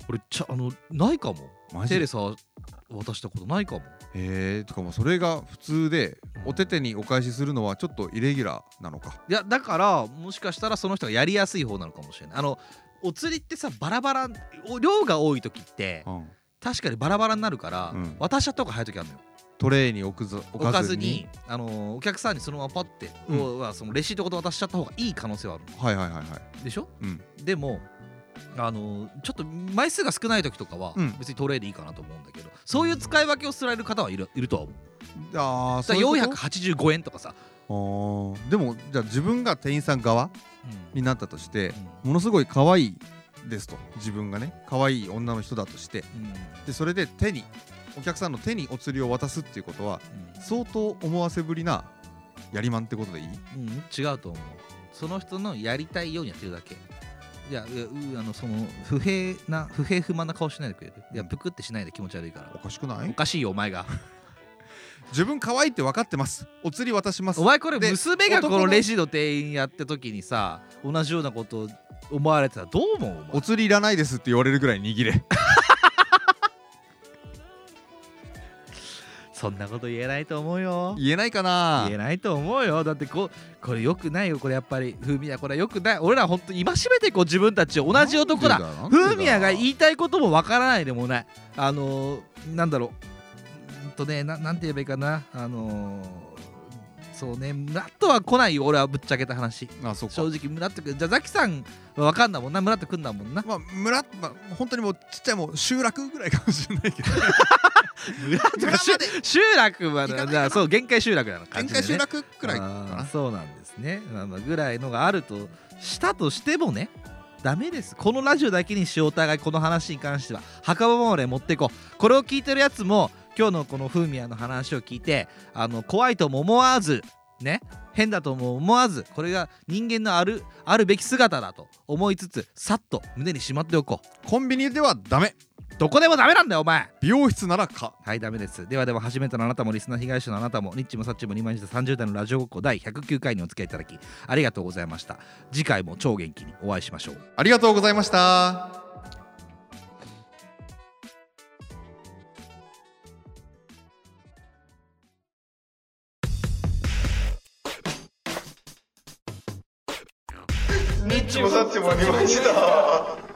Speaker 2: 俺ちゃあのないかも
Speaker 1: マジ
Speaker 2: テ
Speaker 1: で
Speaker 2: レサ渡したことないかも
Speaker 1: えー、とかもうそれが普通でお手手にお返しするのはちょっとイレギュラーなのか
Speaker 2: いやだからもしかしたらその人がやりやすい方なのかもしれないあのお釣りってさバラバラお量が多い時って
Speaker 1: うん
Speaker 2: 確かにバラバラになるから、
Speaker 1: うん
Speaker 2: 渡しちゃった方が早い時あるのよ
Speaker 1: トレイに置くず
Speaker 2: 置
Speaker 1: 置
Speaker 2: か
Speaker 1: か
Speaker 2: ず
Speaker 1: ず
Speaker 2: に
Speaker 1: に
Speaker 2: あのお客さんにそのままパッて、
Speaker 1: うん
Speaker 2: 要はそのレシートごと渡しちゃった方がいい可能性はある
Speaker 1: はいはいはいはい
Speaker 2: でしょ、
Speaker 1: うん
Speaker 2: でもあのちょっと枚数が少ない時とかは
Speaker 1: うん
Speaker 2: 別にトレーでいいかなと思うんだけど、そういう使い分けをすられる方はいるいるとは思う
Speaker 1: ああ
Speaker 2: だから485円とかさ、
Speaker 1: あーでもじゃあ自分が店員さん側
Speaker 2: うん
Speaker 1: になったとして
Speaker 2: う
Speaker 1: ものすごい可愛いですと自分がね可愛い女の人だとして
Speaker 2: んうん
Speaker 1: でそれで手にお客さんの手にお釣りを渡すっていうことは相当思わせぶりなやりまんってことでいい
Speaker 2: うんうん違うと思うその人のやりたいようにやってるだけいやいやうあのその不平な不平不満な顔しないでくれるいや
Speaker 1: うん
Speaker 2: ぷくってしないで気持ち悪いから
Speaker 1: おかしくな
Speaker 2: お
Speaker 1: い
Speaker 2: かしいよお前が
Speaker 1: 自分可愛いって分かってますお釣り渡します
Speaker 2: お前これ
Speaker 1: で
Speaker 2: 娘がこ
Speaker 1: 男
Speaker 2: の
Speaker 1: の
Speaker 2: レジの店員やった時にさ同じようなことを思われてたらどう思うお前
Speaker 1: お釣りいらないですって言われるぐらい握れ
Speaker 2: そんなこと言えないと思うよ。
Speaker 1: 言えないかな
Speaker 2: 言えないと思うよ。だってここれ良くないよ。これやっぱり風味やこれ良くない。俺ら本当戒めてこう自分たちを同じ男だ。
Speaker 1: なんで
Speaker 2: 風味やが言
Speaker 1: い
Speaker 2: いたいこともわからないでもない。あのー、なんだろう。うんとねな、なんて言えばいいかな。あのー、そうね、ムラッとは来ないよ。俺はぶっちゃけた話。
Speaker 1: あそっか
Speaker 2: 正直ムラッとくる。じゃあザキさんはわかんだもんな。ムラッとくんだも んな。
Speaker 1: まあ村まあ本当にもうちっちゃいもう集落ぐらいかもしれないけど
Speaker 2: ムラッと
Speaker 1: 村
Speaker 2: か
Speaker 1: ま
Speaker 2: 集
Speaker 1: で
Speaker 2: 集落は
Speaker 1: 行かないかな
Speaker 2: じゃあそう限界集落だな感
Speaker 1: 限
Speaker 2: じで、ね。
Speaker 1: 界集落くらいか
Speaker 2: あー
Speaker 1: な
Speaker 2: そうなんですね、まあ、まあぐらいのがあるとしたとしてもねダメですこのラジオだけにしようお互いこの話に関しては墓場まで持っていこうこれを聞いてるやつも今日のこのフーミヤの話を聞いてあの怖いとも思わずね変だとも思わずこれが人間のあるあるべき姿だと思いつつさっと胸にしまっておこう
Speaker 1: コンビニではダメ
Speaker 2: どこでもダメなんだよお前
Speaker 1: 美容室ならか
Speaker 2: はい、ダメです。ではでは、初めてのあなたも、リスナー被害者のあなたも、ニッチもサッチも2枚した30代のラジオごっこ第109回にお付き合いいただき、ありがとうございました。次回も超元気にお会いしましょう。
Speaker 1: ありがとうございました
Speaker 6: ニッチもサッチも見ました。